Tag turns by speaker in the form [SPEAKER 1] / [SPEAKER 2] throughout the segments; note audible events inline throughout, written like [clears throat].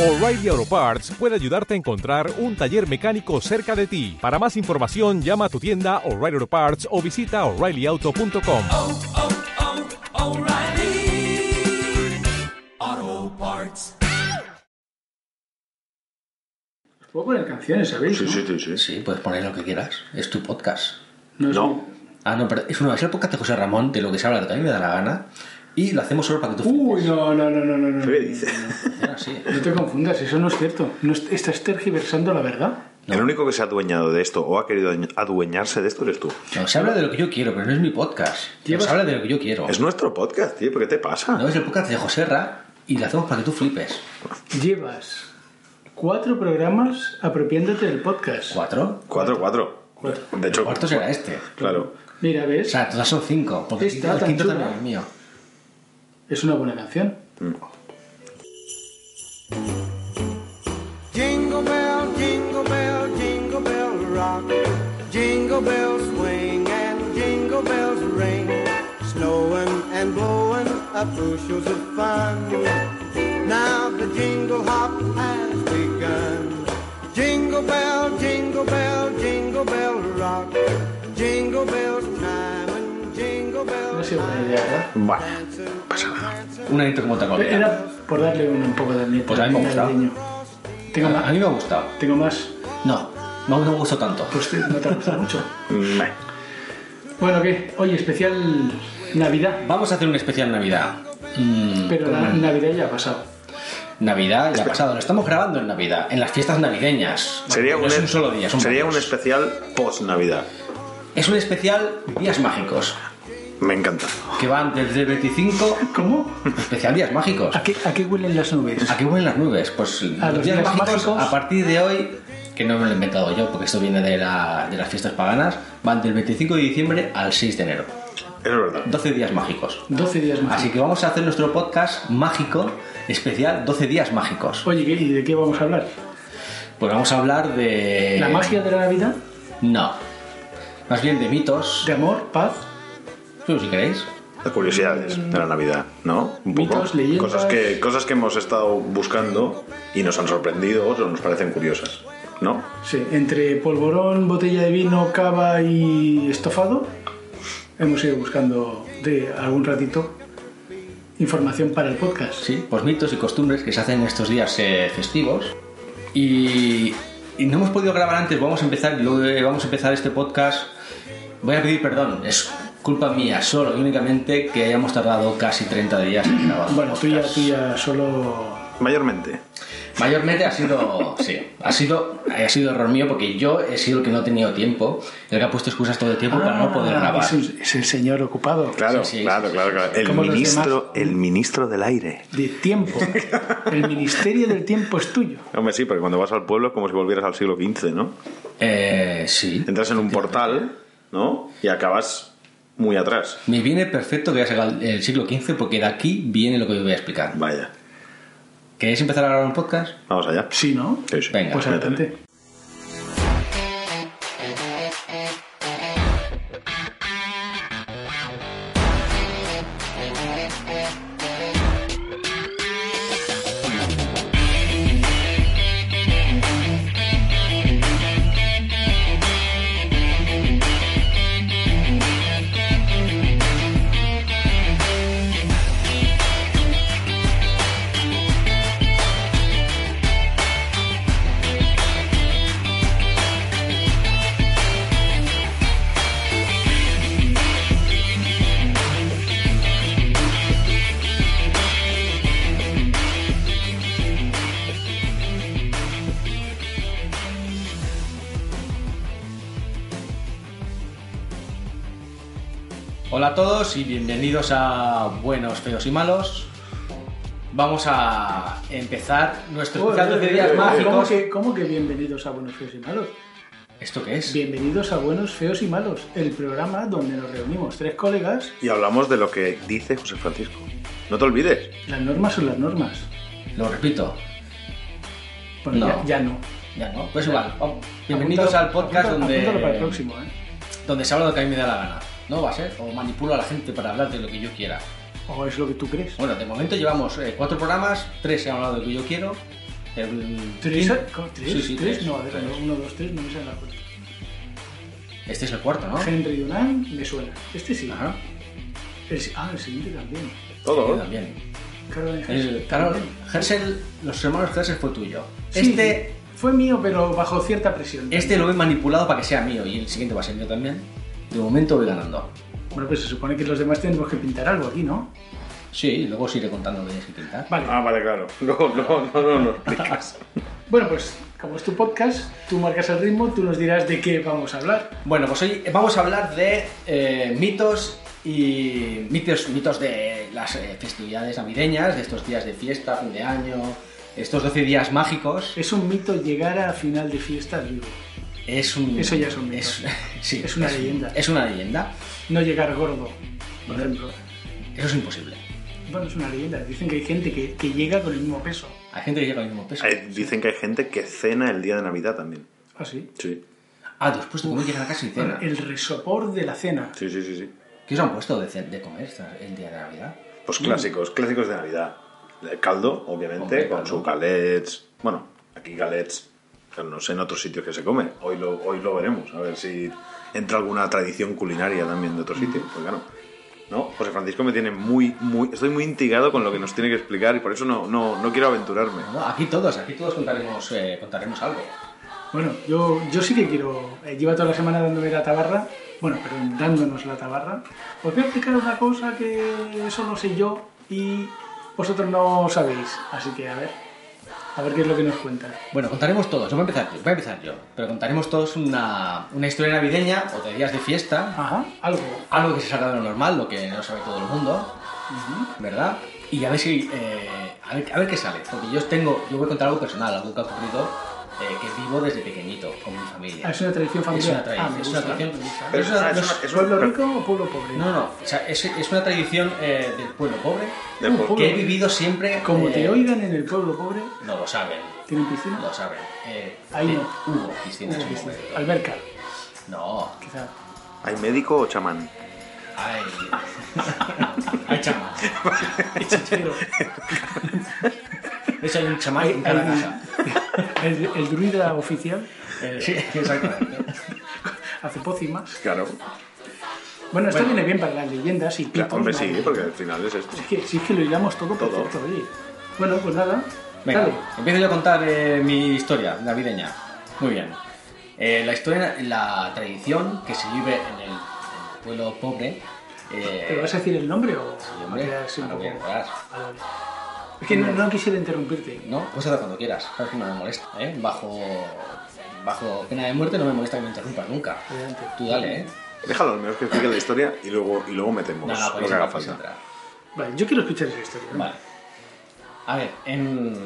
[SPEAKER 1] O'Reilly Auto Parts puede ayudarte a encontrar un taller mecánico cerca de ti. Para más información, llama a tu tienda O'Reilly Auto Parts o visita oreillyauto.com.
[SPEAKER 2] Oh, O'Reilly Auto Parts.
[SPEAKER 3] Puedo poner canciones, ¿sabéis?
[SPEAKER 4] Sí,
[SPEAKER 3] no?
[SPEAKER 4] sí, sí, sí.
[SPEAKER 5] Sí, puedes poner lo que quieras. Es tu podcast.
[SPEAKER 3] No es
[SPEAKER 4] No.
[SPEAKER 5] Ah, no, pero es una es el podcast de José Ramón, de lo que se habla, de lo que a mí me da la gana. Y lo hacemos solo para que tú
[SPEAKER 3] Uy, no, no, no, no, no. no.
[SPEAKER 4] ¿Qué dice?
[SPEAKER 5] funcione así.
[SPEAKER 3] No te confundas, eso no es cierto. No est- estás tergiversando la verdad.
[SPEAKER 4] El único que se ha adueñado de esto o ha querido adueñarse de esto eres tú.
[SPEAKER 5] No, se habla de lo que yo quiero, pero no es mi podcast. Pero
[SPEAKER 3] Llevas-
[SPEAKER 5] Se habla de lo que yo quiero.
[SPEAKER 4] Es nuestro podcast, tío, ¿pero qué te pasa?
[SPEAKER 5] No es el podcast de José Ra y lo hacemos para que tú flipes.
[SPEAKER 3] Llevas cuatro programas apropiándote del podcast.
[SPEAKER 5] ¿Cuatro?
[SPEAKER 4] Cuatro, cuatro.
[SPEAKER 3] Cuatro.
[SPEAKER 4] De hecho,
[SPEAKER 5] ¿Cuánto será este? O
[SPEAKER 4] claro.
[SPEAKER 3] Mira, ves,
[SPEAKER 5] sea, todas son cinco. Porque el
[SPEAKER 3] Esta
[SPEAKER 5] quinto- el
[SPEAKER 3] tan
[SPEAKER 5] quinto
[SPEAKER 3] chula.
[SPEAKER 5] también es mío.
[SPEAKER 3] es una buena canción.
[SPEAKER 6] Jingle bell, jingle bell, jingle bell rock. Jingle bells swing and jingle bells ring. Snowing and blowing up bushels of fun. Now the jingle hop has begun. Jingle bell, jingle bell, jingle bell rock. Jingle bells chime and jingle bells
[SPEAKER 3] No ha sido buena idea, ¿verdad?
[SPEAKER 4] Bueno,
[SPEAKER 6] dancing, dancing.
[SPEAKER 5] Una intro como te acordé.
[SPEAKER 3] Era por darle un, un poco de ambiente.
[SPEAKER 5] Pues a mí me ha gustado. Ah,
[SPEAKER 3] navideño. Tengo
[SPEAKER 5] A a
[SPEAKER 3] más.
[SPEAKER 5] mí me ha gustado.
[SPEAKER 3] Tengo más.
[SPEAKER 5] No, no no me gustó tanto.
[SPEAKER 3] Pues no te ha gustado mucho.
[SPEAKER 5] Mm, eh.
[SPEAKER 4] meh.
[SPEAKER 3] Bueno, ¿qué? Oye, especial Navidad.
[SPEAKER 5] Vamos a hacer un especial Navidad. Mm,
[SPEAKER 3] Pero
[SPEAKER 5] ¿cómo
[SPEAKER 3] la
[SPEAKER 5] es?
[SPEAKER 3] Navidad ya ha pasado.
[SPEAKER 5] Navidad ya ha pasado, lo estamos grabando en Navidad, en las fiestas navideñas.
[SPEAKER 4] Sería,
[SPEAKER 5] no
[SPEAKER 4] un, e-
[SPEAKER 5] es un solo día, son
[SPEAKER 4] sería un
[SPEAKER 5] varios.
[SPEAKER 4] especial post-Navidad.
[SPEAKER 5] Es un especial Días Mágicos,
[SPEAKER 4] Me encanta.
[SPEAKER 5] que van desde el 25,
[SPEAKER 3] ¿Cómo?
[SPEAKER 5] especial Días Mágicos.
[SPEAKER 3] ¿A qué, a qué huelen las nubes?
[SPEAKER 5] ¿A qué huelen las nubes? Pues
[SPEAKER 3] A los días mágicos.
[SPEAKER 5] a partir de hoy, que no me lo he inventado yo, porque esto viene de, la- de las fiestas paganas, van del 25 de diciembre al 6 de enero.
[SPEAKER 4] Es verdad.
[SPEAKER 5] 12 días mágicos.
[SPEAKER 3] 12 días más.
[SPEAKER 5] Así que vamos a hacer nuestro podcast mágico, especial 12 días mágicos.
[SPEAKER 3] Oye, ¿qué- ¿y de qué vamos a hablar?
[SPEAKER 5] Pues vamos a hablar de...
[SPEAKER 3] ¿La magia de la Navidad?
[SPEAKER 5] No. Más bien de mitos.
[SPEAKER 3] ¿De amor? ¿Paz?
[SPEAKER 5] Sí, si queréis.
[SPEAKER 4] Las curiosidades de la Navidad, ¿no? Un poco.
[SPEAKER 3] Mitos, leyendas.
[SPEAKER 4] Cosas que, cosas que hemos estado buscando y nos han sorprendido o nos parecen curiosas, ¿no?
[SPEAKER 3] Sí, entre polvorón, botella de vino, cava y estofado, hemos ido buscando de algún ratito información para el podcast.
[SPEAKER 5] Sí, pues mitos y costumbres que se hacen en estos días eh, festivos. Y, y no hemos podido grabar antes, vamos a empezar, lo de- vamos a empezar este podcast. Voy a pedir perdón, es culpa mía solo y únicamente que hayamos tardado casi 30 días en grabar.
[SPEAKER 3] Bueno, tú ya,
[SPEAKER 5] podcast.
[SPEAKER 3] tú ya solo...
[SPEAKER 4] Mayormente.
[SPEAKER 5] Mayormente ha sido, sí, ha sido, ha sido error mío porque yo he sido el que no ha tenido tiempo, el que ha puesto excusas todo el tiempo para no poder
[SPEAKER 3] Ah,
[SPEAKER 5] grabar.
[SPEAKER 3] Es, un- es el señor ocupado.
[SPEAKER 4] Claro,
[SPEAKER 5] Sí, sí,
[SPEAKER 4] claro,
[SPEAKER 5] sí,
[SPEAKER 4] claro,
[SPEAKER 5] sí,
[SPEAKER 4] claro.
[SPEAKER 5] sí.
[SPEAKER 4] El
[SPEAKER 3] Como los
[SPEAKER 4] ministro, el ministro del aire.
[SPEAKER 3] De
[SPEAKER 5] [laughs]
[SPEAKER 3] tiempo. El ministerio del tiempo es tuyo.
[SPEAKER 4] Hombre, sí, porque cuando vas al pueblo es como si volvieras al siglo XV, ¿no?
[SPEAKER 5] Eh, sí.
[SPEAKER 4] Entras en un portal, ¿no? Y acabas muy atrás.
[SPEAKER 5] Me viene perfecto que haya llegado el siglo XV porque de aquí viene lo que os voy a explicar.
[SPEAKER 4] Vaya,
[SPEAKER 5] ¿Queréis empezar a grabar un podcast?
[SPEAKER 4] vamos allá.
[SPEAKER 3] Sí, ¿no?
[SPEAKER 4] Sí, sí.
[SPEAKER 5] Venga.
[SPEAKER 3] Pues
[SPEAKER 4] métele.
[SPEAKER 3] adelante.
[SPEAKER 5] Hola a todos y bienvenidos a Buenos, Feos y Malos. Vamos a empezar nuestro especial 12 días
[SPEAKER 3] ¿Cómo
[SPEAKER 5] mágicos.
[SPEAKER 3] que, ¿Cómo que bienvenidos a Buenos Feos y Malos?
[SPEAKER 5] ¿Esto qué es?
[SPEAKER 3] Bienvenidos a Buenos Feos y Malos, el programa donde nos reunimos tres colegas.
[SPEAKER 4] Y hablamos de lo que dice José Francisco. No te olvides.
[SPEAKER 3] Las normas son las normas.
[SPEAKER 5] Lo repito.
[SPEAKER 3] Bueno,
[SPEAKER 5] No.
[SPEAKER 3] ya, ya no.
[SPEAKER 5] Ya no, pues igual. vamos. Bienvenidos
[SPEAKER 3] Apúntalo-
[SPEAKER 5] al podcast
[SPEAKER 3] apúntalo- apúntalo para el
[SPEAKER 5] donde,
[SPEAKER 3] próximo, ¿eh?
[SPEAKER 5] donde se habla de lo que a mí me da la gana. ¿No va a ser? O manipulo a la gente para hablar de lo que yo quiera.
[SPEAKER 3] O es lo que tú crees.
[SPEAKER 5] Bueno, de momento llevamos eh, cuatro programas, tres se han hablado de lo que yo quiero El-
[SPEAKER 3] ¿Tres?
[SPEAKER 5] Sí.
[SPEAKER 3] ¿Cómo? ¿Tres?
[SPEAKER 5] Sí, sí,
[SPEAKER 3] ¿Tres?
[SPEAKER 5] tres.
[SPEAKER 3] No, a ver,
[SPEAKER 5] Tres.
[SPEAKER 3] no, uno, dos, tres, no me sale la cuenta.
[SPEAKER 5] Este es el cuarto, ¿no?
[SPEAKER 3] Henry Dunant me suena. Este sí.
[SPEAKER 5] Ajá.
[SPEAKER 3] El si- ah, el siguiente también.
[SPEAKER 5] Yo
[SPEAKER 4] Todo.
[SPEAKER 5] también.
[SPEAKER 3] Caroline
[SPEAKER 5] El-
[SPEAKER 3] Herschel
[SPEAKER 5] claro,
[SPEAKER 3] también.
[SPEAKER 5] Herschel, los hermanos Herschel fue tuyo.
[SPEAKER 3] Sí,
[SPEAKER 5] Este,
[SPEAKER 3] Fue mío, pero bajo cierta presión.
[SPEAKER 5] este lo he manipulado para que sea mío y el siguiente va a ser mío también. De momento voy ganando.
[SPEAKER 3] Bueno, pues se supone que los demás tenemos que pintar algo aquí, ¿no?
[SPEAKER 5] Sí, y luego os iré contando de ese pintar.
[SPEAKER 3] Vale.
[SPEAKER 4] Ah, vale, claro. [laughs] No, no, no, no, no explicas.
[SPEAKER 3] Bueno, pues como es tu podcast, tú marcas el ritmo, tú nos dirás de qué vamos a hablar.
[SPEAKER 5] Bueno, pues hoy vamos a hablar de eh, mitos y mitos, mitos de las eh, festividades navideñas, de estos días de fiesta, fin de año, estos 12 días mágicos.
[SPEAKER 3] Es un mito llegar a final de fiesta vivo.
[SPEAKER 5] Es un,
[SPEAKER 3] Eso ya es un mito.
[SPEAKER 5] [laughs] sí,
[SPEAKER 3] Es una leyenda.
[SPEAKER 5] Es una leyenda.
[SPEAKER 3] No llegar gordo, por ejemplo.
[SPEAKER 5] Eso es imposible.
[SPEAKER 3] Bueno, es una leyenda. Dicen que hay gente que, que llega con el mismo peso.
[SPEAKER 5] Hay gente que llega al mismo peso.
[SPEAKER 4] [laughs] Eh, Dicen que hay gente que cena el día de Navidad también.
[SPEAKER 3] ¿Ah, sí?
[SPEAKER 4] Sí,
[SPEAKER 5] Ah, después de comer llegan a casa y cena.
[SPEAKER 3] El resopor de la cena.
[SPEAKER 4] sí, sí, sí. sí.
[SPEAKER 5] ¿Qué os han puesto de, ce- de comer esta- el día de Navidad?
[SPEAKER 4] Pues clásicos, clásicos de Navidad. El Caldo, obviamente,
[SPEAKER 5] Hombre,
[SPEAKER 4] con
[SPEAKER 5] caldo.
[SPEAKER 4] su galets. Bueno, aquí galets, pero no sé en otros sitios que se come. Hoy lo, hoy lo veremos, a ver si entra alguna tradición culinaria también de otro
[SPEAKER 5] Mm.
[SPEAKER 4] sitio. Pues claro. No, José Francisco me tiene muy, muy. Estoy muy intrigado con lo que nos tiene que explicar y por eso no, no, no quiero aventurarme.
[SPEAKER 5] No, aquí todos, aquí todos contaremos, eh, contaremos algo.
[SPEAKER 3] Bueno, yo, yo sí que quiero. eh, lleva toda la semana dándome la tabarra. Bueno, perdón, dándonos la tabarra. Os voy a explicar una cosa que eso no sé yo y vosotros no sabéis. Así que a ver. A ver qué es lo que nos cuentan.
[SPEAKER 5] Bueno, contaremos todos. Yo voy a empezar yo, voy a empezar yo. Pero contaremos todos una, una historia navideña o de días de fiesta.
[SPEAKER 3] Ajá, algo.
[SPEAKER 5] Algo que se salga de lo normal, lo que no sabe todo el mundo, ¿verdad? Y a ver si. eh, a, ver, a ver qué sale. Porque yo tengo. Yo voy a contar algo personal, algo que ha ocurrido eh, que vivo desde pequeñito con mi familia.
[SPEAKER 3] Ah, es una tradición familiar.
[SPEAKER 5] Es una tradición,
[SPEAKER 3] Ah, me
[SPEAKER 5] es una
[SPEAKER 3] gusta,
[SPEAKER 5] tradición.
[SPEAKER 3] me gusta.
[SPEAKER 5] Pero
[SPEAKER 4] Pero
[SPEAKER 5] es
[SPEAKER 4] es
[SPEAKER 5] una-
[SPEAKER 4] una- es
[SPEAKER 5] no es-
[SPEAKER 4] una- es una-
[SPEAKER 3] ¿Pueblo
[SPEAKER 4] pero-
[SPEAKER 3] rico o pueblo pobre?
[SPEAKER 5] No, no, o sea, es, es una tradición eh, del pueblo pobre
[SPEAKER 4] de-
[SPEAKER 3] Uh,
[SPEAKER 5] que he vivido siempre.
[SPEAKER 3] Como te
[SPEAKER 5] eh,
[SPEAKER 3] oigan en el pueblo pobre,
[SPEAKER 5] No lo saben,
[SPEAKER 3] ¿tienen piscina?
[SPEAKER 5] lo saben. Eh,
[SPEAKER 3] Ahí
[SPEAKER 5] eh,
[SPEAKER 3] no.
[SPEAKER 5] Hubo piscinas
[SPEAKER 3] Una
[SPEAKER 5] en un
[SPEAKER 3] piscina.
[SPEAKER 5] momento.
[SPEAKER 3] Alberca,
[SPEAKER 5] No,
[SPEAKER 3] quizá.
[SPEAKER 4] ¿Hay médico o chamán?
[SPEAKER 5] hay. hay chamán.
[SPEAKER 3] Pero
[SPEAKER 5] De hecho, hay un chamán
[SPEAKER 3] Hay-
[SPEAKER 5] en cada
[SPEAKER 3] hay-
[SPEAKER 5] casa.
[SPEAKER 3] [laughs] el, el druida oficial
[SPEAKER 5] Eh, sí, exactamente.
[SPEAKER 3] hace pócimas.
[SPEAKER 4] Claro.
[SPEAKER 3] Bueno, esto
[SPEAKER 5] Bueno.
[SPEAKER 3] viene bien para las leyendas y mitos,
[SPEAKER 4] Claro, hombre,
[SPEAKER 3] ¿vale?
[SPEAKER 4] sí, porque al final es esto.
[SPEAKER 3] Es que, si es que lo hilamos todo,
[SPEAKER 4] Todo.
[SPEAKER 3] perfecto, oye. Bueno, pues nada.
[SPEAKER 5] Venga,
[SPEAKER 3] Dale.
[SPEAKER 5] empiezo yo a contar eh, mi historia navideña. Muy bien. Eh, la historia, la tradición que se vive en el, en el pueblo pobre. eh,
[SPEAKER 3] ¿Pero vas a decir el nombre o
[SPEAKER 5] hombre,
[SPEAKER 3] me queda así un
[SPEAKER 5] ahora
[SPEAKER 3] poco-
[SPEAKER 5] voy a entrar.
[SPEAKER 3] Vale, vale. Es que no, no quisiera interrumpirte.
[SPEAKER 5] No, puedes hacer cuando quieras, sabes que no me molesta, ¿eh? Bajo, bajo pena de muerte no me molesta que me interrumpas nunca.
[SPEAKER 3] Adelante.
[SPEAKER 5] Tú dale, ¿eh?
[SPEAKER 4] Déjalo, al menos que explique la historia y luego, y luego metemos
[SPEAKER 5] No, pues no,
[SPEAKER 4] lo
[SPEAKER 5] podéis
[SPEAKER 4] que haga
[SPEAKER 5] podéis
[SPEAKER 4] falta.
[SPEAKER 5] entrar.
[SPEAKER 3] Vale, yo quiero escuchar esa historia. ¿no?
[SPEAKER 5] Vale. A ver, en,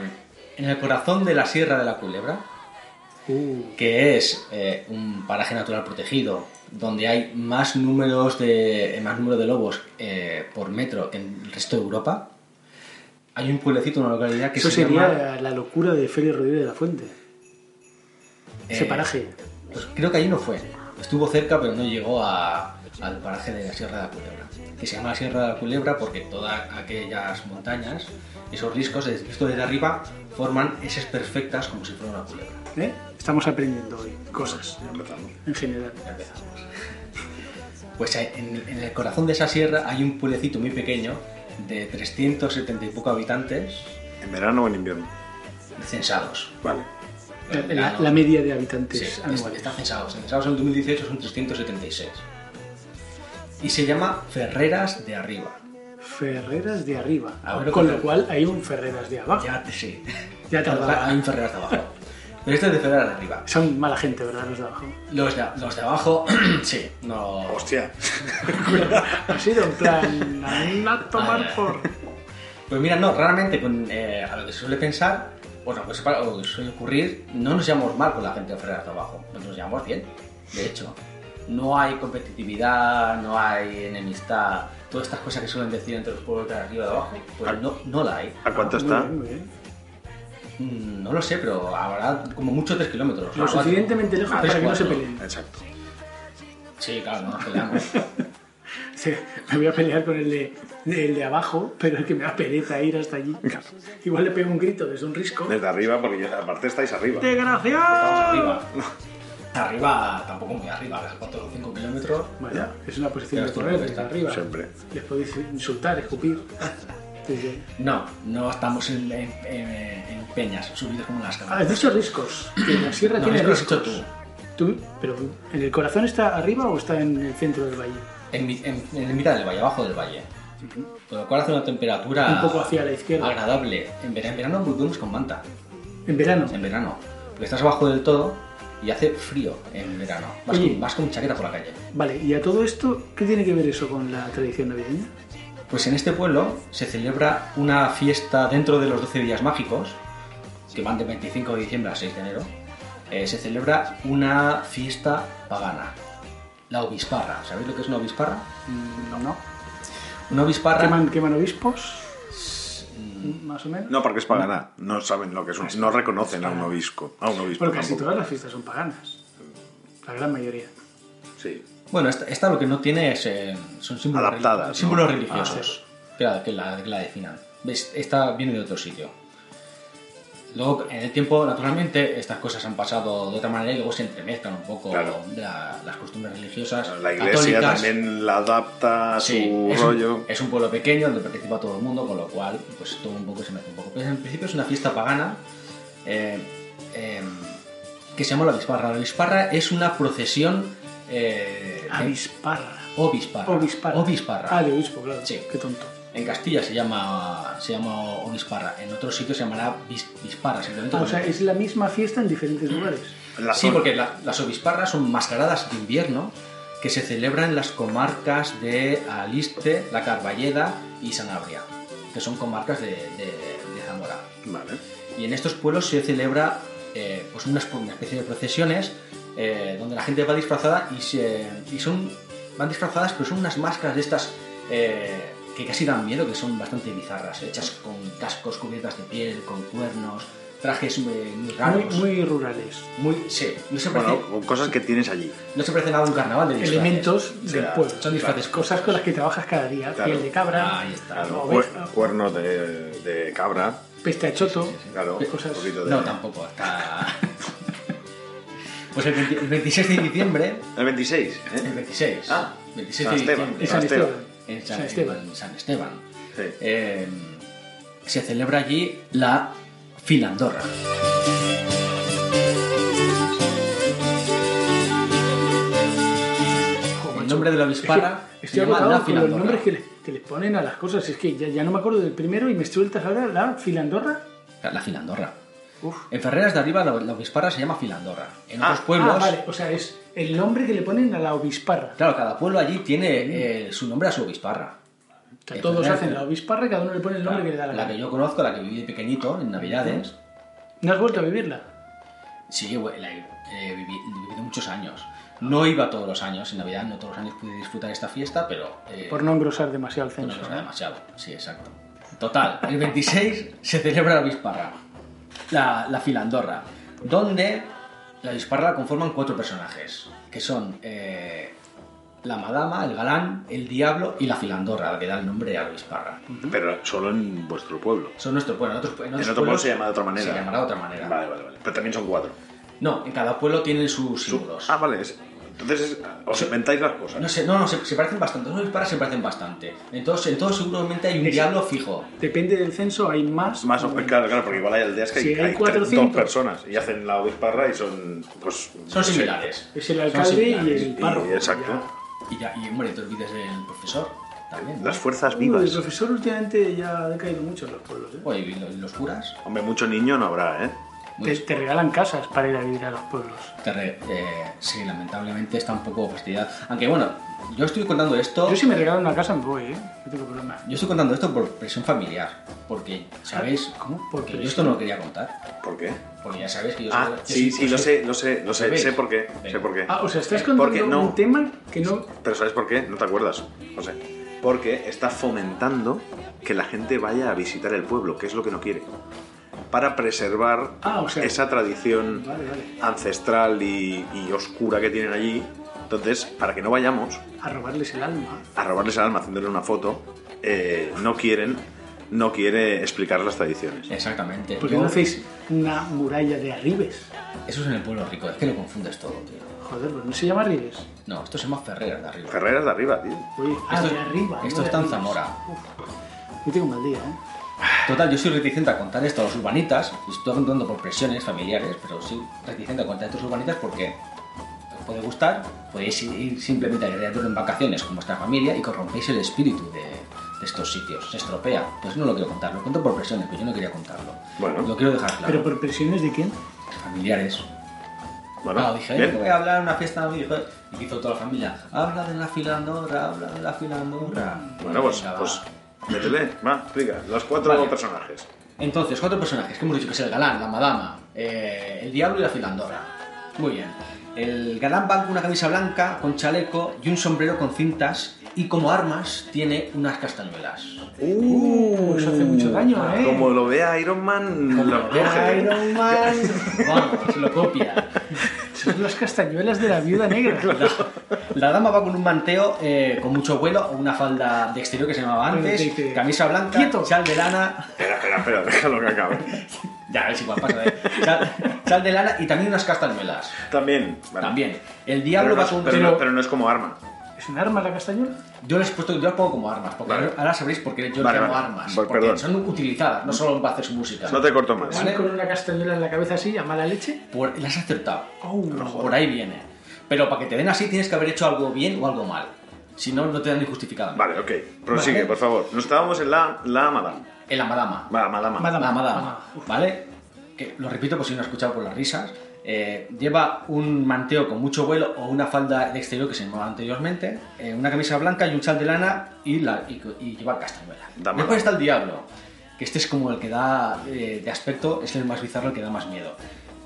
[SPEAKER 5] en el corazón de la Sierra de la Culebra,
[SPEAKER 3] Uh,
[SPEAKER 5] que es eh, un paraje natural protegido, donde hay más números de, más número de lobos eh, por metro que en el resto de Europa, hay un pueblecito, una localidad que
[SPEAKER 3] eso
[SPEAKER 5] se
[SPEAKER 3] sería
[SPEAKER 5] llama...
[SPEAKER 3] la locura de Félix Rodríguez de la Fuente. Ese
[SPEAKER 5] eh,
[SPEAKER 3] paraje.
[SPEAKER 5] Pues creo que allí no fue. Estuvo cerca, pero no llegó a- al paraje de la Sierra de la Culebra. Que se llama la Sierra de la Culebra porque todas aquellas montañas, esos riscos, esto desde arriba, forman esas perfectas como si fuera una culebra.
[SPEAKER 3] ¿eh? Estamos aprendiendo hoy cosas
[SPEAKER 4] Empezamos.
[SPEAKER 3] en general.
[SPEAKER 5] Ya empezamos. [laughs] Pues hay- en, en el corazón de esa sierra hay un pueblecito muy pequeño de 370 y poco habitantes
[SPEAKER 4] ¿En verano o en invierno?
[SPEAKER 5] censados.
[SPEAKER 4] Vale.
[SPEAKER 3] La, la media de habitantes
[SPEAKER 5] Ah, Sí, está-
[SPEAKER 3] anuales.
[SPEAKER 5] está censado. Se censados en el 2018 son 376. Y se llama Ferreras de Arriba.
[SPEAKER 3] Ferreras de arriba.
[SPEAKER 5] Ah, bueno,
[SPEAKER 3] Con
[SPEAKER 5] claro.
[SPEAKER 3] lo cual hay un Ferreras de abajo.
[SPEAKER 5] Ya te sí.
[SPEAKER 3] Ya tardaba.
[SPEAKER 5] Hay un Ferreras de abajo. Pero este es de Ferreras de arriba.
[SPEAKER 3] Son mala gente, ¿verdad? Los de abajo.
[SPEAKER 5] Los de, los de abajo, [clears throat] sí, no.
[SPEAKER 4] Hostia.
[SPEAKER 3] Ha sido en
[SPEAKER 5] [laughs]
[SPEAKER 3] plan. A mí a
[SPEAKER 5] Ah,
[SPEAKER 3] tomar
[SPEAKER 5] ya.
[SPEAKER 3] por.
[SPEAKER 5] Pues mira, no, realmente con, eh, a lo que se suele pensar, bueno, pues para lo que suele ocurrir, no nos llevamos mal con la gente de Ferreras de abajo, pues nos llevamos bien, de hecho. No hay competitividad, no hay enemistad, todas estas cosas que suelen decir entre los pueblos de arriba y de abajo, pues no, no la hay.
[SPEAKER 4] ¿A cuánto
[SPEAKER 3] Muy
[SPEAKER 4] está?
[SPEAKER 3] bien, muy bien.
[SPEAKER 5] Ah, Mm, No lo sé, pero habrá como mucho 3 kilómetros.
[SPEAKER 3] Lo
[SPEAKER 5] Ah, cuatro.
[SPEAKER 3] suficientemente lejos
[SPEAKER 5] Ah,
[SPEAKER 3] para
[SPEAKER 5] tres,
[SPEAKER 3] que no se
[SPEAKER 5] cuatro.
[SPEAKER 3] peleen.
[SPEAKER 4] Exacto.
[SPEAKER 5] Sí, claro, no nos peleamos.
[SPEAKER 3] dice, me voy a pelear con el de, el de abajo, pero es que me da pereza ir hasta allí.
[SPEAKER 4] Claro.
[SPEAKER 3] Igual le pego un grito desde un risco.
[SPEAKER 4] Desde arriba, porque ya- aparte estáis arriba.
[SPEAKER 3] ¡Desgraciado!
[SPEAKER 5] Arriba. [laughs] Arriba, tampoco muy arriba, a 4 o 5 kilómetros.
[SPEAKER 3] Bueno, es una posición
[SPEAKER 5] Ya
[SPEAKER 3] de
[SPEAKER 5] estoy
[SPEAKER 3] correr,
[SPEAKER 5] bien,
[SPEAKER 3] desde arriba.
[SPEAKER 4] Siempre.
[SPEAKER 3] Les podéis insultar, escupir. Desde-
[SPEAKER 5] No, no estamos en, en- en- en peñas, subidos como
[SPEAKER 3] Ah,
[SPEAKER 5] las
[SPEAKER 3] has
[SPEAKER 5] cámaras.
[SPEAKER 3] dicho riscos. Que la sierra
[SPEAKER 5] No,
[SPEAKER 3] tiene
[SPEAKER 5] eso lo has
[SPEAKER 3] riscos.
[SPEAKER 5] dicho
[SPEAKER 3] Tú- Pero, ¿en el corazón está arriba o está en el centro del valle?
[SPEAKER 5] En, mi- en, en mitad del valle, abajo del valle. Con lo cual hace una temperatura
[SPEAKER 3] Un poco hacia la izquierda.
[SPEAKER 5] agradable. En verano, en verano muy duros con manta.
[SPEAKER 3] En verano.
[SPEAKER 5] En verano. Porque estás abajo del todo y hace frío en verano. Vas,
[SPEAKER 3] Oye.
[SPEAKER 5] con, vas con chaqueta por la calle.
[SPEAKER 3] Vale, y a todo esto, ¿qué tiene que ver eso con la tradición navideña?
[SPEAKER 5] Pues en este pueblo se celebra una fiesta dentro de los 12 días mágicos, que van de 25 de diciembre a 6 de enero. eh, se celebra una fiesta pagana, la obisparra. ¿Sabéis lo que es una obisparra? Mm,
[SPEAKER 3] No, no.
[SPEAKER 5] Una obisparra.
[SPEAKER 3] ¿Queman, queman obispos?
[SPEAKER 5] mm,
[SPEAKER 3] Más o menos.
[SPEAKER 4] No, porque es pagana. No saben lo que es un... No reconocen a un obispo. A un obispo
[SPEAKER 3] Bueno, casi
[SPEAKER 4] tampoco.
[SPEAKER 3] todas las fiestas son paganas. La gran mayoría.
[SPEAKER 4] Sí.
[SPEAKER 5] Bueno, esta, esta lo que no tiene es, eh, son símbolos,
[SPEAKER 4] Adaptadas,
[SPEAKER 5] reli-
[SPEAKER 4] ¿no? Ah,
[SPEAKER 5] símbolos religiosos. Que la, que, la, que la definan. ¿Ves? Esta viene de otro sitio. Luego, en el tiempo, naturalmente, estas cosas han pasado de otra manera y luego se entremezclan un poco
[SPEAKER 4] Claro.
[SPEAKER 5] la- las costumbres religiosas.
[SPEAKER 4] La iglesia
[SPEAKER 5] católicas.
[SPEAKER 4] también la adapta a su
[SPEAKER 5] Sí, es un-
[SPEAKER 4] rollo.
[SPEAKER 5] es un pueblo pequeño donde participa todo el mundo, con lo cual, pues todo un poco se mezcla un poco. Pero en principio es una fiesta pagana eh, eh, que se llama la Bisparra. La Bisparra es una procesión. eh, en-
[SPEAKER 3] Avisparra.
[SPEAKER 5] Obisparra.
[SPEAKER 3] Obisparra.
[SPEAKER 5] Obisparra.
[SPEAKER 3] Ah, de obispo, claro.
[SPEAKER 5] Sí.
[SPEAKER 3] Qué tonto.
[SPEAKER 5] En Castilla se llama, se llama obisparra, en otros sitios se llamará bis- bisparra, simplemente.
[SPEAKER 3] Ah, o sea, es la misma fiesta en diferentes lugares.
[SPEAKER 4] La
[SPEAKER 5] Sí,
[SPEAKER 4] zona.
[SPEAKER 5] porque la- las obisparras son mascaradas de invierno que se celebran en las comarcas de Aliste, La Carballeda y Sanabria, que son comarcas de, de- de Zamora.
[SPEAKER 4] Vale.
[SPEAKER 5] Y en estos pueblos se celebra eh, pues una, una especie de procesiones eh, donde la gente va disfrazada y, se, y son, van disfrazadas, pero son unas máscaras de estas eh, que casi dan miedo, que son bastante bizarras, hechas con cascos cubiertas de piel, con cuernos, trajes eh, muy
[SPEAKER 3] Muy,
[SPEAKER 5] raros.
[SPEAKER 3] muy rurales.
[SPEAKER 5] muy- sí, no se, parece,
[SPEAKER 4] Bueno, con cosas que tienes allí.
[SPEAKER 5] no se parece nada a un carnaval de disfraces.
[SPEAKER 3] Elementos
[SPEAKER 4] O
[SPEAKER 3] del
[SPEAKER 4] sea,
[SPEAKER 3] pueblo.
[SPEAKER 5] Son disfraces
[SPEAKER 3] Cosas con las que trabajas cada día.
[SPEAKER 4] Claro.
[SPEAKER 3] Piel de cabra,
[SPEAKER 5] Ah, Ahí está.
[SPEAKER 4] Claro,
[SPEAKER 3] Oveja.
[SPEAKER 4] cuer- cuernos de, de cabra.
[SPEAKER 3] peste a choto.
[SPEAKER 4] Claro,
[SPEAKER 3] Qué cosas.
[SPEAKER 4] un poquito de.
[SPEAKER 5] No, tampoco, está... [laughs] pues el, 20 el 26 de diciembre,
[SPEAKER 4] El 26,
[SPEAKER 5] el
[SPEAKER 4] ¿eh?
[SPEAKER 5] 26,
[SPEAKER 4] Ah,
[SPEAKER 5] 26
[SPEAKER 4] San Esteban.
[SPEAKER 5] de diciembre,
[SPEAKER 3] Es San
[SPEAKER 4] Esteban.
[SPEAKER 3] Esteban.
[SPEAKER 5] en
[SPEAKER 3] San Esteban.
[SPEAKER 5] en San Esteban.
[SPEAKER 4] Sí.
[SPEAKER 5] Eh, se celebra allí la filandorra.
[SPEAKER 3] Joder,
[SPEAKER 5] El
[SPEAKER 3] macho.
[SPEAKER 5] nombre de la avispara
[SPEAKER 3] Es que
[SPEAKER 5] se
[SPEAKER 3] Estoy
[SPEAKER 5] llama
[SPEAKER 3] agotado
[SPEAKER 5] la
[SPEAKER 3] con los
[SPEAKER 5] filandorra.
[SPEAKER 3] nombres que, le- que les ponen a las cosas. Es que ya, ya no me acuerdo del primero y me sueltas ahora la filandorra.
[SPEAKER 5] La filandorra.
[SPEAKER 3] Uf.
[SPEAKER 5] En Ferreras de Arriba la, la avispara se llama filandorra. En otros pueblos...
[SPEAKER 3] Ah, vale. O sea, es el nombre que le ponen a la obisparra.
[SPEAKER 5] Claro, cada pueblo allí
[SPEAKER 3] Mm.
[SPEAKER 5] tiene eh, su nombre a su obisparra.
[SPEAKER 3] O sea,
[SPEAKER 5] Eh,
[SPEAKER 3] todos
[SPEAKER 5] pero-
[SPEAKER 3] hacen la obisparra y cada uno le pone el nombre que le da la
[SPEAKER 5] La
[SPEAKER 3] gana.
[SPEAKER 5] que yo conozco, la que viví de pequeñito, en Navidades,
[SPEAKER 3] ¿No has vuelto a vivirla?
[SPEAKER 5] sí, bueno, la he he vivi- vivido muchos años. No iba todos los años, en Navidad no todos los años pude disfrutar esta fiesta, pero... eh,
[SPEAKER 3] Por no engrosar demasiado el
[SPEAKER 5] no
[SPEAKER 3] censo.
[SPEAKER 5] nos
[SPEAKER 4] ¿eh?
[SPEAKER 5] da demasiado, sí, exacto. Total, el 26 se celebra la Bisparra, la, la filandorra, donde la Bisparra la conforman cuatro personajes, que son eh, la madama, el galán, el diablo y la filandorra, la que da el nombre a la Bisparra.
[SPEAKER 4] Pero solo en vuestro pueblo.
[SPEAKER 5] Son nuestros, bueno, en otros, en
[SPEAKER 4] En
[SPEAKER 5] otros
[SPEAKER 4] otro pueblo
[SPEAKER 5] pueblos
[SPEAKER 4] se llama de otra manera.
[SPEAKER 5] Se llamará de otra manera.
[SPEAKER 4] Vale, vale, vale. Pero también son cuatro.
[SPEAKER 5] No, en cada pueblo tienen sus símbolos.
[SPEAKER 4] Ah, vale. es- Entonces es- os inventáis las cosas.
[SPEAKER 5] No sé, no, no, se, se parecen bastante. Los disparas se parecen bastante. Entonces, en todos seguramente hay un diablo fijo.
[SPEAKER 3] Depende del censo, hay más.
[SPEAKER 4] Más o menos, claro, claro, porque igual hay aldeas que
[SPEAKER 3] Si
[SPEAKER 4] hay,
[SPEAKER 3] hay
[SPEAKER 4] hay tres-
[SPEAKER 3] 400.
[SPEAKER 4] dos personas y hacen la obisparra y son, pues...
[SPEAKER 5] Son similares.
[SPEAKER 3] Es el
[SPEAKER 5] Son
[SPEAKER 3] alcalde y
[SPEAKER 5] similares.
[SPEAKER 4] Y-
[SPEAKER 3] el párroco.
[SPEAKER 4] exacto.
[SPEAKER 5] Y, ya, y hombre, te olvides del profesor también. ¿no?
[SPEAKER 4] Las fuerzas
[SPEAKER 3] Ya. Uy, el
[SPEAKER 4] vivas.
[SPEAKER 3] profesor últimamente ya ha caído mucho en los pueblos. ¿eh?
[SPEAKER 5] Oye, Pues, y lo- y los curas.
[SPEAKER 4] Hombre, mucho niño no habrá, ¿eh?
[SPEAKER 3] Te, te regalan casas para ir a vivir a los pueblos.
[SPEAKER 5] Te re- eh, sí, lamentablemente está un poco fastidiada. Aunque bueno, yo estoy contando esto.
[SPEAKER 3] Yo si me regalan una casa me voy, ¿eh? No tengo problema.
[SPEAKER 5] yo estoy contando esto por presión familiar. Porque, ¿sabéis?
[SPEAKER 3] Ah, ¿Cómo? Por
[SPEAKER 5] Porque yo
[SPEAKER 3] presión.
[SPEAKER 5] esto no lo quería contar.
[SPEAKER 4] ¿Por qué?
[SPEAKER 5] Porque ya sabéis que yo
[SPEAKER 4] Ah,
[SPEAKER 5] soy- yo
[SPEAKER 4] sí,
[SPEAKER 5] soy-
[SPEAKER 4] sí,
[SPEAKER 5] yo
[SPEAKER 4] lo
[SPEAKER 5] soy-
[SPEAKER 4] sé, lo sé, lo sé,
[SPEAKER 5] ¿Sabéis?
[SPEAKER 4] sé por qué,
[SPEAKER 5] Venga.
[SPEAKER 4] sé por qué.
[SPEAKER 3] Ah, o sea, estás
[SPEAKER 4] Eh, porque
[SPEAKER 3] contando
[SPEAKER 4] no.
[SPEAKER 3] un tema que no...
[SPEAKER 4] Pero ¿sabes por qué? No te acuerdas, José. Porque está fomentando que la gente vaya a visitar el pueblo, que es lo que no quiere. Para preservar
[SPEAKER 3] Ah, o sea-
[SPEAKER 4] esa tradición
[SPEAKER 3] Vale, vale.
[SPEAKER 4] ancestral y, y oscura que tienen allí Entonces, para que no vayamos
[SPEAKER 3] A robarles el alma.
[SPEAKER 4] a robarles el alma haciéndole una foto, eh, no quieren, no quiere explicar las tradiciones.
[SPEAKER 5] Exactamente.
[SPEAKER 3] ¿Por qué Pues
[SPEAKER 5] Yo-
[SPEAKER 3] no hacéis una muralla de arribes?
[SPEAKER 5] Eso es en el pueblo rico, es que lo confundes todo, tío.
[SPEAKER 3] Joder, pues no se llama arribes.
[SPEAKER 5] No, esto se llama Ferreras de arriba.
[SPEAKER 4] Ferreras de arriba, tío.
[SPEAKER 3] Oye, ah,
[SPEAKER 5] Esto-
[SPEAKER 3] de arriba. no
[SPEAKER 5] esto
[SPEAKER 3] de
[SPEAKER 5] está en
[SPEAKER 3] arribes.
[SPEAKER 5] Zamora.
[SPEAKER 3] Uf. Yo tengo un mal día, ¿eh?
[SPEAKER 5] Total, yo soy reticente a contar esto a los urbanitas, y estoy contando por presiones familiares, pero soy reticente a contar esto a los urbanitas porque os puede gustar, podéis ir simplemente a Guerrero en vacaciones con vuestra familia y corrompéis el espíritu de, de estos sitios, se estropea. Pues no lo quiero contar, lo cuento por presiones, pero yo no quería contarlo.
[SPEAKER 4] Bueno.
[SPEAKER 5] Lo quiero dejar claro.
[SPEAKER 3] ¿Pero por presiones de quién?
[SPEAKER 5] Familiares.
[SPEAKER 4] Bueno,
[SPEAKER 5] no, Ah, dije,
[SPEAKER 4] bien.
[SPEAKER 5] "Yo voy a hablar en una fiesta, y dijo- y hizo toda la familia, habla de la filandora, habla de la filandora.
[SPEAKER 4] Bueno, pues,
[SPEAKER 5] Venga, va.
[SPEAKER 4] pues métele, va, explica. Los cuatro
[SPEAKER 5] Vale.
[SPEAKER 4] personajes.
[SPEAKER 5] Entonces, cuatro personajes que hemos dicho que es el galán, la madama, eh, el diablo y la filandora. Muy bien. El galán va con una camisa blanca, con chaleco y un sombrero con cintas y como armas tiene unas castañuelas.
[SPEAKER 3] Uh, eso hace mucho daño, ¿eh?
[SPEAKER 4] Mm, Como lo vea Iron Man,
[SPEAKER 5] Como
[SPEAKER 4] lo
[SPEAKER 5] lo vea
[SPEAKER 4] coge.
[SPEAKER 3] Iron Man.
[SPEAKER 5] Vamos, se lo copia.
[SPEAKER 3] Son las castañuelas de la viuda negra.
[SPEAKER 5] La dama va con un manteo eh, con mucho vuelo, o una falda de exterior que se llamaba
[SPEAKER 3] Bueno,
[SPEAKER 5] antes,
[SPEAKER 3] dice-
[SPEAKER 5] camisa blanca,
[SPEAKER 3] Quieto.
[SPEAKER 5] chal de lana,
[SPEAKER 4] Espera, espera, espera, déjalo que acabe.
[SPEAKER 5] ya es igual, pasa de chal, chal de lana y también unas castañuelas.
[SPEAKER 4] También. vale.
[SPEAKER 5] También. El
[SPEAKER 4] Pero
[SPEAKER 5] diablo
[SPEAKER 4] no,
[SPEAKER 5] va
[SPEAKER 4] es,
[SPEAKER 5] con un
[SPEAKER 4] pero,
[SPEAKER 5] tiro-
[SPEAKER 4] no, pero no es como arma.
[SPEAKER 3] ¿Es un arma la castañuela?
[SPEAKER 5] Yo les, he puesto, yo las pongo como armas, porque
[SPEAKER 4] Vale.
[SPEAKER 5] ahora sabréis por qué yo
[SPEAKER 4] Vale,
[SPEAKER 5] las llamo
[SPEAKER 4] vale.
[SPEAKER 5] armas.
[SPEAKER 4] Pues
[SPEAKER 5] porque
[SPEAKER 4] perdón.
[SPEAKER 5] son utilizadas, no solo para hacer su música.
[SPEAKER 4] No te corto más.
[SPEAKER 5] Vale.
[SPEAKER 3] ¿Van con una castañuela en la cabeza así, a mala leche?
[SPEAKER 5] Por- las has acertado.
[SPEAKER 3] Oh,
[SPEAKER 5] por ahí viene. Pero para que te den así tienes que haber hecho algo bien o algo mal. Si no, no te dan ni justificado.
[SPEAKER 4] Vale, ok. Prosigue,
[SPEAKER 5] Vale.
[SPEAKER 4] por favor. Nos estábamos en la, la madame.
[SPEAKER 5] En la madama.
[SPEAKER 4] Va, madama.
[SPEAKER 3] Madama.
[SPEAKER 5] La madama. ¿Vale? Que lo repito por si no he escuchado por las risas. Eh, lleva un manteo con mucho vuelo o una falda de exterior que se llamaba anteriormente, eh, una camisa blanca y un chal de lana y, la, y, y lleva castañuela.
[SPEAKER 4] Dama.
[SPEAKER 5] Después está el diablo, que este es como el que da eh, de aspecto, es el más bizarro, el que da más miedo.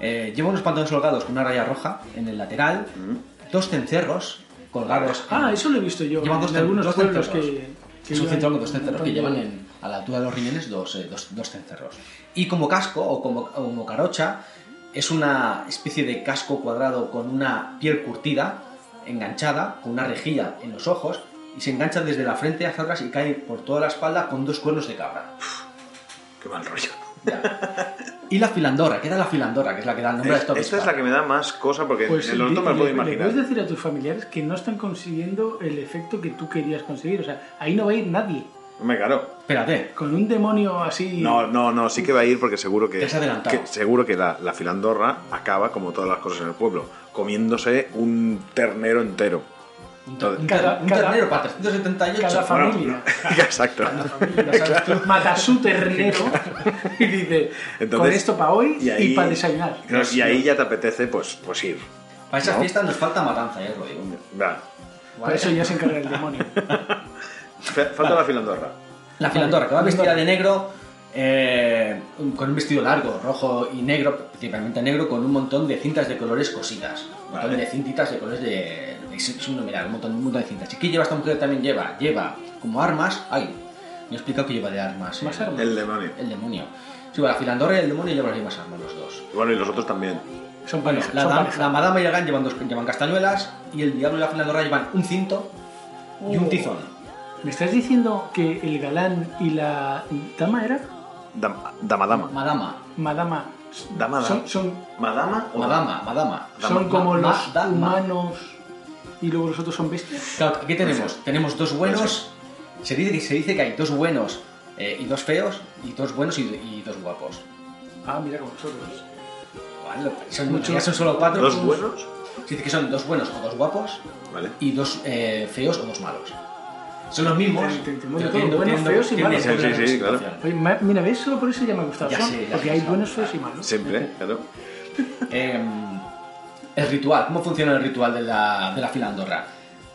[SPEAKER 5] Eh, lleva unos pantalones holgados con una raya roja en el lateral, dos cencerros colgados. en-
[SPEAKER 3] Mm. Ah, eso lo he visto yo.
[SPEAKER 5] Llevan dos
[SPEAKER 3] en
[SPEAKER 5] cen-
[SPEAKER 3] algunos
[SPEAKER 5] dos
[SPEAKER 3] pueblos
[SPEAKER 5] cencerros.
[SPEAKER 3] que. que
[SPEAKER 5] es un
[SPEAKER 3] llevan-
[SPEAKER 5] centro con dos cencerros que llevan en- a la altura de los riñones dos, eh, dos, dos cencerros. Y como casco o como, o como carocha, es una especie de casco cuadrado con una piel curtida, enganchada, con una rejilla en los ojos, y se engancha desde la frente hacia atrás y cae por toda la espalda con dos cuernos de cabra.
[SPEAKER 4] Qué mal rollo.
[SPEAKER 5] Ya. Y la filandora, ¿qué da la filandora? Que es la que da el nombre
[SPEAKER 4] Es-
[SPEAKER 5] a esta
[SPEAKER 4] Eh, esta es
[SPEAKER 5] avispa.
[SPEAKER 4] la que me da más cosa porque
[SPEAKER 3] Pues
[SPEAKER 4] el orto
[SPEAKER 3] di-
[SPEAKER 4] me lo
[SPEAKER 3] le-
[SPEAKER 4] puedo
[SPEAKER 3] Le
[SPEAKER 4] imaginar.
[SPEAKER 3] puedes decir a tus familiares que no están consiguiendo el efecto que tú querías conseguir. O sea, ahí no va a ir nadie.
[SPEAKER 4] Me caro.
[SPEAKER 5] Espérate,
[SPEAKER 3] Con un demonio así.
[SPEAKER 4] No, no, no, sí que va a ir porque seguro que,
[SPEAKER 5] Te has adelantado.
[SPEAKER 4] que- seguro que la, la filandorra acaba, como todas las cosas en el pueblo, comiéndose un ternero entero.
[SPEAKER 5] un, ter- un
[SPEAKER 3] Cada-
[SPEAKER 5] ter- un
[SPEAKER 3] cada-
[SPEAKER 5] ternero para 378.
[SPEAKER 3] Cada
[SPEAKER 5] [laughs]
[SPEAKER 3] familia.
[SPEAKER 4] [laughs] Exacto.
[SPEAKER 3] Ya sabes, tú mata a su ternero y dice: Con
[SPEAKER 4] Entonces,
[SPEAKER 3] esto para hoy y,
[SPEAKER 4] ahí-
[SPEAKER 3] para desayunar.
[SPEAKER 4] claro, Y ahí ya te apetece pues, pues ir.
[SPEAKER 5] Para esas
[SPEAKER 4] ¿No?
[SPEAKER 5] fiestas nos falta matanza, eh, ya os lo digo.
[SPEAKER 4] Va.
[SPEAKER 3] Por eso ya se encarga el
[SPEAKER 5] [laughs]
[SPEAKER 3] demonio.
[SPEAKER 4] Fe- Falta la filandorra.
[SPEAKER 5] La filandora, que va vestida de negro, eh, con un vestido largo, rojo y negro, principalmente negro, con un montón de cintas de colores cosidas. Un montón
[SPEAKER 4] Vale.
[SPEAKER 5] de cintitas de colores de. Es, es un numeral, un montón, un montón de cintas. ¿Y qué lleva esta mujer? También lleva, lleva como armas. Ay, me he explicado que lleva de armas.
[SPEAKER 3] Más
[SPEAKER 5] eh,
[SPEAKER 3] armas.
[SPEAKER 4] El demonio.
[SPEAKER 5] El demonio. Sí, va la filandora y el demonio llevan las mismas armas los dos.
[SPEAKER 4] Bueno, y los otros también.
[SPEAKER 3] Son
[SPEAKER 5] Bueno,
[SPEAKER 3] pareja.
[SPEAKER 5] la,
[SPEAKER 3] son
[SPEAKER 5] dam-
[SPEAKER 3] pareja.
[SPEAKER 5] la madama y el gan llevan, dos, llevan castañuelas y el diablo y la filandora llevan un cinto y un
[SPEAKER 3] Oh.
[SPEAKER 5] tizón.
[SPEAKER 3] ¿Me estás diciendo que el galán y la dama era?
[SPEAKER 4] Dam- Dama, dama.
[SPEAKER 5] Madama,
[SPEAKER 3] Madama.
[SPEAKER 4] Dama, dama.
[SPEAKER 3] Son, son,
[SPEAKER 4] ¿Madama o
[SPEAKER 5] madama, madama.
[SPEAKER 4] Dama.
[SPEAKER 3] son como
[SPEAKER 5] Ma-
[SPEAKER 3] los
[SPEAKER 5] ma- dama.
[SPEAKER 3] humanos y luego los otros son bestias.
[SPEAKER 5] Claro, ¿qué tenemos? Tenemos dos buenos. Se dice, que- se dice que hay dos buenos eh, y dos feos, y dos buenos y, y dos guapos.
[SPEAKER 3] Ah, mira como nosotros.
[SPEAKER 5] Vale, son,
[SPEAKER 3] Mucho.
[SPEAKER 5] ya son solo cuatro. pues,
[SPEAKER 4] ¿Dos buenos?
[SPEAKER 5] Se dice que son dos buenos o dos guapos,
[SPEAKER 4] Vale.
[SPEAKER 5] y dos eh, feos o dos malos. Son los mismos.
[SPEAKER 3] Te- te- te
[SPEAKER 5] pero
[SPEAKER 3] mueve todo,
[SPEAKER 5] tienen-
[SPEAKER 3] buenos,
[SPEAKER 5] tienen-
[SPEAKER 3] feos y
[SPEAKER 5] tienen
[SPEAKER 3] malos.
[SPEAKER 5] una
[SPEAKER 4] Sí, sí, sí, claro.
[SPEAKER 5] situación.
[SPEAKER 3] Oye, ma- mira, ¿ves? Solo por eso ya me ha gustado.
[SPEAKER 5] Ya
[SPEAKER 3] Son-
[SPEAKER 5] sé, ya
[SPEAKER 3] porque
[SPEAKER 5] sé,
[SPEAKER 3] hay
[SPEAKER 5] sí.
[SPEAKER 3] buenos, feos y malos.
[SPEAKER 4] Siempre, claro.
[SPEAKER 5] Em, el ritual, ¿cómo funciona el ritual de la, de la filandorra?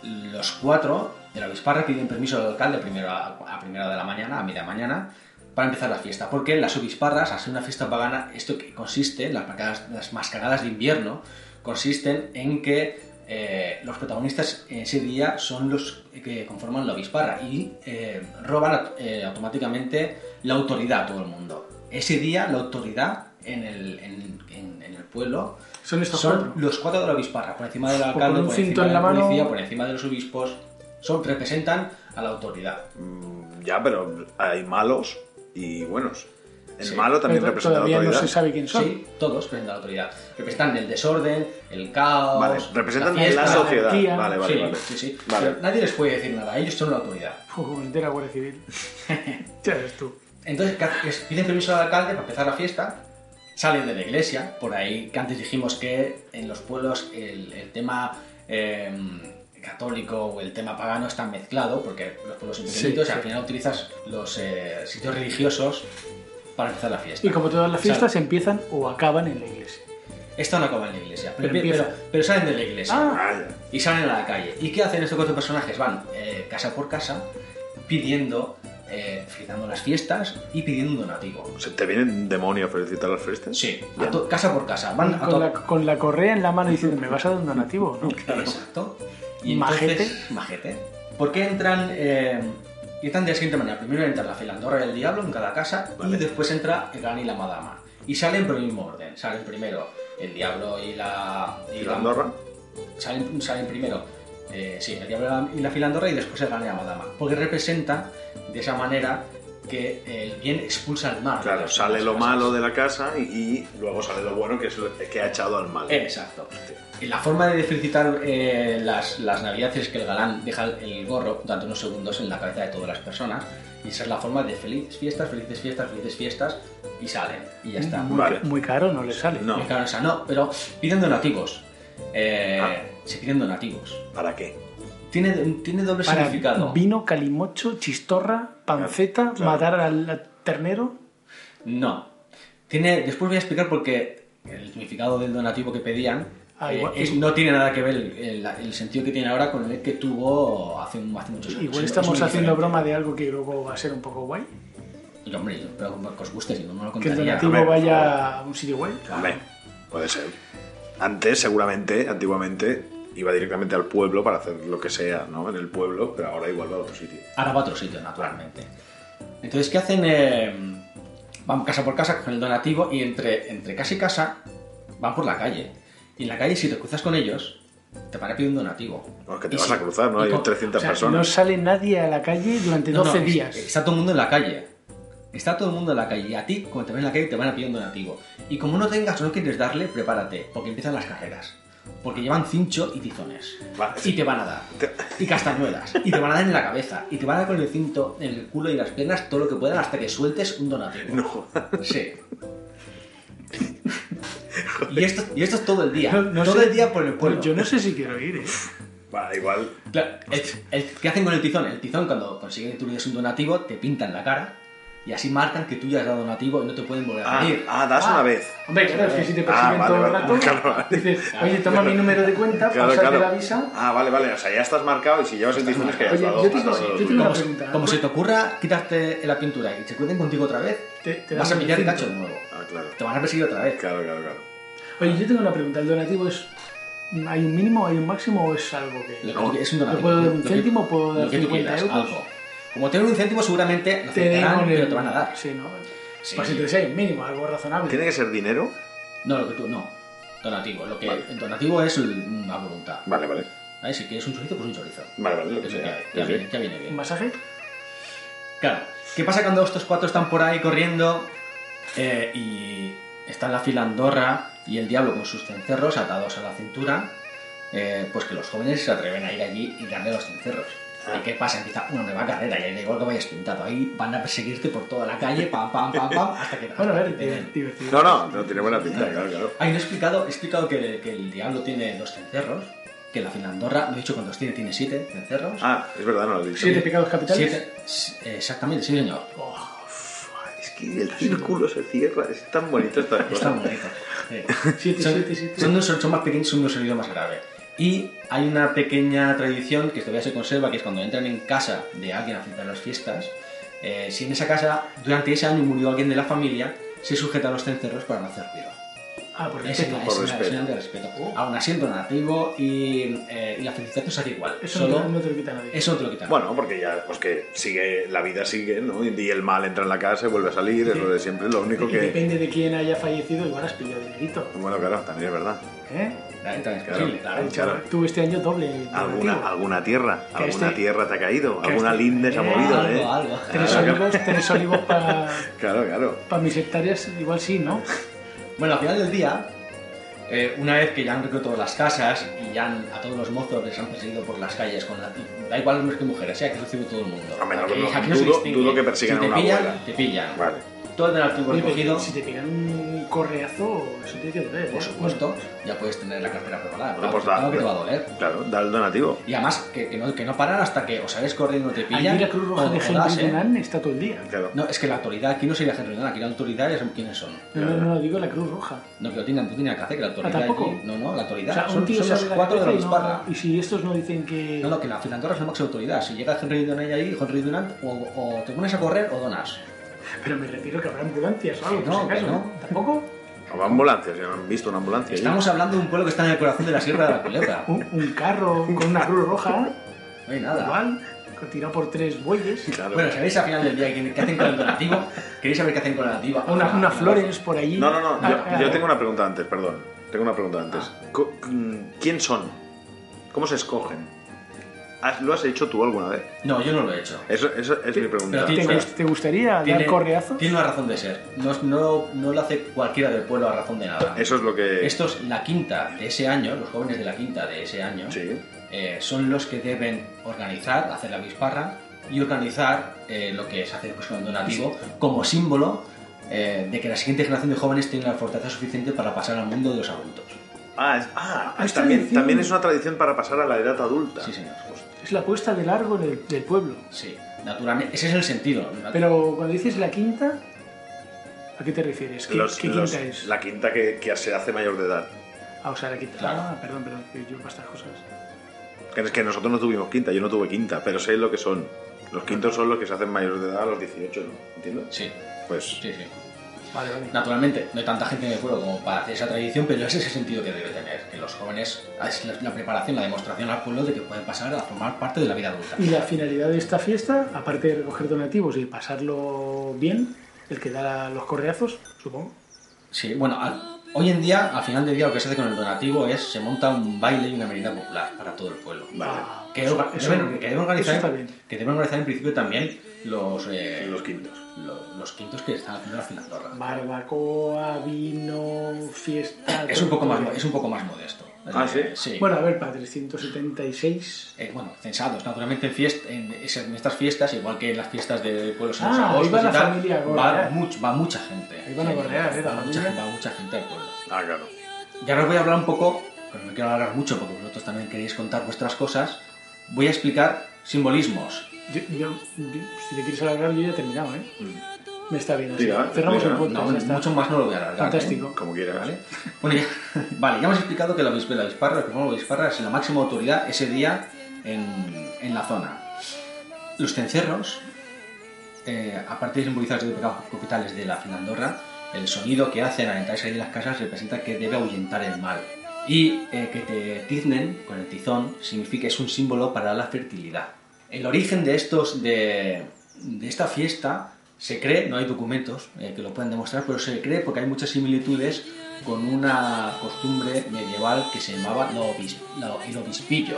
[SPEAKER 5] Los cuatro de la obisparra piden permiso al alcalde primero a, a primera hora de la mañana, a media mañana, para empezar la fiesta. Porque las obisparras, al ser una fiesta pagana, esto que consiste, las, marcadas- las mascaradas de invierno, consisten en que eh, los protagonistas en ese día son los que conforman la obisparra y eh, roban aut- eh, automáticamente la autoridad a todo el mundo. Ese día la autoridad en el, en- en- en el pueblo
[SPEAKER 3] Son estos
[SPEAKER 5] Son
[SPEAKER 3] cuatro.
[SPEAKER 5] los cuatro de la obisparra, por encima del
[SPEAKER 3] Con
[SPEAKER 5] alcalde,
[SPEAKER 3] un
[SPEAKER 5] por
[SPEAKER 3] cinto
[SPEAKER 5] encima
[SPEAKER 3] en
[SPEAKER 5] de
[SPEAKER 3] la
[SPEAKER 5] la
[SPEAKER 3] mano.
[SPEAKER 5] policía, por encima de los obispos. Son, representan a la autoridad.
[SPEAKER 4] Ya, pero hay malos y buenos. El
[SPEAKER 5] Sí,
[SPEAKER 4] malo también
[SPEAKER 3] Pero
[SPEAKER 4] representa a la
[SPEAKER 3] todavía no
[SPEAKER 4] autoridad.
[SPEAKER 3] se sabe quién son.
[SPEAKER 5] Sí, todos representan a la autoridad. Representan el desorden, el caos.
[SPEAKER 4] Vale, representan
[SPEAKER 5] fiesta,
[SPEAKER 4] la sociedad.
[SPEAKER 3] anarquía.
[SPEAKER 4] Vale, vale,
[SPEAKER 5] sí,
[SPEAKER 4] vale.
[SPEAKER 5] sí, sí.
[SPEAKER 4] Vale.
[SPEAKER 5] Pero nadie les puede decir nada, ellos son la autoridad.
[SPEAKER 3] Uf, entera Guardia Civil.
[SPEAKER 5] [laughs]
[SPEAKER 3] ya ves tú.
[SPEAKER 5] Entonces ¿qué hace? Es- piden permiso al alcalde para empezar la fiesta, salen de la iglesia, por ahí que antes dijimos que en los pueblos el, el tema eh, católico o el tema pagano está mezclado, porque los pueblos son
[SPEAKER 3] Sí,
[SPEAKER 5] pequeñitos y al
[SPEAKER 3] sí.
[SPEAKER 5] final utilizas los eh, sitios religiosos para empezar la fiesta.
[SPEAKER 3] Y como todas las fiestas, empiezan o acaban en la iglesia.
[SPEAKER 5] Esta no acaba en la iglesia,
[SPEAKER 3] Pero
[SPEAKER 5] pero, pero,
[SPEAKER 3] empieza.
[SPEAKER 5] pero salen de la iglesia.
[SPEAKER 3] Ah,
[SPEAKER 4] Vaya.
[SPEAKER 5] Y salen a la calle. ¿Y qué hacen estos cuatro personajes? Van eh, casa por casa pidiendo, eh, felicitando las fiestas y pidiendo un donativo.
[SPEAKER 4] ¿Se ¿Te viene un demonio a felicitar las fiestas?
[SPEAKER 5] Sí, a to- casa por casa. Van a
[SPEAKER 3] Con [laughs]
[SPEAKER 5] to-
[SPEAKER 3] la, con la correa en la mano diciendo, ¿me vas a dar un donativo? No.
[SPEAKER 5] Exacto.
[SPEAKER 3] Majete.
[SPEAKER 5] entonces- Majete. ¿Por qué entran, eh, entran de la siguiente manera? Primero entra la filandora del diablo en cada casa
[SPEAKER 4] Vale.
[SPEAKER 5] y después entra el gran y la madama. Y salen por el mismo orden. Salen primero el diablo y la...
[SPEAKER 4] ¿Y la Andorra?
[SPEAKER 5] salen, salen primero, eh, sí, el diablo y la filandorra y después el gran y la madama. Porque representa de esa manera que el bien expulsa al mal.
[SPEAKER 4] Claro, sale lo malo de la casa y, y luego sale lo bueno que, es lo que ha echado al mal.
[SPEAKER 5] Exacto. Y La forma de felicitar eh, las, las navidades es que el galán deja el gorro durante unos segundos en la cabeza de todas las personas. Y esa es la forma de felices fiestas, felices fiestas, felices fiestas. Y salen. Y ya está.
[SPEAKER 3] Muy,
[SPEAKER 4] Mm, Vale.
[SPEAKER 3] muy caro no le sale.
[SPEAKER 4] No.
[SPEAKER 5] Y claro, o sea, no, pero piden donativos. Eh,
[SPEAKER 4] Ah.
[SPEAKER 5] Se piden donativos.
[SPEAKER 4] ¿Para qué?
[SPEAKER 5] Tiene, tiene doble
[SPEAKER 3] Para
[SPEAKER 5] significado.
[SPEAKER 3] vino, calimocho, chistorra, panceta,
[SPEAKER 4] Claro.
[SPEAKER 3] matar al al ternero.
[SPEAKER 5] No. Tiene, después voy a explicar por qué el significado del donativo que pedían
[SPEAKER 3] Ah,
[SPEAKER 5] eh,
[SPEAKER 3] igual-
[SPEAKER 5] es- no tiene nada que ver el, el- el sentido que tiene ahora con el que tuvo hace, hace muchos años.
[SPEAKER 3] Igual
[SPEAKER 5] Es
[SPEAKER 3] estamos
[SPEAKER 5] muy
[SPEAKER 3] haciendo
[SPEAKER 5] diferente.
[SPEAKER 3] broma de algo que luego va a ser un poco guay.
[SPEAKER 5] Y, hombre, yo espero que os guste, si no, no lo
[SPEAKER 3] Que el
[SPEAKER 5] contaría.
[SPEAKER 4] a
[SPEAKER 3] donativo
[SPEAKER 4] ver.
[SPEAKER 3] vaya a un sitio guay.
[SPEAKER 4] Hombre, puede ser. Antes, seguramente, antiguamente, iba directamente al pueblo para hacer lo que sea, ¿no? En el pueblo, pero ahora igual va a otro sitio.
[SPEAKER 5] Ahora va a otro sitio, naturalmente. Entonces, ¿qué hacen? Eh, van casa por casa con el donativo y entre, entre casa y casa van por la calle. Y en la calle, si te cruzas con ellos, te van a pedir un donativo.
[SPEAKER 4] No, es que te
[SPEAKER 5] Y
[SPEAKER 4] vas
[SPEAKER 5] si-
[SPEAKER 4] a cruzar, ¿no?
[SPEAKER 5] y
[SPEAKER 4] Hay
[SPEAKER 5] con-
[SPEAKER 4] 300
[SPEAKER 3] O sea, no
[SPEAKER 4] personas.
[SPEAKER 3] sale nadie a la calle durante
[SPEAKER 5] No, no,
[SPEAKER 3] 12
[SPEAKER 5] es-
[SPEAKER 3] días.
[SPEAKER 5] Está todo el mundo en la calle. Está todo el mundo en la calle. Y a ti, cuando te ven en la calle, te van a pedir un donativo. Y como no tengas o no quieres darle, prepárate, porque empiezan las carreras. Porque llevan cincho y tizones.
[SPEAKER 4] Vale.
[SPEAKER 5] Y te van a dar. Y castañuelas. Y te van a dar en la cabeza. Y te van a dar con el cinto, en el culo y las piernas, todo lo que puedan hasta que sueltes un donativo.
[SPEAKER 4] No. [laughs]
[SPEAKER 5] Sí. y, esto, y esto es todo el día.
[SPEAKER 3] No- no
[SPEAKER 5] todo
[SPEAKER 3] sé-
[SPEAKER 5] el día por el pueblo.
[SPEAKER 3] Yo no sé si quiero ir, ¿eh?
[SPEAKER 4] [laughs] Va, igual.
[SPEAKER 5] Claro, el, el- ¿qué hacen con el tizón? El tizón, cuando consiguen que tú le des un donativo, te pintan la cara y así marcan que tú ya has dado donativo y no te pueden volver a
[SPEAKER 4] Ah,
[SPEAKER 5] pedir.
[SPEAKER 4] ah, das una vez.
[SPEAKER 3] Hombre, claro, es que si te
[SPEAKER 4] Ah,
[SPEAKER 3] persiguen
[SPEAKER 4] vale,
[SPEAKER 3] todo el
[SPEAKER 4] vale,
[SPEAKER 3] rato,
[SPEAKER 4] claro, vale.
[SPEAKER 3] dices,
[SPEAKER 4] [laughs]
[SPEAKER 3] oye, toma mi número de cuenta,
[SPEAKER 4] Claro,
[SPEAKER 3] pásate
[SPEAKER 4] claro.
[SPEAKER 3] la visa.
[SPEAKER 4] Ah, vale, vale. O sea, ya estás marcado y si llevas el tizón es que ya has
[SPEAKER 3] Oye,
[SPEAKER 4] dado.
[SPEAKER 3] yo te
[SPEAKER 4] has
[SPEAKER 3] digo,
[SPEAKER 4] dado
[SPEAKER 3] yo
[SPEAKER 4] lo
[SPEAKER 3] te
[SPEAKER 4] tuyo.
[SPEAKER 3] digo una
[SPEAKER 5] Como,
[SPEAKER 3] pregunta.
[SPEAKER 5] como se te ocurra quitarte la pintura y se cuenten contigo otra vez,
[SPEAKER 3] Te- te
[SPEAKER 5] vas a
[SPEAKER 3] dan
[SPEAKER 5] pillar
[SPEAKER 3] el
[SPEAKER 5] el cacho de
[SPEAKER 3] cinto.
[SPEAKER 5] nuevo.
[SPEAKER 4] Ah, claro.
[SPEAKER 5] Te van a perseguir otra vez.
[SPEAKER 4] Claro, claro, claro.
[SPEAKER 3] Oye, yo tengo una pregunta. ¿El donativo es. ¿Hay un mínimo, hay un máximo o es algo que.?
[SPEAKER 5] Lo que tú- es un donativo.
[SPEAKER 3] ¿Yo puedo dar un
[SPEAKER 5] Lo que-
[SPEAKER 3] céntimo? ¿Puedo dar
[SPEAKER 5] lo que tú
[SPEAKER 3] 50
[SPEAKER 5] quieras,
[SPEAKER 3] euros?
[SPEAKER 5] algo. Como te den un céntimo, seguramente lo
[SPEAKER 3] dan
[SPEAKER 5] aceptarán,
[SPEAKER 3] el-
[SPEAKER 5] pero te van a dar.
[SPEAKER 3] Sí, ¿no?
[SPEAKER 5] Sí.
[SPEAKER 3] Pues entonces hay un mínimo, algo razonable.
[SPEAKER 4] ¿Tiene que ser dinero?
[SPEAKER 5] No, lo que tú, no. Donativo. Lo que,
[SPEAKER 4] Vale.
[SPEAKER 5] El donativo es una voluntad.
[SPEAKER 4] Vale, vale.
[SPEAKER 5] ¿Vale? Si quieres un chorizo, pues un chorizo.
[SPEAKER 4] Vale, vale, lo que
[SPEAKER 5] Eso
[SPEAKER 4] sea.
[SPEAKER 5] Ya, ya
[SPEAKER 4] Sí,
[SPEAKER 5] viene,
[SPEAKER 4] sí.
[SPEAKER 5] ya viene
[SPEAKER 3] ¿Un
[SPEAKER 5] bien.
[SPEAKER 3] masaje?
[SPEAKER 5] Claro, ¿qué pasa cuando estos cuatro están por ahí corriendo eh, y está la fila Andorra y el diablo con sus cencerros atados a la cintura? Eh, pues que los jóvenes se atreven a ir allí y darle los cencerros.
[SPEAKER 4] Ah.
[SPEAKER 5] ¿Y qué pasa? Empieza una nueva carrera y ahí da igual que vayas pintado. Ahí van a perseguirte por toda la calle, pam, pam, pam, pam, [laughs] hasta que...
[SPEAKER 3] Bueno, a
[SPEAKER 5] hasta
[SPEAKER 3] ver,
[SPEAKER 5] que te den.
[SPEAKER 3] div- divertido.
[SPEAKER 4] No, no, no tiene buena pinta, claro, claro.
[SPEAKER 5] Ahí no he explicado, he explicado que, que el diablo tiene dos cencerros, que la fila Andorra, lo he dicho, cuando tiene, tiene siete cencerros.
[SPEAKER 4] Ah, es verdad, no lo he dicho.
[SPEAKER 3] ¿Siete pecados capitales?
[SPEAKER 5] Siete- s- exactamente, sí señor.
[SPEAKER 3] Oh,
[SPEAKER 4] Es que el círculo se cierra. Es tan bonito esta
[SPEAKER 5] Está
[SPEAKER 4] cosa.
[SPEAKER 5] bonito. Sí. [laughs]
[SPEAKER 3] siete,
[SPEAKER 5] Son-
[SPEAKER 3] siete, siete.
[SPEAKER 5] Son, dos- son más pequeños, son un sonido más grave. Y hay una pequeña tradición que todavía se conserva, que es cuando entran en casa de alguien a celebrar las fiestas, eh, si en esa casa durante ese año murió alguien de la familia, se sujetan los cencerros para no hacer ruido.
[SPEAKER 3] Ah, por
[SPEAKER 5] Es
[SPEAKER 3] respeto.
[SPEAKER 5] una-
[SPEAKER 4] por
[SPEAKER 5] es una- es
[SPEAKER 4] respeto.
[SPEAKER 5] una de respeto. Aún así, el donativo y, eh, y la felicitación sale igual.
[SPEAKER 3] Eso
[SPEAKER 5] Solo-
[SPEAKER 3] no, te- no te lo quita nadie.
[SPEAKER 5] eso no te lo quitan.
[SPEAKER 4] Bueno, porque ya, pues que sigue, la vida sigue, ¿no? Y el mal entra en la casa y vuelve a salir, es lo de siempre, lo único
[SPEAKER 3] Y
[SPEAKER 4] que...
[SPEAKER 3] depende de quién haya fallecido, igual has pillado dinerito.
[SPEAKER 4] Bueno, claro, también es verdad.
[SPEAKER 3] ¿Eh?
[SPEAKER 5] La venta es
[SPEAKER 4] Claro,
[SPEAKER 5] posible,
[SPEAKER 4] claro,
[SPEAKER 5] claro.
[SPEAKER 4] claro.
[SPEAKER 3] Tú este año doble.
[SPEAKER 4] Alguna,
[SPEAKER 3] donativo.
[SPEAKER 4] alguna tierra,
[SPEAKER 3] Que
[SPEAKER 4] alguna
[SPEAKER 3] este-
[SPEAKER 4] tierra te ha caído,
[SPEAKER 3] que
[SPEAKER 4] alguna
[SPEAKER 3] este-
[SPEAKER 4] linde se ha
[SPEAKER 3] eh,
[SPEAKER 4] movido,
[SPEAKER 5] algo,
[SPEAKER 4] ¿eh?
[SPEAKER 5] algo.
[SPEAKER 3] Tres
[SPEAKER 4] Claro,
[SPEAKER 3] olivos, tres olivos para
[SPEAKER 4] Claro, claro.
[SPEAKER 3] mis hectáreas, igual sí, ¿no?
[SPEAKER 5] Bueno, al final del día, eh, una vez que ya han reclutado las casas y ya han- a todos los mozos les han perseguido por las calles, con la- da igual hombres que mujeres, ¿eh? aquí recibe todo el mundo.
[SPEAKER 4] Hombre, no,
[SPEAKER 5] aquí,
[SPEAKER 4] no,
[SPEAKER 5] aquí no se
[SPEAKER 4] dudo-
[SPEAKER 5] distingue.
[SPEAKER 4] dudo que persigan
[SPEAKER 5] si te
[SPEAKER 4] a una
[SPEAKER 5] pillan,
[SPEAKER 4] abuela.
[SPEAKER 5] Te pillan.
[SPEAKER 4] Vale.
[SPEAKER 5] Todo el artículo
[SPEAKER 3] Oye, pero
[SPEAKER 5] recogido,
[SPEAKER 3] si te pegan un correazo, eso tiene que doler. ¿eh?
[SPEAKER 5] por supuesto, ya puedes tener la cartera preparada.
[SPEAKER 4] Bueno,
[SPEAKER 5] Claro,
[SPEAKER 4] pues da-
[SPEAKER 5] claro que te va a doler.
[SPEAKER 4] Claro, da el donativo.
[SPEAKER 5] Y además, que, que no, que no paran hasta que o sales corriendo te
[SPEAKER 3] Allí
[SPEAKER 5] pillan.
[SPEAKER 3] la Cruz Roja
[SPEAKER 5] o-
[SPEAKER 3] de
[SPEAKER 5] o das,
[SPEAKER 3] Henry
[SPEAKER 5] ¿eh?
[SPEAKER 3] Dunant está todo el día.
[SPEAKER 4] Claro.
[SPEAKER 5] No, es que la autoridad aquí no sería Henry Dunant, aquí la autoridad ya son quienes son.
[SPEAKER 3] No, no, no, digo la Cruz Roja.
[SPEAKER 5] No, que lo tienen, tú tienes que hacer que la autoridad.
[SPEAKER 3] Ah, tampoco?
[SPEAKER 5] aquí- no, no, la autoridad.
[SPEAKER 3] O sea,
[SPEAKER 5] son
[SPEAKER 3] un tío
[SPEAKER 5] son
[SPEAKER 3] se
[SPEAKER 5] los
[SPEAKER 3] abre la
[SPEAKER 5] cuatro de la
[SPEAKER 3] cabeza y no-
[SPEAKER 5] disparra.
[SPEAKER 3] Y si estos no dicen que.
[SPEAKER 5] No, no, que la filantora es la máxima autoridad. Si llega Henry Dunant ahí, Henry Dunant, o, o te pones a correr o donas.
[SPEAKER 3] Pero me refiero que habrá ambulancias o algo,
[SPEAKER 5] Que
[SPEAKER 3] por
[SPEAKER 5] no,
[SPEAKER 3] si acaso.
[SPEAKER 5] que no.
[SPEAKER 3] ¿Tampoco?
[SPEAKER 4] O ambulancias, ya han visto una ambulancia. allí.
[SPEAKER 5] Estamos hablando de un pueblo que está en el corazón de la Sierra de
[SPEAKER 4] [laughs]
[SPEAKER 5] la Culebra.
[SPEAKER 4] Uh.
[SPEAKER 3] Un, un carro con una Cruz Roja,
[SPEAKER 5] No hay nada.
[SPEAKER 3] igual, que tirado por tres bueyes.
[SPEAKER 4] Claro.
[SPEAKER 5] Bueno, ¿sabéis al final del día qué qué hacen con el donativo? ¿Queréis saber qué hacen con el donativo? Ah,
[SPEAKER 3] Unas unas flores por allí.
[SPEAKER 4] No, no, no.
[SPEAKER 3] Ah,
[SPEAKER 4] Yo,
[SPEAKER 3] ah,
[SPEAKER 4] yo tengo una pregunta antes, perdón. Tengo una pregunta antes. Co- mm, ¿Quién son? ¿Cómo se escogen? ¿Has- ¿Lo has hecho tú alguna vez?
[SPEAKER 5] No, yo no lo he hecho.
[SPEAKER 4] Eso, eso es mi pregunta.
[SPEAKER 5] pero
[SPEAKER 3] ¿Te,
[SPEAKER 5] tiene-
[SPEAKER 4] O sea,
[SPEAKER 3] gust- te gustaría dar correazo?
[SPEAKER 5] tiene una razón de ser. No, es- no, no lo hace cualquiera del pueblo a razón de nada.
[SPEAKER 4] eso es lo que.
[SPEAKER 5] Estos, la quinta de ese año, los jóvenes de la quinta de ese año,
[SPEAKER 4] Sí.
[SPEAKER 5] eh, son los que deben organizar, hacer la bisparra y organizar eh, lo que se hace pues, con el donativo como símbolo eh, de que la siguiente generación de jóvenes tiene la fortaleza suficiente para pasar al mundo de los adultos.
[SPEAKER 4] Ah, es- ah,
[SPEAKER 3] Ah, es
[SPEAKER 4] también,
[SPEAKER 3] tradición.
[SPEAKER 4] también es una tradición para pasar a la edad adulta.
[SPEAKER 5] Sí, señor.
[SPEAKER 3] Es la puesta de largo del, del pueblo.
[SPEAKER 5] Sí, naturalmente. Ese es el sentido. ¿no?
[SPEAKER 3] Pero cuando dices la quinta, ¿a qué te refieres? ¿Qué,
[SPEAKER 4] Los-
[SPEAKER 3] qué
[SPEAKER 4] los-
[SPEAKER 3] quinta es?
[SPEAKER 4] La quinta que, que se hace mayor de edad.
[SPEAKER 3] Ah, o sea, la quinta.
[SPEAKER 5] Claro.
[SPEAKER 3] Ah, perdón, perdón, que yo estas cosas.
[SPEAKER 4] Que es que nosotros no tuvimos quinta, yo no tuve quinta, pero sé lo que son. Los quintos son los que se hacen mayores de edad a los 18, ¿no? ¿Entiendes?
[SPEAKER 5] Sí,
[SPEAKER 4] Pues
[SPEAKER 5] sí, sí.
[SPEAKER 3] Vale, vale.
[SPEAKER 5] Naturalmente, no hay tanta gente en el pueblo como para hacer esa tradición, pero ese es el sentido que debe tener, que los jóvenes es la, la preparación, la demostración al pueblo de que pueden pasar a formar parte de la vida adulta.
[SPEAKER 3] Y la finalidad de esta fiesta, aparte de recoger donativos y pasarlo bien, el que da los correazos, supongo.
[SPEAKER 5] Sí, bueno, al- hoy en día, al final del día, lo que se hace con el donativo es se monta un baile y una merienda popular para todo el pueblo.
[SPEAKER 4] Vale.
[SPEAKER 3] Ah,
[SPEAKER 5] Que,
[SPEAKER 3] eso-
[SPEAKER 5] orga-
[SPEAKER 3] eso-
[SPEAKER 5] deben, que deben organizar,
[SPEAKER 3] eso está bien.
[SPEAKER 5] que deben organizar en principio también los, eh,
[SPEAKER 4] los quintos.
[SPEAKER 5] lo- los quintos que están haciendo las filandorras.
[SPEAKER 3] Barbacoa, vino, fiesta.
[SPEAKER 5] Es un poco más, es un poco más modesto.
[SPEAKER 4] Ah, ¿sí?
[SPEAKER 3] Bueno, a ver, para 376.
[SPEAKER 5] Eh, bueno, censados, naturalmente en, fiest- en, es- en estas fiestas, igual que en las fiestas de pueblos en
[SPEAKER 3] Ah,
[SPEAKER 5] los
[SPEAKER 3] ahí va
[SPEAKER 5] agostos y
[SPEAKER 3] la
[SPEAKER 5] tal,
[SPEAKER 3] familia a
[SPEAKER 5] va,
[SPEAKER 3] gorrear.
[SPEAKER 5] much- va mucha gente.
[SPEAKER 3] Ahí van a
[SPEAKER 5] Sí,
[SPEAKER 3] gorrear, eh, la
[SPEAKER 5] va, mucha,
[SPEAKER 3] familia.
[SPEAKER 5] gen- va mucha gente al pueblo.
[SPEAKER 4] Ah, claro.
[SPEAKER 5] Y ahora os voy a hablar un poco, pero no quiero hablar mucho porque vosotros también queréis contar vuestras cosas. Voy a explicar simbolismos.
[SPEAKER 3] Yo, yo- yo- si te quieres alargar, yo ya he terminado, ¿eh? Me está bien así.
[SPEAKER 4] Tira,
[SPEAKER 3] Cerramos
[SPEAKER 4] tira.
[SPEAKER 3] el podcast.
[SPEAKER 5] No,
[SPEAKER 3] ya está.
[SPEAKER 5] mucho más no lo voy a alargar. ¿eh?
[SPEAKER 3] Fantástico.
[SPEAKER 4] Como quieras.
[SPEAKER 5] ¿Vale? Bueno, ya, [laughs] vale, ya hemos explicado que la obispa- la obisparra, el primero de la obisparra es la máxima autoridad ese día en, en la zona. Los cencerros, eh, aparte de simbolizar los pecados capitales de la Finlandorra, el sonido que hacen al entrar y salir de las casas representa que debe ahuyentar el mal. Y eh, que te tiznen con el tizón significa es un símbolo para la fertilidad. El origen de estos de, de esta fiesta se cree, no hay documentos eh, que lo puedan demostrar, pero se cree porque hay muchas similitudes con una costumbre medieval que se llamaba la obis- la- el obispillo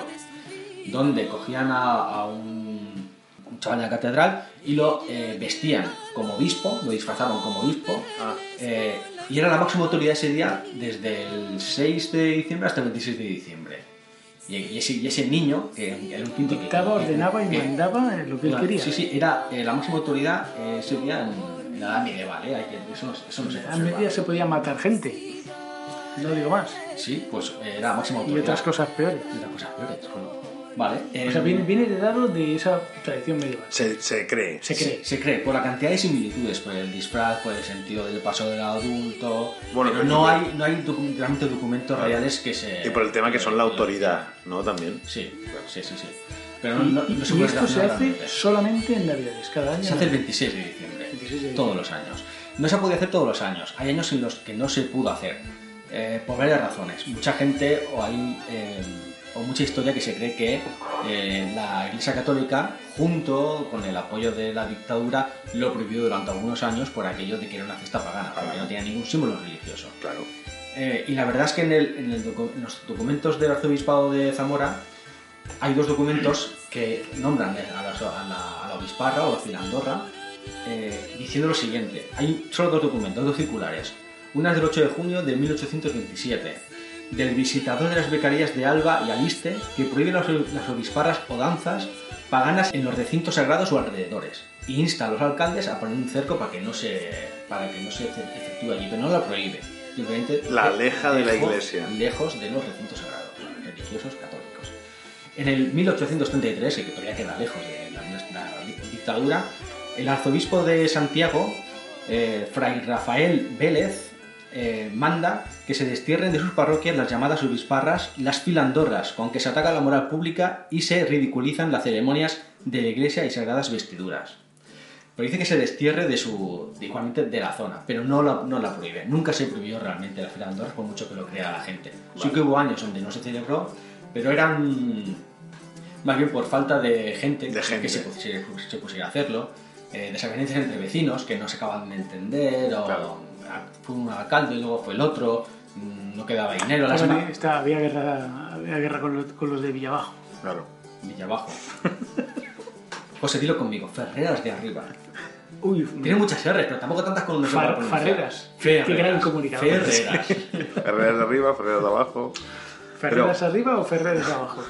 [SPEAKER 5] donde cogían a, a un, un chaval de la catedral y lo eh, vestían como obispo, lo disfrazaban como obispo, eh, y era la máxima autoridad ese día desde el 6 de diciembre hasta el 26 de diciembre. Y, y ese, y ese niño, que era un quinto que-
[SPEAKER 3] Dictaba,
[SPEAKER 5] que-
[SPEAKER 3] ordenaba y
[SPEAKER 5] que-
[SPEAKER 3] mandaba eh, lo que él
[SPEAKER 5] Claro,
[SPEAKER 3] quería.
[SPEAKER 5] Sí, sí, era eh, la máxima autoridad eh, ese día en, en la edad medieval, eh, hay que- eso, no, eso no se
[SPEAKER 3] A
[SPEAKER 5] conserva.
[SPEAKER 3] media se podía matar gente. No digo más.
[SPEAKER 5] Sí, pues eh, era la máxima
[SPEAKER 3] Y
[SPEAKER 5] autoridad.
[SPEAKER 3] otras cosas peores.
[SPEAKER 5] Y otras cosas peores, bueno. Vale.
[SPEAKER 3] O sea,
[SPEAKER 5] em,
[SPEAKER 3] viene, viene heredado de esa tradición medieval.
[SPEAKER 4] Se, se cree.
[SPEAKER 3] Se cree.
[SPEAKER 5] Se, se cree por la cantidad de similitudes, por el disfraz, por el sentido del paso del adulto.
[SPEAKER 4] Bueno, pero-
[SPEAKER 5] pero no hay, no hay docu- realmente documentos reales que se.
[SPEAKER 4] Y por el tema que son la autoridad, ¿no? También.
[SPEAKER 5] Sí, sí, sí. sí. Pero no,
[SPEAKER 3] Y,
[SPEAKER 5] no- no se
[SPEAKER 3] y esto se
[SPEAKER 5] puede relacionar
[SPEAKER 3] hace
[SPEAKER 5] realmente.
[SPEAKER 3] solamente en Navidades, cada año.
[SPEAKER 5] Se hace el 26 de diciembre,
[SPEAKER 3] 26 de diciembre.
[SPEAKER 5] todos los años. No se ha podido hacer todos los años. Hay años en los que no se pudo hacer. eh, por varias razones. Mucha gente o hay eh, o mucha historia que se cree que eh, la Iglesia Católica, junto con el apoyo de la dictadura, lo prohibió durante algunos años por aquello de que era una fiesta pagana, porque no tenía ningún símbolo religioso.
[SPEAKER 4] Claro.
[SPEAKER 5] Eh, y la verdad es que en, el- en el docu- en los documentos del arzobispado de Zamora hay dos documentos que nombran a la, a la- a la obisparra o a Filandorra eh, diciendo lo siguiente. Hay solo dos documentos, dos circulares. Una es del 8 de junio de 1827, del visitador de las becarías de Alba y Aliste, que prohíbe las, las obisparras o danzas paganas en los recintos sagrados o alrededores. E insta a los alcaldes a poner un cerco para que no se, para que no se efectúe allí, pero no la prohíbe. Simplemente
[SPEAKER 4] La aleja de la
[SPEAKER 5] lejos-
[SPEAKER 4] iglesia.
[SPEAKER 5] Lejos de los recintos sagrados, religiosos católicos. En el 1833, que todavía queda lejos de la, nuestra di- dictadura, el arzobispo de Santiago, eh, Fray Rafael Vélez, eh, manda que se destierren de sus parroquias las llamadas obisparras y las filandorras, con que se ataca la moral pública y se ridiculizan las ceremonias de la iglesia y sagradas vestiduras. Pero dice que se destierre de su, de- igualmente de la zona, pero no la, no la prohíbe. Nunca se prohibió realmente la Feria de Andorra, por mucho que lo crea la gente. Sí que hubo años donde no se celebró, pero eran más bien por falta de gente,
[SPEAKER 4] De gente.
[SPEAKER 5] que se, pus- se pus- se pusiera a hacerlo, eh, desavenencias entre vecinos que no se acaban de entender, o
[SPEAKER 4] Claro.
[SPEAKER 5] ah, fue un alcalde y luego fue el otro, mm, no quedaba dinero, la
[SPEAKER 3] Estaban-
[SPEAKER 5] semana...
[SPEAKER 3] estaba- había guerra, había guerra con, los- con los de Villabajo.
[SPEAKER 4] Claro.
[SPEAKER 5] Villabajo. José, dilo conmigo, Ferreras de arriba.
[SPEAKER 3] Uy,
[SPEAKER 5] Tiene muchas R's, pero tampoco tantas con un
[SPEAKER 3] Far- Farreras.
[SPEAKER 5] Ferreras.
[SPEAKER 3] Qué gran comunicador.
[SPEAKER 5] Ferreras.
[SPEAKER 4] Ferreras de arriba, Ferreras de abajo.
[SPEAKER 3] ¿Ferreras arriba o Ferreras abajo?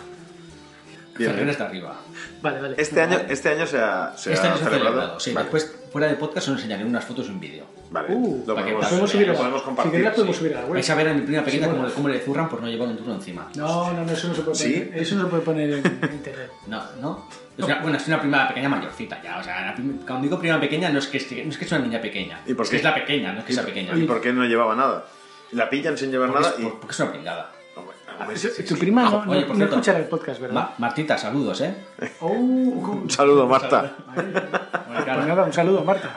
[SPEAKER 4] Bien, bien.
[SPEAKER 5] Ferreras de arriba.
[SPEAKER 3] Vale, vale.
[SPEAKER 4] Este año, este año se ha, se
[SPEAKER 5] este
[SPEAKER 4] ha
[SPEAKER 5] año se ha
[SPEAKER 4] celebrado.
[SPEAKER 5] celebrado. Sí,
[SPEAKER 4] Vale,
[SPEAKER 5] después fuera de podcast os enseñaré unas fotos y un vídeo.
[SPEAKER 4] vale.
[SPEAKER 3] Uh,
[SPEAKER 4] lo
[SPEAKER 5] para que
[SPEAKER 4] podemos,
[SPEAKER 5] podemos
[SPEAKER 4] lo
[SPEAKER 5] subir a-
[SPEAKER 4] podemos
[SPEAKER 3] Si
[SPEAKER 4] compartir.
[SPEAKER 3] queréis, podemos
[SPEAKER 4] sí.
[SPEAKER 3] subir a la web.
[SPEAKER 5] Vais a ver a mi prima pequeña
[SPEAKER 3] Sí,
[SPEAKER 5] cómo,
[SPEAKER 3] bueno.
[SPEAKER 5] cómo le zurran por no llevar un turno encima.
[SPEAKER 3] No, no, no, eso no se puede
[SPEAKER 4] ¿Sí?
[SPEAKER 3] poner. Eso no se puede poner en en
[SPEAKER 5] [laughs]
[SPEAKER 3] internet.
[SPEAKER 5] No, no. Es una- bueno, es una prima pequeña mayorcita ya. O sea, la prim- cuando digo prima pequeña no es que, esté- no es, que es una niña pequeña.
[SPEAKER 4] ¿Y por
[SPEAKER 5] es
[SPEAKER 4] qué?
[SPEAKER 5] que es la pequeña, no es que sea pequeña.
[SPEAKER 4] ¿Y por qué no llevaba nada? La pillan sin llevar
[SPEAKER 5] Porque es,
[SPEAKER 4] nada y.
[SPEAKER 5] por- porque es una pringada.
[SPEAKER 4] Hombre,
[SPEAKER 5] [laughs] Pues
[SPEAKER 4] hombre,
[SPEAKER 3] Eso-
[SPEAKER 4] sí, sí,
[SPEAKER 3] tu
[SPEAKER 4] sí.
[SPEAKER 3] prima no,
[SPEAKER 5] Ah, Oye,
[SPEAKER 3] no- no
[SPEAKER 5] por cierto.
[SPEAKER 3] escuchará el podcast, ¿verdad?
[SPEAKER 5] Ma- Martita, saludos, ¿eh?
[SPEAKER 3] Oh, un-
[SPEAKER 4] Un
[SPEAKER 5] [laughs]
[SPEAKER 4] saludo, Marta.
[SPEAKER 3] Vale.
[SPEAKER 5] Bueno,
[SPEAKER 3] Pues
[SPEAKER 5] claro.
[SPEAKER 3] nada, un saludo, Marta.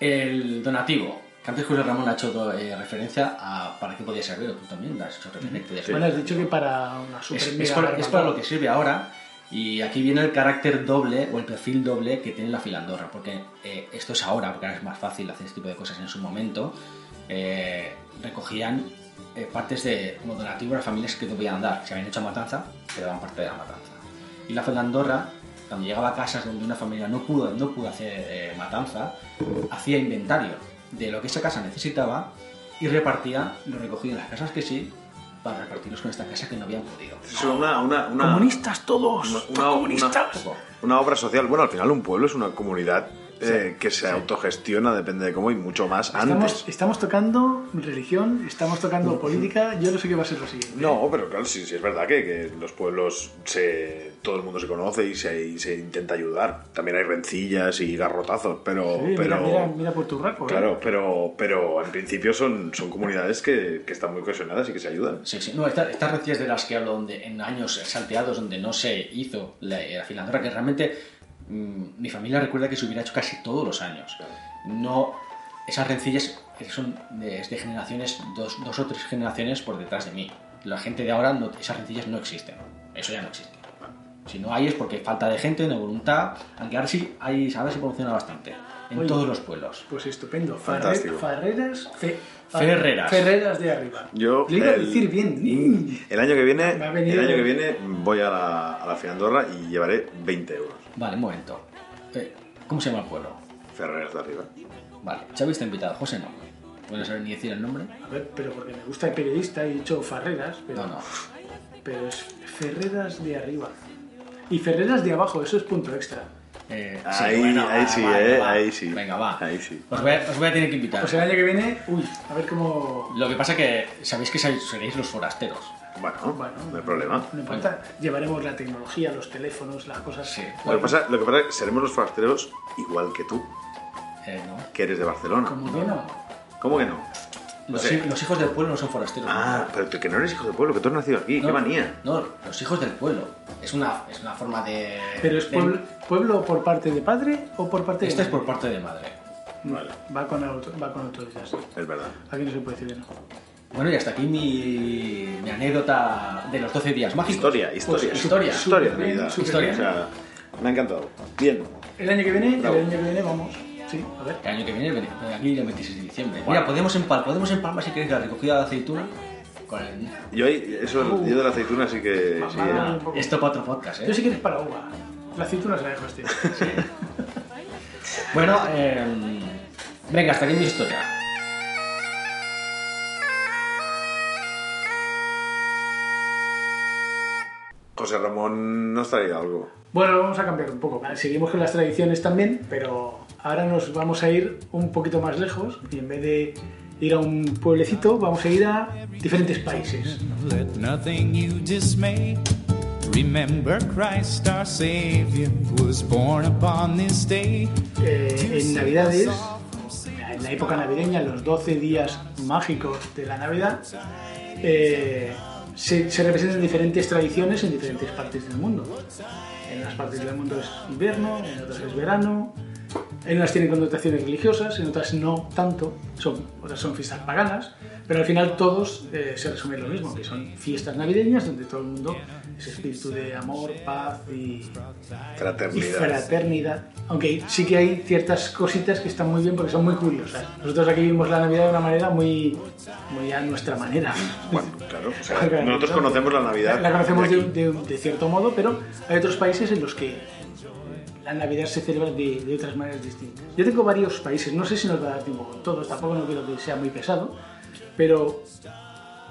[SPEAKER 5] El donativo. Que antes José Ramón ha hecho do- eh, referencia a para qué podía servir, o tú también has hecho referencia. de
[SPEAKER 3] Bueno, has dicho que para una super
[SPEAKER 5] es, es
[SPEAKER 3] mega
[SPEAKER 5] para, es
[SPEAKER 3] barbacoa.
[SPEAKER 5] para lo que sirve ahora. Y aquí viene el carácter doble o el perfil doble que tiene la filandorra, porque eh, esto es ahora, porque ahora es más fácil hacer este tipo de cosas en su momento. eh, recogían eh, partes de como donativo a las familias que no podían dar. Si habían hecho matanza, te daban parte de la matanza. Y la filandorra, cuando llegaba a casas donde una familia no pudo, no pudo hacer eh, matanza, hacía inventario de lo que esa casa necesitaba y repartía lo recogido en las casas que sí para repartirlos con esta casa que no habían podido.
[SPEAKER 4] Es una, una, una,
[SPEAKER 3] ¡Comunistas todos!
[SPEAKER 4] una-
[SPEAKER 3] ¡Todos
[SPEAKER 4] una-
[SPEAKER 3] ¡Comunistas!
[SPEAKER 4] una- una obra social. Bueno, al final un pueblo es una comunidad eh, que se autogestiona, depende de cómo, y mucho más antes.
[SPEAKER 3] Estamos, estamos tocando religión, estamos tocando política, yo no sé qué va a ser lo siguiente.
[SPEAKER 4] No, pero claro, sí, sí es verdad que, que los pueblos se, todo el mundo se conoce y se, y se intenta ayudar. También hay rencillas y garrotazos, pero,
[SPEAKER 3] Sí, mira,
[SPEAKER 4] pero
[SPEAKER 3] mira, mira por tu raco. ¿eh?
[SPEAKER 4] claro, pero, pero en principio son, son comunidades que, que están muy cohesionadas y que se ayudan.
[SPEAKER 5] Sí, sí. No, esta- estas rencillas de las que hablo donde, en años salteados donde no se hizo la, la filandora, que realmente mm, mi familia recuerda que se hubiera hecho casi todos los años. No, esas rencillas son de, es de generaciones, dos, dos o tres generaciones por detrás de mí. La gente de ahora, no, esas rencillas no existen. Eso ya no existe. Si no hay es porque falta de gente, de voluntad, aunque ahora sí, hay, ahora se promociona bastante. En
[SPEAKER 3] Oye.
[SPEAKER 5] todos los pueblos.
[SPEAKER 3] Pues estupendo.
[SPEAKER 4] Fantástico.
[SPEAKER 3] Ferre- Farreras. fe-
[SPEAKER 5] Ferreras.
[SPEAKER 3] Ferreras de arriba.
[SPEAKER 4] Yo
[SPEAKER 3] Le iba a
[SPEAKER 4] el-
[SPEAKER 3] decir bien.
[SPEAKER 4] El año que viene,
[SPEAKER 3] Me ha venido-
[SPEAKER 4] el año que viene voy a la, a la Filandorra y llevaré 20 euros.
[SPEAKER 5] Vale, un momento. Eh, ¿Cómo se llama el pueblo?
[SPEAKER 4] Ferreras de arriba.
[SPEAKER 5] Vale, Xavi está invitado, José no. Bueno, saber ni decir el nombre.
[SPEAKER 3] A ver, pero porque me gusta el periodista y he dicho Farreras, pero,
[SPEAKER 5] No, no.
[SPEAKER 3] pero es Ferreras de arriba. Y Ferreras de abajo, eso es punto extra.
[SPEAKER 5] Eh,
[SPEAKER 4] Ahí- ahí sí, eh, ahí sí.
[SPEAKER 5] Venga, va.
[SPEAKER 4] Ahí sí.
[SPEAKER 5] Os voy a, os voy a tener que invitar.
[SPEAKER 3] Pues el año que viene, uy, a ver cómo.
[SPEAKER 5] Lo que pasa que sabéis que sois- seréis los forasteros.
[SPEAKER 4] Bueno,
[SPEAKER 3] Bueno,
[SPEAKER 4] no hay problema.
[SPEAKER 3] No importa. Llevaremos la tecnología, los teléfonos, las cosas.
[SPEAKER 5] Sí.
[SPEAKER 4] Lo que, pasa, lo que pasa es que seremos los forasteros igual que tú,
[SPEAKER 5] Eh, no.
[SPEAKER 4] que eres de Barcelona.
[SPEAKER 3] Como que no.
[SPEAKER 4] ¿Cómo que no?
[SPEAKER 5] Los,
[SPEAKER 4] sé.
[SPEAKER 5] hi- los hijos del pueblo no son forasteros.
[SPEAKER 4] Ah, pero tú que no eres hijo de pueblo, que tú has nacido aquí.
[SPEAKER 5] no,
[SPEAKER 4] ¡Qué manía!
[SPEAKER 5] No, los hijos del pueblo. Es una, es una forma de.
[SPEAKER 3] Pero es
[SPEAKER 5] de-
[SPEAKER 3] pueblo, pueblo por parte de padre o por parte de.
[SPEAKER 4] Este
[SPEAKER 5] Esta es
[SPEAKER 3] madre?
[SPEAKER 5] por parte de madre.
[SPEAKER 4] Vale,
[SPEAKER 3] Va con, auto- va con autoridad. sí.
[SPEAKER 4] es verdad.
[SPEAKER 3] Aquí no se puede decir que no.
[SPEAKER 5] Bueno, y hasta aquí mi, mi anécdota de los 12 días mágicos.
[SPEAKER 4] Historia, historia.
[SPEAKER 5] Pues, historia.
[SPEAKER 4] Historia de mi vida.
[SPEAKER 3] Súper
[SPEAKER 5] Historia.
[SPEAKER 4] O sea, me ha encantado. Bien.
[SPEAKER 3] El año que viene,
[SPEAKER 4] Bravo.
[SPEAKER 3] el año que viene vamos. Sí, a ver.
[SPEAKER 5] El año que viene, ven- ven aquí el 26 de diciembre.
[SPEAKER 4] Bueno.
[SPEAKER 5] Mira, podemos empalmar, podemos empalmar si queréis la recogida de aceituna. Con el-
[SPEAKER 4] Yo, ahí- eso, yo de la aceituna sí que... sí,
[SPEAKER 3] Uh. Mamá.
[SPEAKER 4] eh.
[SPEAKER 5] Esto para otro podcast,
[SPEAKER 3] Yo
[SPEAKER 5] ¿eh?
[SPEAKER 3] sí que eres para uva. La aceituna se la dejo este.
[SPEAKER 4] [laughs]
[SPEAKER 5] Bueno, eh, venga, hasta aquí mi historia.
[SPEAKER 4] José Ramón nos traía algo.
[SPEAKER 3] Bueno, vamos a cambiar un poco. Vale, Seguimos con las tradiciones también, pero ahora nos vamos a ir un poquito más lejos y en vez de ir a un pueblecito, vamos a ir a diferentes países.
[SPEAKER 2] Let nothing you dismay. Remember Christ our Savior was born upon this day.
[SPEAKER 3] Eh, en Navidades, en la época navideña, en los 12 días mágicos de la Navidad, eh, se, se representan diferentes tradiciones en diferentes partes del mundo. En unas partes del mundo es invierno, en otras es verano, en unas tienen connotaciones religiosas, en otras no tanto, son, otras son fiestas paganas, pero al final todos eh, se resumen en lo mismo, que son fiestas navideñas donde todo el mundo es espíritu de amor, paz y, y
[SPEAKER 4] Fraternidad.
[SPEAKER 3] fraternidad. Aunque sí que hay ciertas cositas que están muy bien porque son muy curiosas. Nosotros aquí vivimos la Navidad de una manera muy, muy a nuestra manera.
[SPEAKER 4] Bueno, claro. o sea,
[SPEAKER 3] Claro,
[SPEAKER 4] nosotros
[SPEAKER 3] ¿no?
[SPEAKER 4] conocemos la Navidad.
[SPEAKER 3] La conocemos
[SPEAKER 4] de
[SPEAKER 3] de,
[SPEAKER 4] aquí.
[SPEAKER 3] de- de cierto modo, pero hay otros países en los que la Navidad se celebra de, de otras maneras distintas. Yo tengo varios países, no sé si nos va a dar tiempo con todos, tampoco no quiero que sea muy pesado, pero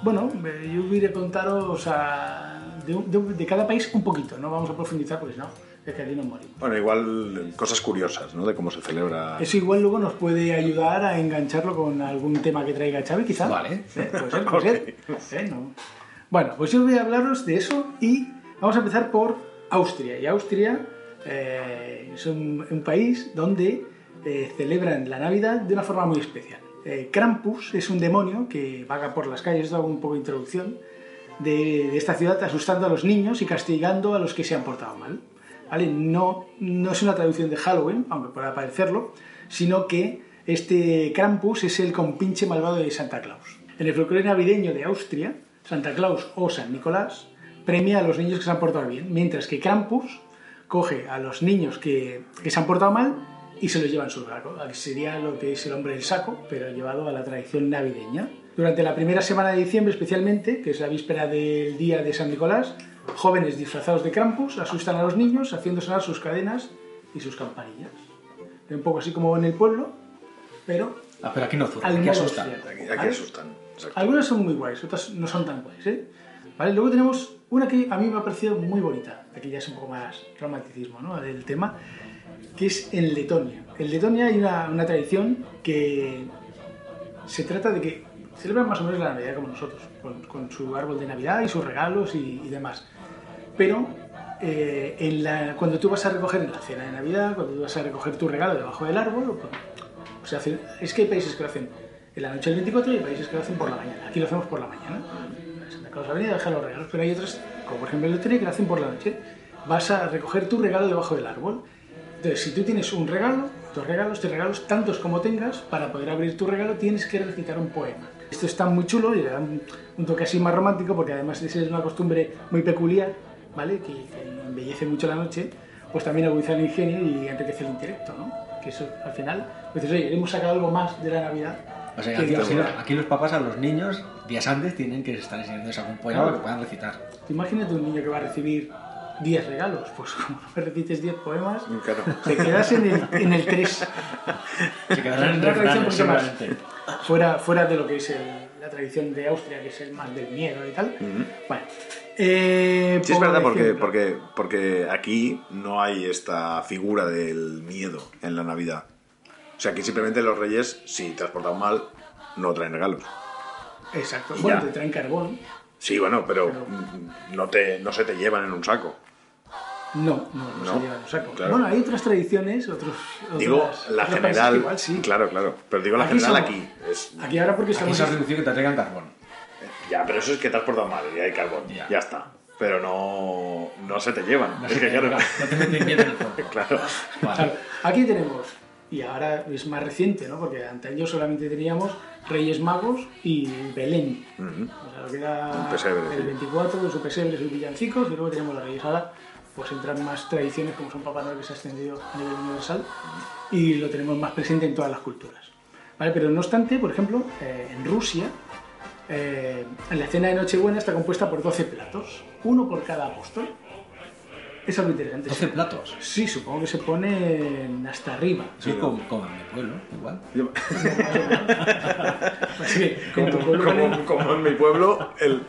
[SPEAKER 3] bueno, eh, yo voy a contaros a- de, un- de un- de cada país un poquito, no vamos a profundizar porque si no, es que aquí nos morimos.
[SPEAKER 4] Bueno, igual cosas curiosas, ¿no? De cómo se celebra.
[SPEAKER 3] Eso igual luego nos puede ayudar a engancharlo con algún tema que traiga Xavi, quizás.
[SPEAKER 5] Vale.
[SPEAKER 3] Puede ser, puede ser. No sé, no. Bueno, pues yo voy a hablaros de eso y vamos a empezar por Austria. Y Austria eh, es un, un país donde eh, celebran la Navidad de una forma muy especial. Eh, Krampus es un demonio que vaga por las calles, os hago un poco de introducción, de, de esta ciudad asustando a los niños y castigando a los que se han portado mal. ¿vale? No, no es una traducción de Halloween, aunque pueda parecerlo, sino que este Krampus es el compinche malvado de Santa Claus. En el folclore navideño de Austria, Santa Claus o San Nicolás premia a los niños que se han portado bien, mientras que Krampus coge a los niños que, que se han portado mal y se los lleva en su saco. Sería lo que es el hombre del saco, pero llevado a la tradición navideña. Durante la primera semana de diciembre especialmente, que es la víspera del día de San Nicolás, jóvenes disfrazados de Krampus asustan a los niños haciendo sonar sus cadenas y sus campanillas. Un poco así como en el pueblo, pero
[SPEAKER 5] Ah, pero aquí no zurra,
[SPEAKER 3] al
[SPEAKER 5] aquí
[SPEAKER 3] modo
[SPEAKER 5] asusta.
[SPEAKER 3] austríaco,
[SPEAKER 4] Aquí, aquí
[SPEAKER 3] ¿vale?
[SPEAKER 4] asustan. Exacto.
[SPEAKER 3] Algunas son muy guays, otras no son tan guays, ¿eh? ¿Vale? Luego tenemos una que a mí me ha parecido muy bonita, aquí ya es un poco más romanticismo, ¿no? Del tema, que es en Letonia. En Letonia hay una, una tradición que se trata de que celebran más o menos la Navidad como nosotros, con, con su árbol de Navidad y sus regalos y- y demás pero eh, en la- cuando tú vas a recoger en la cena de Navidad, cuando tú vas a recoger tu regalo debajo del árbol, o, cu- o sea, hace- es que hay países que lo hacen en la noche del 24 y hay países que lo hacen por la mañana. Aquí lo hacemos por la mañana. Santa Claus ha venido a dejar los regalos, pero hay otras, como por ejemplo el hotel, que lo hacen por la noche. Vas a recoger tu regalo debajo del árbol. Entonces, si tú tienes un regalo, dos regalos, tres regalos, tantos como tengas, para poder abrir tu regalo tienes que recitar un poema. Esto está muy chulo y le da un, un toque así más romántico porque además esa es una costumbre muy peculiar, ¿vale? Que, que embellece mucho la noche, pues también agudiza el ingenio y enriquece el intelecto, ¿no? Que eso al final, pues oye, hemos sacado algo más de la Navidad.
[SPEAKER 5] O sea,
[SPEAKER 3] que
[SPEAKER 5] aquí,
[SPEAKER 3] no
[SPEAKER 5] aquí
[SPEAKER 3] sea-
[SPEAKER 5] los, aquí los papás a los niños, días antes, tienen que estar enseñándoles algún poema
[SPEAKER 3] Claro.
[SPEAKER 5] que puedan
[SPEAKER 3] [laughs]
[SPEAKER 5] recitar.
[SPEAKER 3] Imagínate un niño que va a recibir 10 regalos, pues [laughs] como no me recites 10 poemas,
[SPEAKER 4] Claro.
[SPEAKER 3] te quedas en el, en el
[SPEAKER 5] [laughs]
[SPEAKER 3] 3.
[SPEAKER 5] Se quedarán en
[SPEAKER 3] Otra tradición
[SPEAKER 5] refranes,
[SPEAKER 3] mucho más.
[SPEAKER 5] seguramente.
[SPEAKER 3] fuera, fuera de lo que es el- la tradición de Austria, que es el más del miedo y tal. Bueno. eh,
[SPEAKER 4] Sí, es
[SPEAKER 3] por
[SPEAKER 4] verdad, porque,
[SPEAKER 3] ejemplo,
[SPEAKER 4] porque, porque aquí no hay esta figura del miedo en la Navidad. O sea, aquí simplemente los reyes, si te has portado mal, no traen regalos.
[SPEAKER 3] Exacto.
[SPEAKER 4] y
[SPEAKER 3] Bueno,
[SPEAKER 4] ya.
[SPEAKER 3] te traen carbón.
[SPEAKER 4] Sí, bueno, pero
[SPEAKER 3] Pero-
[SPEAKER 4] mm, no, te, no se te llevan en un saco.
[SPEAKER 3] No, no, no, se
[SPEAKER 4] No,
[SPEAKER 3] llevan un saco.
[SPEAKER 4] claro.
[SPEAKER 3] Bueno, hay otras tradiciones, otros.
[SPEAKER 4] Digo,
[SPEAKER 3] otras-
[SPEAKER 4] la
[SPEAKER 3] otros países
[SPEAKER 4] general.
[SPEAKER 3] que Igual, sí.
[SPEAKER 4] Claro, claro. Pero digo la
[SPEAKER 3] Aquí
[SPEAKER 4] general
[SPEAKER 3] somos-
[SPEAKER 4] aquí. Es,
[SPEAKER 3] Aquí ahora porque
[SPEAKER 5] Aquí
[SPEAKER 3] estamos.
[SPEAKER 5] se ha reducido que te traigan carbón.
[SPEAKER 4] ya, pero eso es que te has portado mal y hay carbón.
[SPEAKER 5] Ya.
[SPEAKER 4] Ya, está. Pero no, no se te llevan.
[SPEAKER 5] No
[SPEAKER 4] es
[SPEAKER 5] se
[SPEAKER 4] que
[SPEAKER 5] te-
[SPEAKER 4] claro.
[SPEAKER 5] no te meten miedo en el fondo.
[SPEAKER 4] [laughs] claro.
[SPEAKER 5] Vale.
[SPEAKER 3] Claro, aquí tenemos y ahora es más reciente, ¿no? Porque ante ellos solamente teníamos Reyes Magos y Belén.
[SPEAKER 4] Ujú.
[SPEAKER 3] O sea, lo que era
[SPEAKER 4] Un pesebre, sí.
[SPEAKER 3] el 24, su pesebre, sus villancicos, y luego tenemos los Reyes. Ahora pues entran más tradiciones como son Papá Noel que se ha extendido a nivel universal y lo tenemos más presente en todas las culturas. ¿Vale? Pero no obstante, por ejemplo, eh, en Rusia, eh, la cena de Nochebuena está compuesta por 12 platos, uno por cada apóstol. Eso es muy interesante.
[SPEAKER 5] 12 platos.
[SPEAKER 3] Sí, supongo que se ponen hasta arriba.
[SPEAKER 5] Eso es como, como en mi pueblo, igual.
[SPEAKER 3] Sí,
[SPEAKER 4] Como,
[SPEAKER 3] pues, en tu pueblo
[SPEAKER 4] como-
[SPEAKER 3] ponen-
[SPEAKER 4] como en mi pueblo, el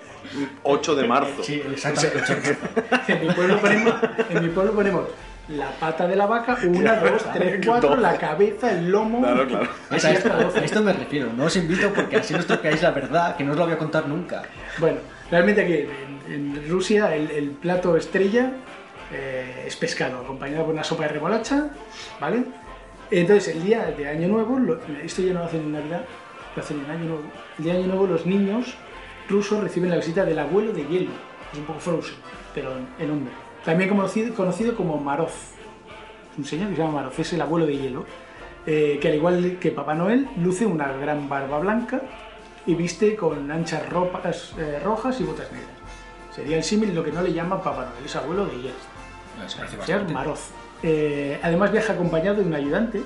[SPEAKER 4] 8 de marzo.
[SPEAKER 5] exactamente.
[SPEAKER 3] [laughs] En mi pueblo ponemos, en mi pueblo ponemos la pata de la vaca, una, dos, tres, cuatro,
[SPEAKER 4] Doce.
[SPEAKER 3] la cabeza, el lomo.
[SPEAKER 4] Claro, claro.
[SPEAKER 3] Así
[SPEAKER 5] a, esto,
[SPEAKER 3] hasta doce.
[SPEAKER 5] a esto me refiero. No os invito porque así nos tocáis la verdad, que no os la voy a contar nunca.
[SPEAKER 3] Bueno, realmente aquí en, en Rusia el, el plato estrella eh, es pescado, acompañado por una sopa de remolacha, ¿vale? Entonces el día de Año Nuevo, lo- esto ya no lo hacen en Navidad, lo hacen en Año Nuevo. El día de Año Nuevo los niños rusos reciben la visita del abuelo de hielo, es un poco Frozen, pero en hombre. También conocido, conocido como Marov, es un señor que se llama Marov, es el abuelo de hielo, eh, que al igual que Papá Noel luce una gran barba blanca y viste con anchas ropas eh, rojas y botas negras. Sería el símil lo que no le llaman Papá Noel, es abuelo de hielo.
[SPEAKER 5] Bueno, se parece
[SPEAKER 3] Señor
[SPEAKER 5] bastante.
[SPEAKER 3] Maroz. Eh, además viaja acompañado de un ayudante,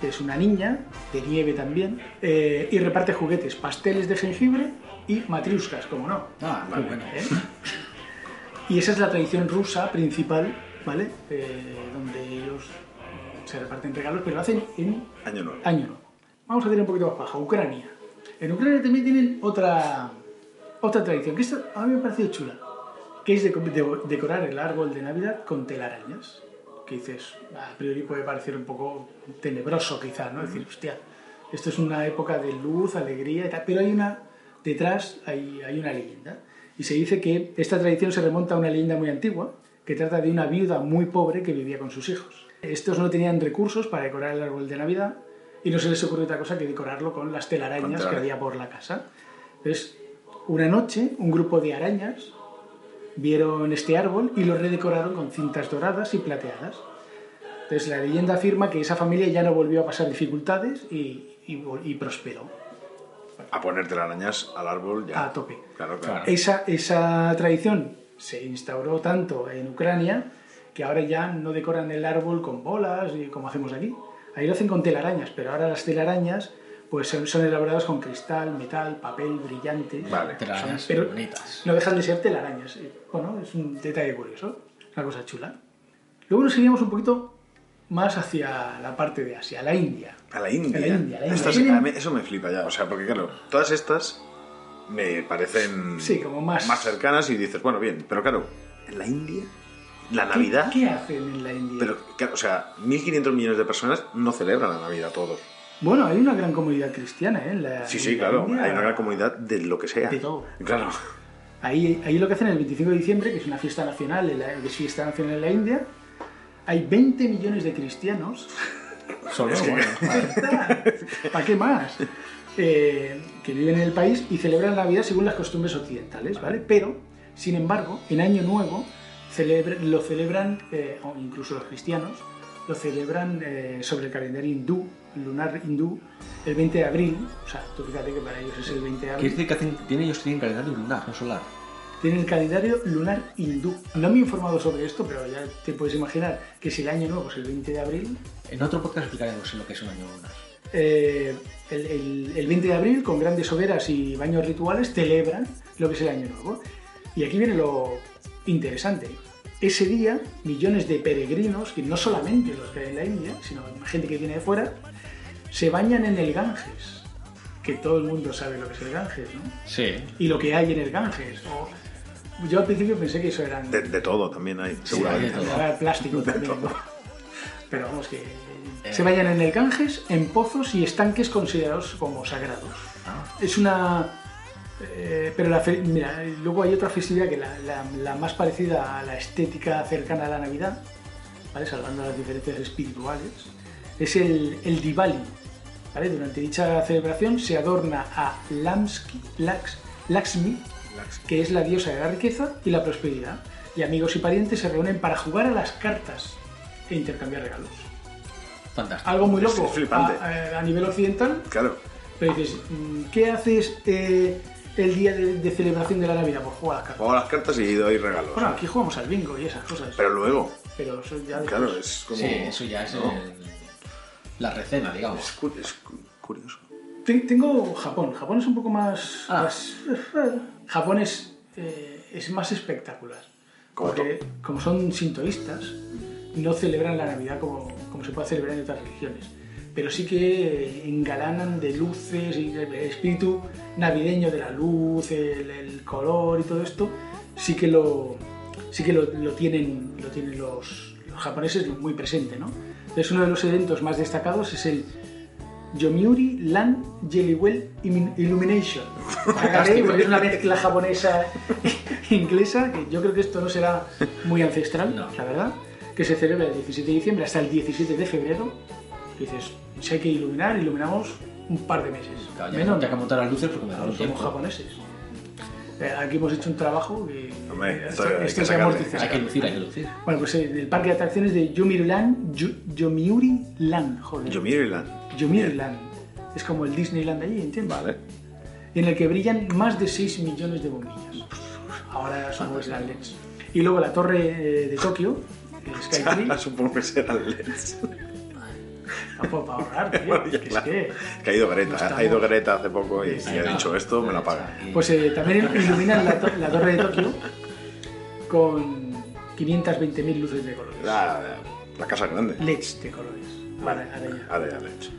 [SPEAKER 3] que es una niña, de nieve también, eh, y reparte juguetes, pasteles de jengibre y matriuscas, como no.
[SPEAKER 5] Ah, muy bueno.
[SPEAKER 3] ¿eh? Y esa es la tradición rusa principal, ¿vale? Eh, donde ellos se reparten regalos, pero lo hacen en
[SPEAKER 4] Año nuevo.
[SPEAKER 3] año nuevo. Vamos a tener un poquito más baja, Ucrania. En Ucrania también tienen otra, otra tradición, que esta a mí me ha parecido chula, que es de, de- decorar el árbol de Navidad con telarañas. Que dices, a priori puede parecer un poco tenebroso quizás, ¿no? Decir, hostia, esto es una época de luz, alegría y tal, pero hay una, detrás hay, hay una leyenda. Y se dice que esta tradición se remonta a una leyenda muy antigua, que trata de una viuda muy pobre que vivía con sus hijos. Estos no tenían recursos para decorar el árbol de Navidad y no se les ocurrió otra cosa que decorarlo con las
[SPEAKER 4] Con
[SPEAKER 3] telarañas que
[SPEAKER 4] telarañas.
[SPEAKER 3] había por la casa. Entonces, una noche, un grupo de arañas vieron este árbol y lo redecoraron con cintas doradas y plateadas. Entonces la leyenda afirma que esa familia ya no volvió a pasar dificultades y, y vol- y prosperó.
[SPEAKER 4] A ponerte las arañas al árbol ya.
[SPEAKER 3] A tope.
[SPEAKER 4] Claro, claro.
[SPEAKER 3] Esa, esa tradición se instauró tanto en Ucrania que ahora ya no decoran el árbol con bolas y como hacemos aquí. Ahí lo hacen con telarañas, pero ahora las telarañas pues son, son elaboradas con cristal, metal, papel, brillantes.
[SPEAKER 4] Vale.
[SPEAKER 5] Telarañas
[SPEAKER 3] Pero-
[SPEAKER 5] bonitas.
[SPEAKER 3] No dejan de ser telarañas. Y, Bueno, es un detalle curioso, es una cosa chula. Luego nos iríamos un poquito más hacia la parte de Asia, la India.
[SPEAKER 4] A la India.
[SPEAKER 3] A la India, a la India.
[SPEAKER 4] Estas-
[SPEAKER 3] Tienen-
[SPEAKER 4] a mí eso me flipa ya. O sea, porque claro, todas estas me parecen
[SPEAKER 3] Sí, como más-
[SPEAKER 4] cercanas y dices, bueno, bien. Pero claro, en la India, la
[SPEAKER 3] ¿Qué-
[SPEAKER 4] Navidad.
[SPEAKER 3] ¿Qué, hacen en la India?
[SPEAKER 4] Pero, claro, o sea, 1.500 millones de personas no celebran la Navidad todos.
[SPEAKER 3] Bueno, hay una gran comunidad cristiana ¿eh? en la
[SPEAKER 4] Sí,
[SPEAKER 3] en
[SPEAKER 4] sí,
[SPEAKER 3] la
[SPEAKER 4] claro.
[SPEAKER 3] India.
[SPEAKER 4] Hay una gran comunidad de lo que sea.
[SPEAKER 3] De todo.
[SPEAKER 4] Claro.
[SPEAKER 3] Ahí, ahí lo que hacen el 25 de diciembre, que es una fiesta nacional, en la- que es fiesta nacional en la India, hay 20 millones de
[SPEAKER 4] [laughs]
[SPEAKER 3] cristianos.
[SPEAKER 5] Solo, bueno. vale.
[SPEAKER 3] ¿Para qué más? Eh, que viven en el país y celebran Navidad según las costumbres occidentales, ¿vale? Pero, sin embargo, en Año Nuevo celebra- lo celebran, eh, o incluso los cristianos, lo celebran eh, sobre el calendario hindú, lunar hindú, el 20 de abril. O sea, tú fíjate que para ellos es el 20 de
[SPEAKER 5] Quiere
[SPEAKER 3] abril.
[SPEAKER 5] decir que hacen, tienen, ellos tienen calendario lunar, no solar.
[SPEAKER 3] Tienen el calendario lunar hindú. No me he informado sobre esto, pero ya te puedes imaginar que si el Año Nuevo es el 20 de abril,
[SPEAKER 5] En otro podcast explicaremos lo que es un año lunar.
[SPEAKER 3] Eh, el, el- el 20 de abril, con grandes hogueras y baños rituales, celebran lo que es el Año Nuevo. Y aquí viene lo interesante. Ese día, millones de peregrinos, y no solamente los que hay en la India, sino gente que viene de fuera, se bañan en el Ganges. Que todo el mundo sabe lo que es el Ganges, ¿no?
[SPEAKER 5] Sí.
[SPEAKER 3] Y lo que hay en el Ganges. O- yo al principio pensé que eso eran
[SPEAKER 4] De, de todo también hay,
[SPEAKER 5] Sí, hay
[SPEAKER 4] seguramente.
[SPEAKER 5] de todo. Eh.
[SPEAKER 3] Habrá plástico también, ¿no? Pero vamos que se vayan en el Ganges, en pozos y estanques considerados como sagrados.
[SPEAKER 5] Ah.
[SPEAKER 3] Es una... eh, pero la fe- mira, luego hay otra festividad que la, la- la más parecida a la estética cercana a la Navidad, ¿vale? salvando las diferencias espirituales, es el, el Diwali. ¿vale? Durante dicha celebración se adorna a Lamski, Lax- Laxmi, que es la diosa de la riqueza y la prosperidad, y amigos y parientes se reúnen para jugar a las cartas e intercambiar regalos.
[SPEAKER 5] Fantástico.
[SPEAKER 3] algo muy
[SPEAKER 4] Es
[SPEAKER 3] loco
[SPEAKER 4] flipante.
[SPEAKER 3] a, a- a nivel occidental,
[SPEAKER 4] Claro.
[SPEAKER 3] pero dices, mm, ¿qué haces eh, el día de, de celebración de la Navidad? Pues juega a las cartas.
[SPEAKER 4] Juego a las cartas y doy regalos.
[SPEAKER 3] Bueno, aquí jugamos al bingo y esas cosas,
[SPEAKER 4] Pero luego,
[SPEAKER 3] pero eso ya después.
[SPEAKER 4] claro, es como.
[SPEAKER 5] Sí, eso ya es
[SPEAKER 4] ¿no?
[SPEAKER 5] el- la recena, digamos.
[SPEAKER 4] Es, cu- es cu- curioso.
[SPEAKER 3] Te- Tengo Japón. Japón es un poco más.
[SPEAKER 5] Ah.
[SPEAKER 3] más- eh, Japón es, eh, es más espectacular.
[SPEAKER 4] Como
[SPEAKER 3] Porque como son sintoístas, no celebran la Navidad como, como se puede celebrar en otras religiones. Pero sí que engalanan de luces y el espíritu navideño de la luz, el, el color y todo esto, sí que lo, sí que lo, lo tienen, lo tienen los, los japoneses muy presente. ¿no? Entonces uno de los eventos más destacados es el Yomiuri Land Jellywell Imin- Illumination. Acabé porque es
[SPEAKER 4] [laughs]
[SPEAKER 3] una mezcla japonesa [laughs] e inglesa, que yo creo que esto no será muy ancestral,
[SPEAKER 5] No.
[SPEAKER 3] la verdad, que se celebra el 17 de diciembre hasta el 17 de febrero. Y dices, si hay que iluminar, iluminamos un par de meses.
[SPEAKER 5] Claro, ya,
[SPEAKER 3] Menos,
[SPEAKER 5] ya que montar las luces porque me da
[SPEAKER 3] claro,
[SPEAKER 5] un
[SPEAKER 3] somos
[SPEAKER 5] tiempo.
[SPEAKER 3] japoneses. Eh, Aquí hemos hecho un trabajo que
[SPEAKER 4] Hombre, esto
[SPEAKER 3] esto-
[SPEAKER 4] hay que
[SPEAKER 3] esto hay que
[SPEAKER 4] sacarle,
[SPEAKER 3] amortizar.
[SPEAKER 5] Hay que lucir, hay que lucir.
[SPEAKER 3] Bueno, pues eh, el parque de atracciones de Yomiuri Land, Yo- Yomiuri Land, joder.
[SPEAKER 4] Yomiuriland.
[SPEAKER 3] Yomiuri Land. Es como el Disneyland de allí, ¿entiendes?
[SPEAKER 4] Vale.
[SPEAKER 3] En el que brillan más de 6 millones de bombillas. Ahora son las LEDs. Y luego la torre eh, de Tokio, el Sky Tree,
[SPEAKER 4] [laughs] Supongo que serán LEDs.
[SPEAKER 3] tampoco para ahorrar, tío.
[SPEAKER 4] [laughs] Bueno, ya
[SPEAKER 3] que es
[SPEAKER 4] claro.
[SPEAKER 3] que-
[SPEAKER 4] Que ha ido Greta,
[SPEAKER 3] No
[SPEAKER 4] ha ido
[SPEAKER 3] estamos-
[SPEAKER 4] Greta hace poco y,
[SPEAKER 3] Sí,
[SPEAKER 4] y ha
[SPEAKER 5] no.
[SPEAKER 4] dicho esto, me la paga.
[SPEAKER 5] Y-
[SPEAKER 3] Pues eh, también iluminan la, to- la torre de Tokio con 520.000 luces de colores.
[SPEAKER 4] La, la casa grande.
[SPEAKER 3] LEDs de colores. Ahora, ahora ya.
[SPEAKER 4] Ahora ya LEDs.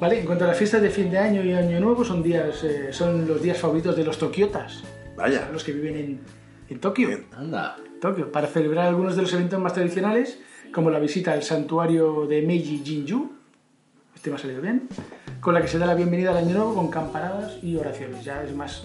[SPEAKER 3] Vale, en cuanto a las fiestas de fin de año y año nuevo, son, días, eh, son los días favoritos de los tokiotas,
[SPEAKER 4] Vaya.
[SPEAKER 3] los que viven en, en Tokio.
[SPEAKER 4] Bien.
[SPEAKER 5] Anda.
[SPEAKER 3] Tokio para celebrar algunos de los eventos más tradicionales, como la visita al santuario de Meiji Jinju, este me ha salido bien, con la que se da la bienvenida al año nuevo con campanadas y oraciones. Ya es más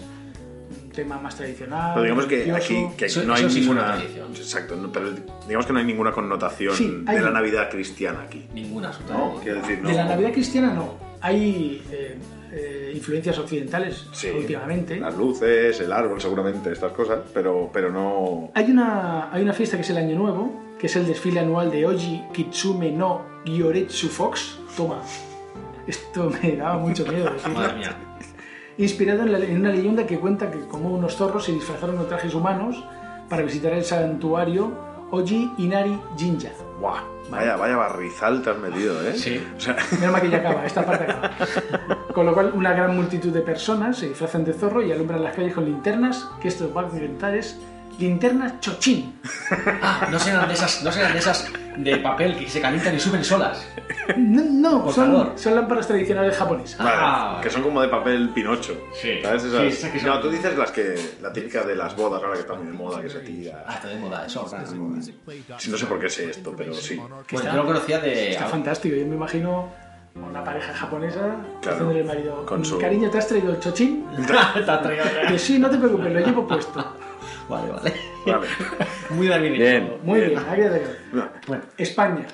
[SPEAKER 3] un tema más tradicional.
[SPEAKER 4] Pero digamos que
[SPEAKER 3] religioso.
[SPEAKER 4] aquí que
[SPEAKER 5] Eso-
[SPEAKER 4] no hay
[SPEAKER 5] eso sí es una
[SPEAKER 4] ninguna.
[SPEAKER 5] tradición.
[SPEAKER 4] Exacto, no, pero digamos que no hay ninguna connotación
[SPEAKER 3] Sí, hay
[SPEAKER 4] de la
[SPEAKER 3] una.
[SPEAKER 4] Navidad cristiana aquí.
[SPEAKER 5] Ninguna absoluta.
[SPEAKER 4] No, quiero decir, no.
[SPEAKER 3] De la Navidad cristiana no. Hay eh, eh, influencias occidentales
[SPEAKER 4] Sí.
[SPEAKER 3] últimamente.
[SPEAKER 4] Las luces, el árbol, seguramente, estas cosas, pero, pero no.
[SPEAKER 3] Hay una, hay una fiesta que es el Año Nuevo, que es el desfile anual de Oji Kitsume no Gyoretsu Fox. Toma. Esto me daba mucho
[SPEAKER 5] [laughs]
[SPEAKER 3] miedo decirlo.
[SPEAKER 5] Madre mía.
[SPEAKER 3] Inspirado en, la- en una leyenda que cuenta que como unos zorros se disfrazaron de trajes humanos para visitar el santuario Oji Inari Jinja.
[SPEAKER 4] ¡Buah! Vaya, vaya barrizal te has metido, ¿eh?
[SPEAKER 5] Sí.
[SPEAKER 4] O sea,
[SPEAKER 3] Menos mal que ya acaba, esta parte acaba. Con lo cual, una gran multitud de personas se disfrazan de zorro y alumbran las calles con linternas, que esto va a inventar es linternas chochín.
[SPEAKER 5] Ah, no serán de esas, no serán de esas de papel que se calientan y suben solas.
[SPEAKER 3] No, no
[SPEAKER 5] Por
[SPEAKER 3] son,
[SPEAKER 5] favor.
[SPEAKER 3] son lámparas tradicionales japonesas.
[SPEAKER 4] vale,
[SPEAKER 5] Ah.
[SPEAKER 4] que son como de papel pinocho.
[SPEAKER 5] Sí.
[SPEAKER 4] ¿Sabes? Esas-
[SPEAKER 5] Sí, esas que son-
[SPEAKER 4] No, tú dices las que. La típica de las bodas, ahora que está muy de moda, que se
[SPEAKER 5] Ah,
[SPEAKER 4] tira.
[SPEAKER 5] está de moda eso. ahora.
[SPEAKER 4] Sí, no sé por qué sé esto, pero sí.
[SPEAKER 5] Pues yo lo conocía de.
[SPEAKER 3] Está fantástico, yo me imagino una pareja japonesa
[SPEAKER 4] Claro,
[SPEAKER 3] haciéndole el marido. "Mm,
[SPEAKER 4] con su-
[SPEAKER 3] Cariño, ¿te has traído el chochín?
[SPEAKER 5] Te has traído otra.
[SPEAKER 3] Que sí, no te preocupes, lo llevo puesto.
[SPEAKER 5] Vale,
[SPEAKER 3] [laughs]
[SPEAKER 5] vale.
[SPEAKER 4] Vale.
[SPEAKER 5] Muy David.
[SPEAKER 4] Bien.
[SPEAKER 3] Muy bien, aquí ha quedado.
[SPEAKER 4] No,
[SPEAKER 5] Bueno,
[SPEAKER 3] España.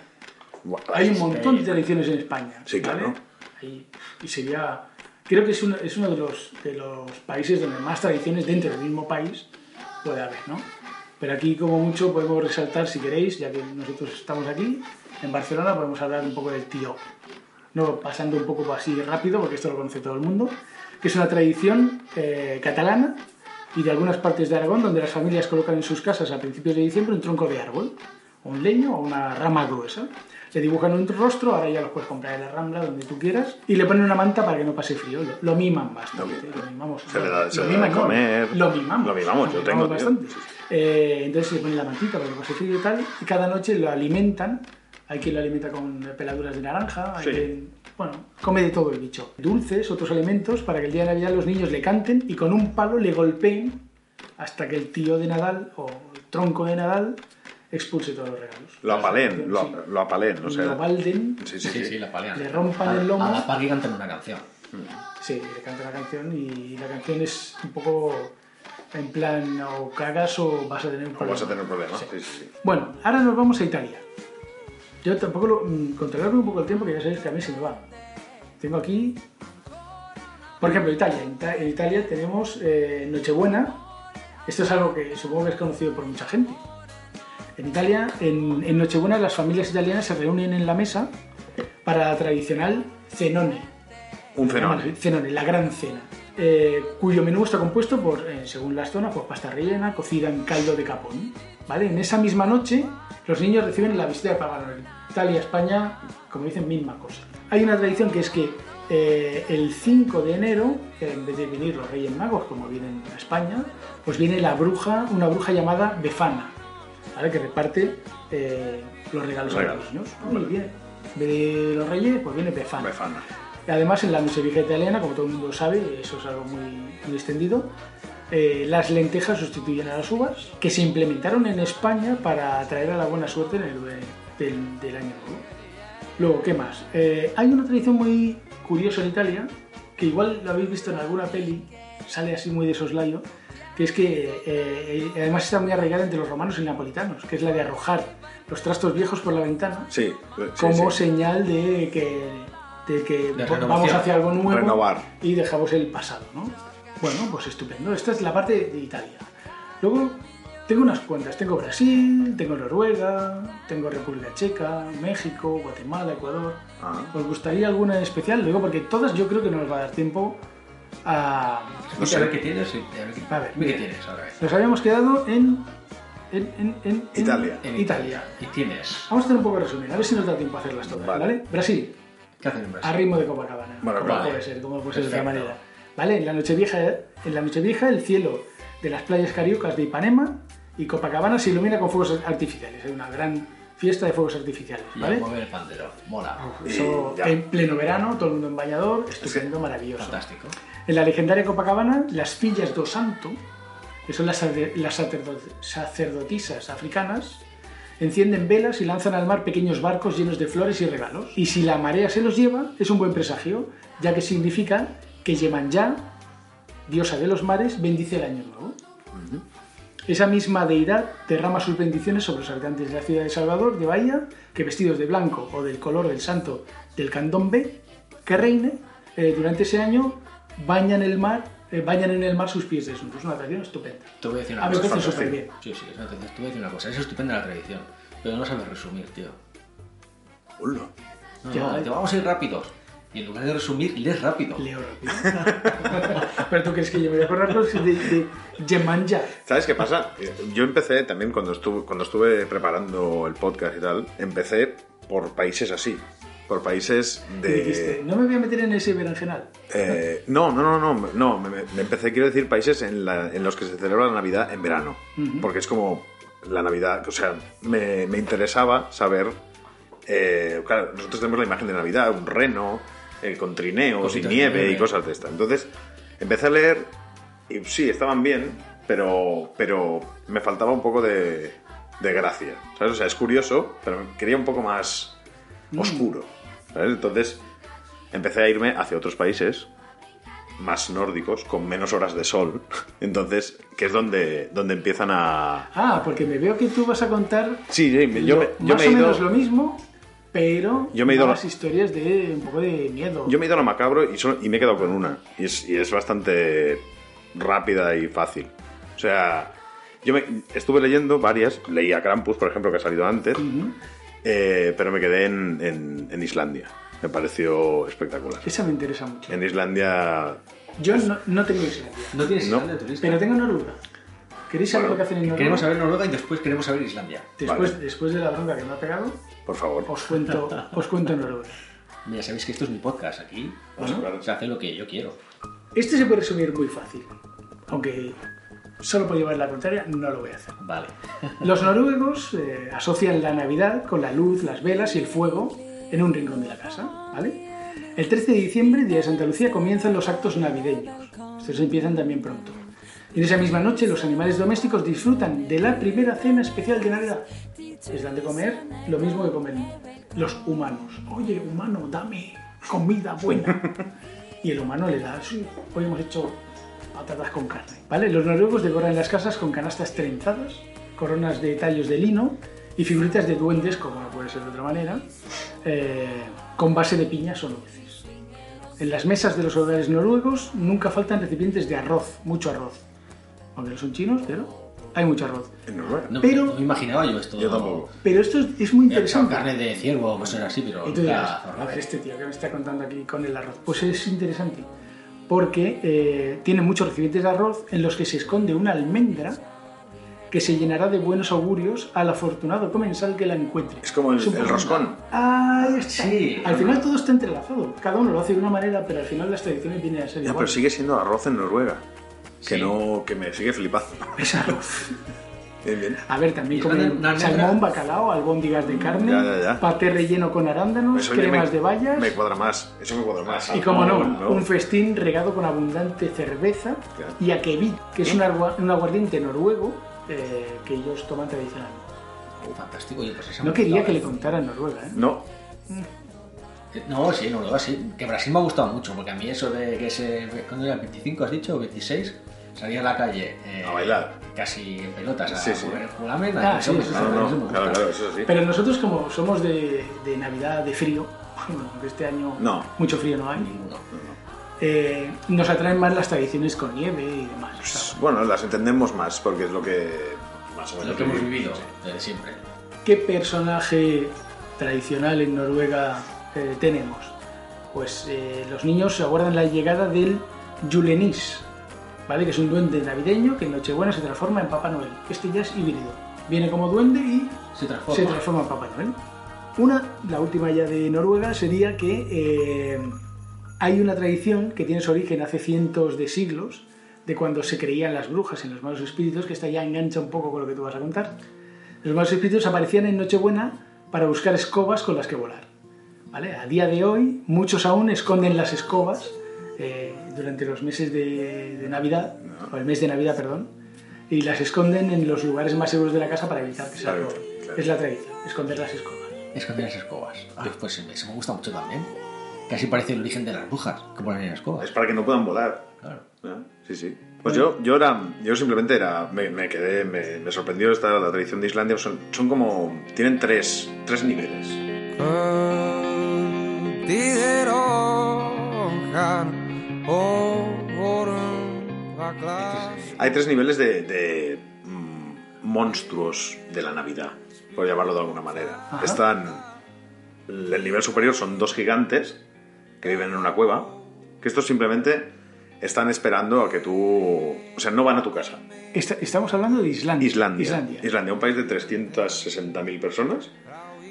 [SPEAKER 4] buah,
[SPEAKER 3] Hay un montón de tradiciones en España.
[SPEAKER 4] Este, Sí, claro.
[SPEAKER 3] Ahí- y sería. Creo que es uno, es uno de, los, de los países donde más tradiciones dentro del mismo país puede haber, ¿no? Pero aquí, como mucho, podemos resaltar, si queréis, ya que nosotros estamos aquí, en Barcelona, podemos hablar un poco del tío. No pasando un poco así rápido, porque esto lo conoce todo el mundo, que es una tradición eh, catalana y de algunas partes de Aragón, donde las familias colocan en sus casas a principios de diciembre un tronco de árbol, o un leño o una rama gruesa. Le dibujan un rostro, ahora ya los puedes comprar en la Rambla, donde tú quieras, y le ponen una manta para que no pase frío. Lo, lo miman bastante.
[SPEAKER 4] Lo
[SPEAKER 3] Lo, mimamos.
[SPEAKER 4] Se le da- se
[SPEAKER 3] lo
[SPEAKER 4] le da de
[SPEAKER 3] no,
[SPEAKER 4] comer.
[SPEAKER 3] Lo mimamos.
[SPEAKER 4] Lo mimamos, yo tengo, tío.
[SPEAKER 3] bastante. Eh, entonces le ponen la mantita para que no pase frío y tal, y cada noche lo alimentan. Hay quien lo alimenta con peladuras de naranja, hay
[SPEAKER 4] Sí.
[SPEAKER 3] quien- Bueno, come de todo el bicho. Dulces, otros alimentos, para que el día de Navidad los niños le canten y con un palo le golpeen hasta que el tío de Nadal o el tronco de Nadal expulse todos los regalos.
[SPEAKER 4] Lo apalen,
[SPEAKER 3] Sí.
[SPEAKER 4] lo, lo apalen, o sea.
[SPEAKER 3] Lo balden,
[SPEAKER 4] Sí, sí,
[SPEAKER 5] sí,
[SPEAKER 4] sí.
[SPEAKER 5] sí, la palean.
[SPEAKER 3] Le rompan el lomo.
[SPEAKER 5] A la par que cantan una canción.
[SPEAKER 3] sí, le canta la canción y la canción es un poco en plan o cagas o vas a tener un
[SPEAKER 4] O
[SPEAKER 3] problema.
[SPEAKER 4] vas a tener problemas.
[SPEAKER 3] Sí.
[SPEAKER 4] Sí, sí, sí.
[SPEAKER 3] Bueno, ahora nos vamos a Italia. Yo tampoco lo. mm, Controlarme un poco el tiempo, que ya sabéis que a mí se me va. Tengo aquí. Por ejemplo, Italia. En, Ita- en Italia tenemos eh, Nochebuena. Esto es algo que supongo que es conocido por mucha gente. En Italia, en, en Nochebuena, las familias italianas se reúnen en la mesa para la tradicional cenone.
[SPEAKER 4] Un fenómeno.
[SPEAKER 3] Llaman Cenone, la gran cena, eh, cuyo menú está compuesto por, eh, según las zonas, por pasta rellena, cocida en caldo de capón. ¿vale? En esa misma noche, los niños reciben la visita de Paganol. Italia, España, como dicen, misma cosa. Hay una tradición que es que eh, el 5 de enero, eh, en vez de venir los Reyes Magos, como vienen a España, pues viene la bruja, una bruja llamada Befana, ¿vale? que reparte eh, los regalos,
[SPEAKER 4] Regalos,
[SPEAKER 3] a los niños.
[SPEAKER 4] vale.
[SPEAKER 3] Y viene, en vez de los Reyes, pues viene Befana.
[SPEAKER 4] Befana.
[SPEAKER 3] Además, en la misericórdia italiana, como todo el mundo sabe, eso es algo muy, muy extendido, eh, las lentejas sustituyen a las uvas, que se implementaron en España para atraer a la buena suerte en el, eh, del, del año nuevo. Luego, ¿qué más? Eh, hay una tradición muy curiosa en Italia, que igual lo habéis visto en alguna peli, sale así muy de soslayo, que es que eh, eh, además está muy arraigada entre los romanos y napolitanos, que es la de arrojar los trastos viejos por la ventana
[SPEAKER 4] Sí, sí,
[SPEAKER 3] como
[SPEAKER 4] sí.
[SPEAKER 3] señal de que, de que
[SPEAKER 5] De
[SPEAKER 3] vo- vamos
[SPEAKER 5] renovación.
[SPEAKER 3] hacia algo nuevo
[SPEAKER 4] Renovar.
[SPEAKER 3] y dejamos el pasado, ¿no? Bueno, pues estupendo. Esta es la parte de Italia. Luego tengo unas cuantas. Tengo Brasil, tengo Noruega, tengo República Checa, México, Guatemala, Ecuador.
[SPEAKER 4] Ah.
[SPEAKER 3] ¿Os gustaría alguna en especial? Luego, porque todas yo creo que no nos va a dar tiempo a...
[SPEAKER 5] No sé, a ver qué tienes. sí, A ver qué,
[SPEAKER 3] A ver,
[SPEAKER 5] ve qué
[SPEAKER 3] mira.
[SPEAKER 5] tienes ahora.
[SPEAKER 3] Nos habíamos quedado en... en- en- en- en-
[SPEAKER 4] Italia.
[SPEAKER 5] En
[SPEAKER 3] Italia.
[SPEAKER 5] Y tienes.
[SPEAKER 3] Vamos a hacer un poco de resumen, a ver si nos da tiempo a hacerlas todas,
[SPEAKER 4] Vale.
[SPEAKER 3] ¿vale? Brasil,
[SPEAKER 5] ¿Qué hacen en
[SPEAKER 3] a
[SPEAKER 5] Brasil?
[SPEAKER 3] ritmo de Copacabana.
[SPEAKER 4] Bueno,
[SPEAKER 3] como
[SPEAKER 5] vale.
[SPEAKER 3] puede ser, como puede ser de otra
[SPEAKER 5] Perfecto.
[SPEAKER 3] manera. ¿Vale? En la Nochevieja, en la Nochevieja el cielo de las playas cariocas de Ipanema y Copacabana se ilumina con fuegos artificiales. Hay una gran fiesta de fuegos artificiales,
[SPEAKER 5] Y a
[SPEAKER 3] ¿vale? Ah,
[SPEAKER 5] mover el pandero. Mola.
[SPEAKER 4] Y
[SPEAKER 3] Eso
[SPEAKER 4] ya.
[SPEAKER 3] en pleno verano, todo el mundo en bañador, estupendo, maravilloso.
[SPEAKER 5] Fantástico.
[SPEAKER 3] En la legendaria Copacabana, las fillas do santo, que son las, sade- las sacerdo- sacerdotisas africanas, encienden velas y lanzan al mar pequeños barcos llenos de flores y regalos. Y si la marea se los lleva, es un buen presagio, ya que significa que Yemanjá, diosa de los mares, bendice el año nuevo. Esa misma deidad derrama sus bendiciones sobre los habitantes de la ciudad de Salvador de Bahía, que vestidos de blanco o del color del santo del candombe que reine, eh, durante ese año bañan el mar, eh, bañan en el mar sus pies desnudos. Es una tradición estupenda.
[SPEAKER 5] Te voy a decir
[SPEAKER 3] A
[SPEAKER 5] una
[SPEAKER 3] mí Ah, me
[SPEAKER 5] cosa.
[SPEAKER 3] parece
[SPEAKER 4] fantástico.
[SPEAKER 3] súper bien.
[SPEAKER 5] Sí, sí, eso, entonces te voy a decir una cosa. Es estupenda la tradición, pero no sabes resumir, tío.
[SPEAKER 4] Hola.
[SPEAKER 5] No,
[SPEAKER 3] Ya. eh.
[SPEAKER 5] no, te vamos a ir rápidos. Y en lugar de resumir, lees rápido.
[SPEAKER 3] Leo rápido. [laughs] Pero tú crees que yo me voy a acordar pues, de, de Yemanja.
[SPEAKER 4] ¿Sabes qué pasa? Eh, Yo empecé también cuando estuve, cuando estuve preparando el podcast y tal, empecé por países así, por países
[SPEAKER 3] Y dijiste,
[SPEAKER 4] de...
[SPEAKER 3] no me voy a meter en ese berenjenal.
[SPEAKER 4] eh, no, no, no, no, no, me, me- me empecé, quiero decir, países en, la- en los que se celebra la Navidad en verano, porque es como la Navidad, o sea, me, me interesaba saber, eh, claro, nosotros tenemos la imagen de Navidad, un reno, eh, con trineos y
[SPEAKER 5] Cositas de
[SPEAKER 4] nieve y
[SPEAKER 5] nieve.
[SPEAKER 4] cosas de esta. Entonces, empecé a leer y sí, estaban bien, pero, pero me faltaba un poco de, de gracia. ¿sabes? O sea, es curioso, pero quería un poco más oscuro. ¿sabes? Entonces empecé a irme hacia otros países más nórdicos, con menos horas de sol. [laughs] Entonces, que es donde, donde empiezan a...
[SPEAKER 3] Ah, porque me veo que tú vas a contar
[SPEAKER 4] Sí, sí, me- yo, me, yo
[SPEAKER 3] más
[SPEAKER 4] me he
[SPEAKER 3] o
[SPEAKER 4] ido...
[SPEAKER 3] menos lo mismo, pero
[SPEAKER 4] Yo me he ido a
[SPEAKER 3] más
[SPEAKER 4] la-
[SPEAKER 3] historias de un poco de miedo.
[SPEAKER 4] Yo me he ido a lo macabro y, solo- y me he quedado con una. Y es, y es bastante rápida y fácil. O sea, yo me, estuve leyendo varias. Leí a Krampus, por ejemplo, que ha salido antes. eh, pero me quedé en, en- en Islandia. Me pareció espectacular.
[SPEAKER 3] Esa me interesa mucho.
[SPEAKER 4] En Islandia.
[SPEAKER 3] Yo no, no tengo Islandia,
[SPEAKER 5] No tienes
[SPEAKER 4] No.
[SPEAKER 5] Islandia, turista.
[SPEAKER 3] pero tengo Noruega. ¿Queréis saber
[SPEAKER 4] Bueno,
[SPEAKER 3] lo que hacen en Noruega?
[SPEAKER 5] Queremos saber Noruega y después queremos saber Islandia.
[SPEAKER 3] Después,
[SPEAKER 4] Vale.
[SPEAKER 3] después de la bronca que me ha pegado,
[SPEAKER 4] Por favor.
[SPEAKER 3] os cuento,
[SPEAKER 5] [laughs]
[SPEAKER 3] os cuento Noruega.
[SPEAKER 5] Mira, sabéis que esto es mi podcast aquí.
[SPEAKER 4] Bueno, claro.
[SPEAKER 5] Se hace lo que yo quiero.
[SPEAKER 3] Este se puede resumir muy fácil, aunque solo por llevar la contraria no lo voy a hacer.
[SPEAKER 5] Vale.
[SPEAKER 3] Los noruegos eh, asocian la Navidad con la luz, las velas y el fuego en un rincón de la casa, ¿vale? El 13 de diciembre, día de Santa Lucía, comienzan los actos navideños. Estos empiezan también pronto. Y en esa misma noche, los animales domésticos disfrutan de la primera cena especial de Navidad. Les dan de comer lo mismo que comen los humanos. Oye, humano, dame comida buena. Y el humano le da, sí, hoy hemos hecho patatas con carne. ¿Vale? Los noruegos decoran las casas con canastas trenzadas, coronas de tallos de lino y figuritas de duendes, como no puede ser de otra manera, eh, con base de piñas o nueces. En las mesas de los hogares noruegos nunca faltan recipientes de arroz, mucho arroz. Aunque no son chinos, pero hay mucho arroz.
[SPEAKER 4] En Noruega.
[SPEAKER 5] No,
[SPEAKER 3] Pero-
[SPEAKER 5] no me imaginaba yo esto.
[SPEAKER 4] Yo tampoco.
[SPEAKER 3] Pero esto es, es muy
[SPEAKER 5] Mira, que son
[SPEAKER 3] interesante.
[SPEAKER 5] carne de ciervo o cosas así, pero.
[SPEAKER 3] Y tú
[SPEAKER 5] nunca
[SPEAKER 3] dirás,
[SPEAKER 5] zorra.
[SPEAKER 3] "A ver, este tío que me está contando aquí con el arroz. Pues es interesante, porque eh, tiene muchos recipientes de arroz en los que se esconde una almendra que se llenará de buenos augurios al afortunado comensal que la encuentre.
[SPEAKER 4] Es como el,
[SPEAKER 3] Supongo.
[SPEAKER 4] el roscón. Ah,
[SPEAKER 3] Ahí está.
[SPEAKER 5] Sí.
[SPEAKER 3] al final todo está entrelazado. Cada uno lo hace de una manera, pero al final las tradiciones vienen a ser
[SPEAKER 4] Ya, pero
[SPEAKER 3] iguales.
[SPEAKER 4] sigue siendo arroz en Noruega. Que
[SPEAKER 5] Sí.
[SPEAKER 4] no, que me sigue flipando. [laughs]
[SPEAKER 3] Es arroz.
[SPEAKER 4] Bien, bien.
[SPEAKER 3] A ver, también
[SPEAKER 5] Y una-
[SPEAKER 3] comen
[SPEAKER 5] una almendra.
[SPEAKER 3] salmón, bacalao, albóndigas de carne,
[SPEAKER 4] Ya, ya, ya.
[SPEAKER 3] paté relleno con arándanos,
[SPEAKER 4] Eso ya
[SPEAKER 3] cremas
[SPEAKER 4] me-
[SPEAKER 3] de bayas.
[SPEAKER 4] Me cuadra más. Eso me cuadra más.
[SPEAKER 3] Y como no,
[SPEAKER 4] No.
[SPEAKER 3] un festín regado con abundante cerveza
[SPEAKER 4] Claro.
[SPEAKER 3] y akebit, que
[SPEAKER 4] ¿Eh?
[SPEAKER 3] es un, agua- un aguardiente noruego eh, que ellos toman tradicionalmente.
[SPEAKER 5] Fantástico, oye, pues esa
[SPEAKER 3] No
[SPEAKER 5] me ha
[SPEAKER 3] quería que le
[SPEAKER 5] gustado.
[SPEAKER 3] contara en Noruega, ¿eh?
[SPEAKER 4] No.
[SPEAKER 5] Eh, No, sí, no lo sí. Que Brasil me ha gustado mucho, porque a mí eso de que se. cuando era? ¿25 has dicho? ¿O 26? Salía a la calle. eh,
[SPEAKER 4] A bailar.
[SPEAKER 5] Casi en pelotas. A
[SPEAKER 4] Sí, sí.
[SPEAKER 5] jugar- jugulamen,
[SPEAKER 3] Ah,
[SPEAKER 5] a-
[SPEAKER 3] sí,
[SPEAKER 5] eso me
[SPEAKER 3] sí,
[SPEAKER 5] gusta,
[SPEAKER 4] No,
[SPEAKER 5] eso me
[SPEAKER 4] no,
[SPEAKER 5] gusta.
[SPEAKER 4] claro, claro, eso sí.
[SPEAKER 3] Pero nosotros como somos de, de Navidad, de frío, [laughs] bueno, aunque este año
[SPEAKER 4] No.
[SPEAKER 3] mucho frío no hay,
[SPEAKER 5] Ninguno.
[SPEAKER 3] eh, nos atraen más las tradiciones con nieve y demás. o sea,
[SPEAKER 4] Bueno, las entendemos más porque es lo que más o menos
[SPEAKER 5] Lo que hemos
[SPEAKER 4] vivimos.
[SPEAKER 5] vivido desde siempre.
[SPEAKER 3] ¿Qué personaje tradicional en Noruega eh, tenemos? Pues eh, los niños se aguardan la llegada del Julenis, ¿vale? Que es un duende navideño que en Nochebuena se transforma en Papá Noel. Este ya es híbrido. Viene como duende y
[SPEAKER 5] Se transforma.
[SPEAKER 3] se transforma en Papá Noel. Una, la última ya de Noruega, sería que eh, hay una tradición que tiene su origen hace cientos de siglos, de cuando se creían las brujas en los malos espíritus, que esta ya engancha un poco con lo que tú vas a contar. Los malos espíritus aparecían en Nochebuena para buscar escobas con las que volar. ¿vale? A día de hoy, muchos aún esconden las escobas eh, durante los meses de, de Navidad, o el mes de Navidad, perdón, y las esconden en los lugares más seguros de la casa para evitar que se las
[SPEAKER 4] Claro,
[SPEAKER 3] roben.
[SPEAKER 4] claro.
[SPEAKER 3] Es la tradición, esconder las escobas.
[SPEAKER 5] Esconder las escobas.
[SPEAKER 4] Ah.
[SPEAKER 5] Después, eh, eso me gusta mucho también. Casi parece el origen de las brujas que ponen en escobas.
[SPEAKER 4] Es para que no puedan volar.
[SPEAKER 5] Claro.
[SPEAKER 4] Ah, Sí, sí. Pues yo, yo era, yo simplemente era, me, me quedé, me, me sorprendió esta la tradición de Islandia. Son, son como, tienen tres, tres niveles.
[SPEAKER 6] Tider okkar og vorum vaklar
[SPEAKER 4] Hay tres niveles de, de, mm, monstruos de la Navidad, por llamarlo de alguna manera.
[SPEAKER 3] Ajá.
[SPEAKER 4] Están, el nivel superior son dos gigantes que viven en una cueva, que estos simplemente están esperando a que tú, o sea, no van a tu casa.
[SPEAKER 3] Esta- estamos hablando de Islandia.
[SPEAKER 4] Islandia. Islandia. un país de 360.000 personas,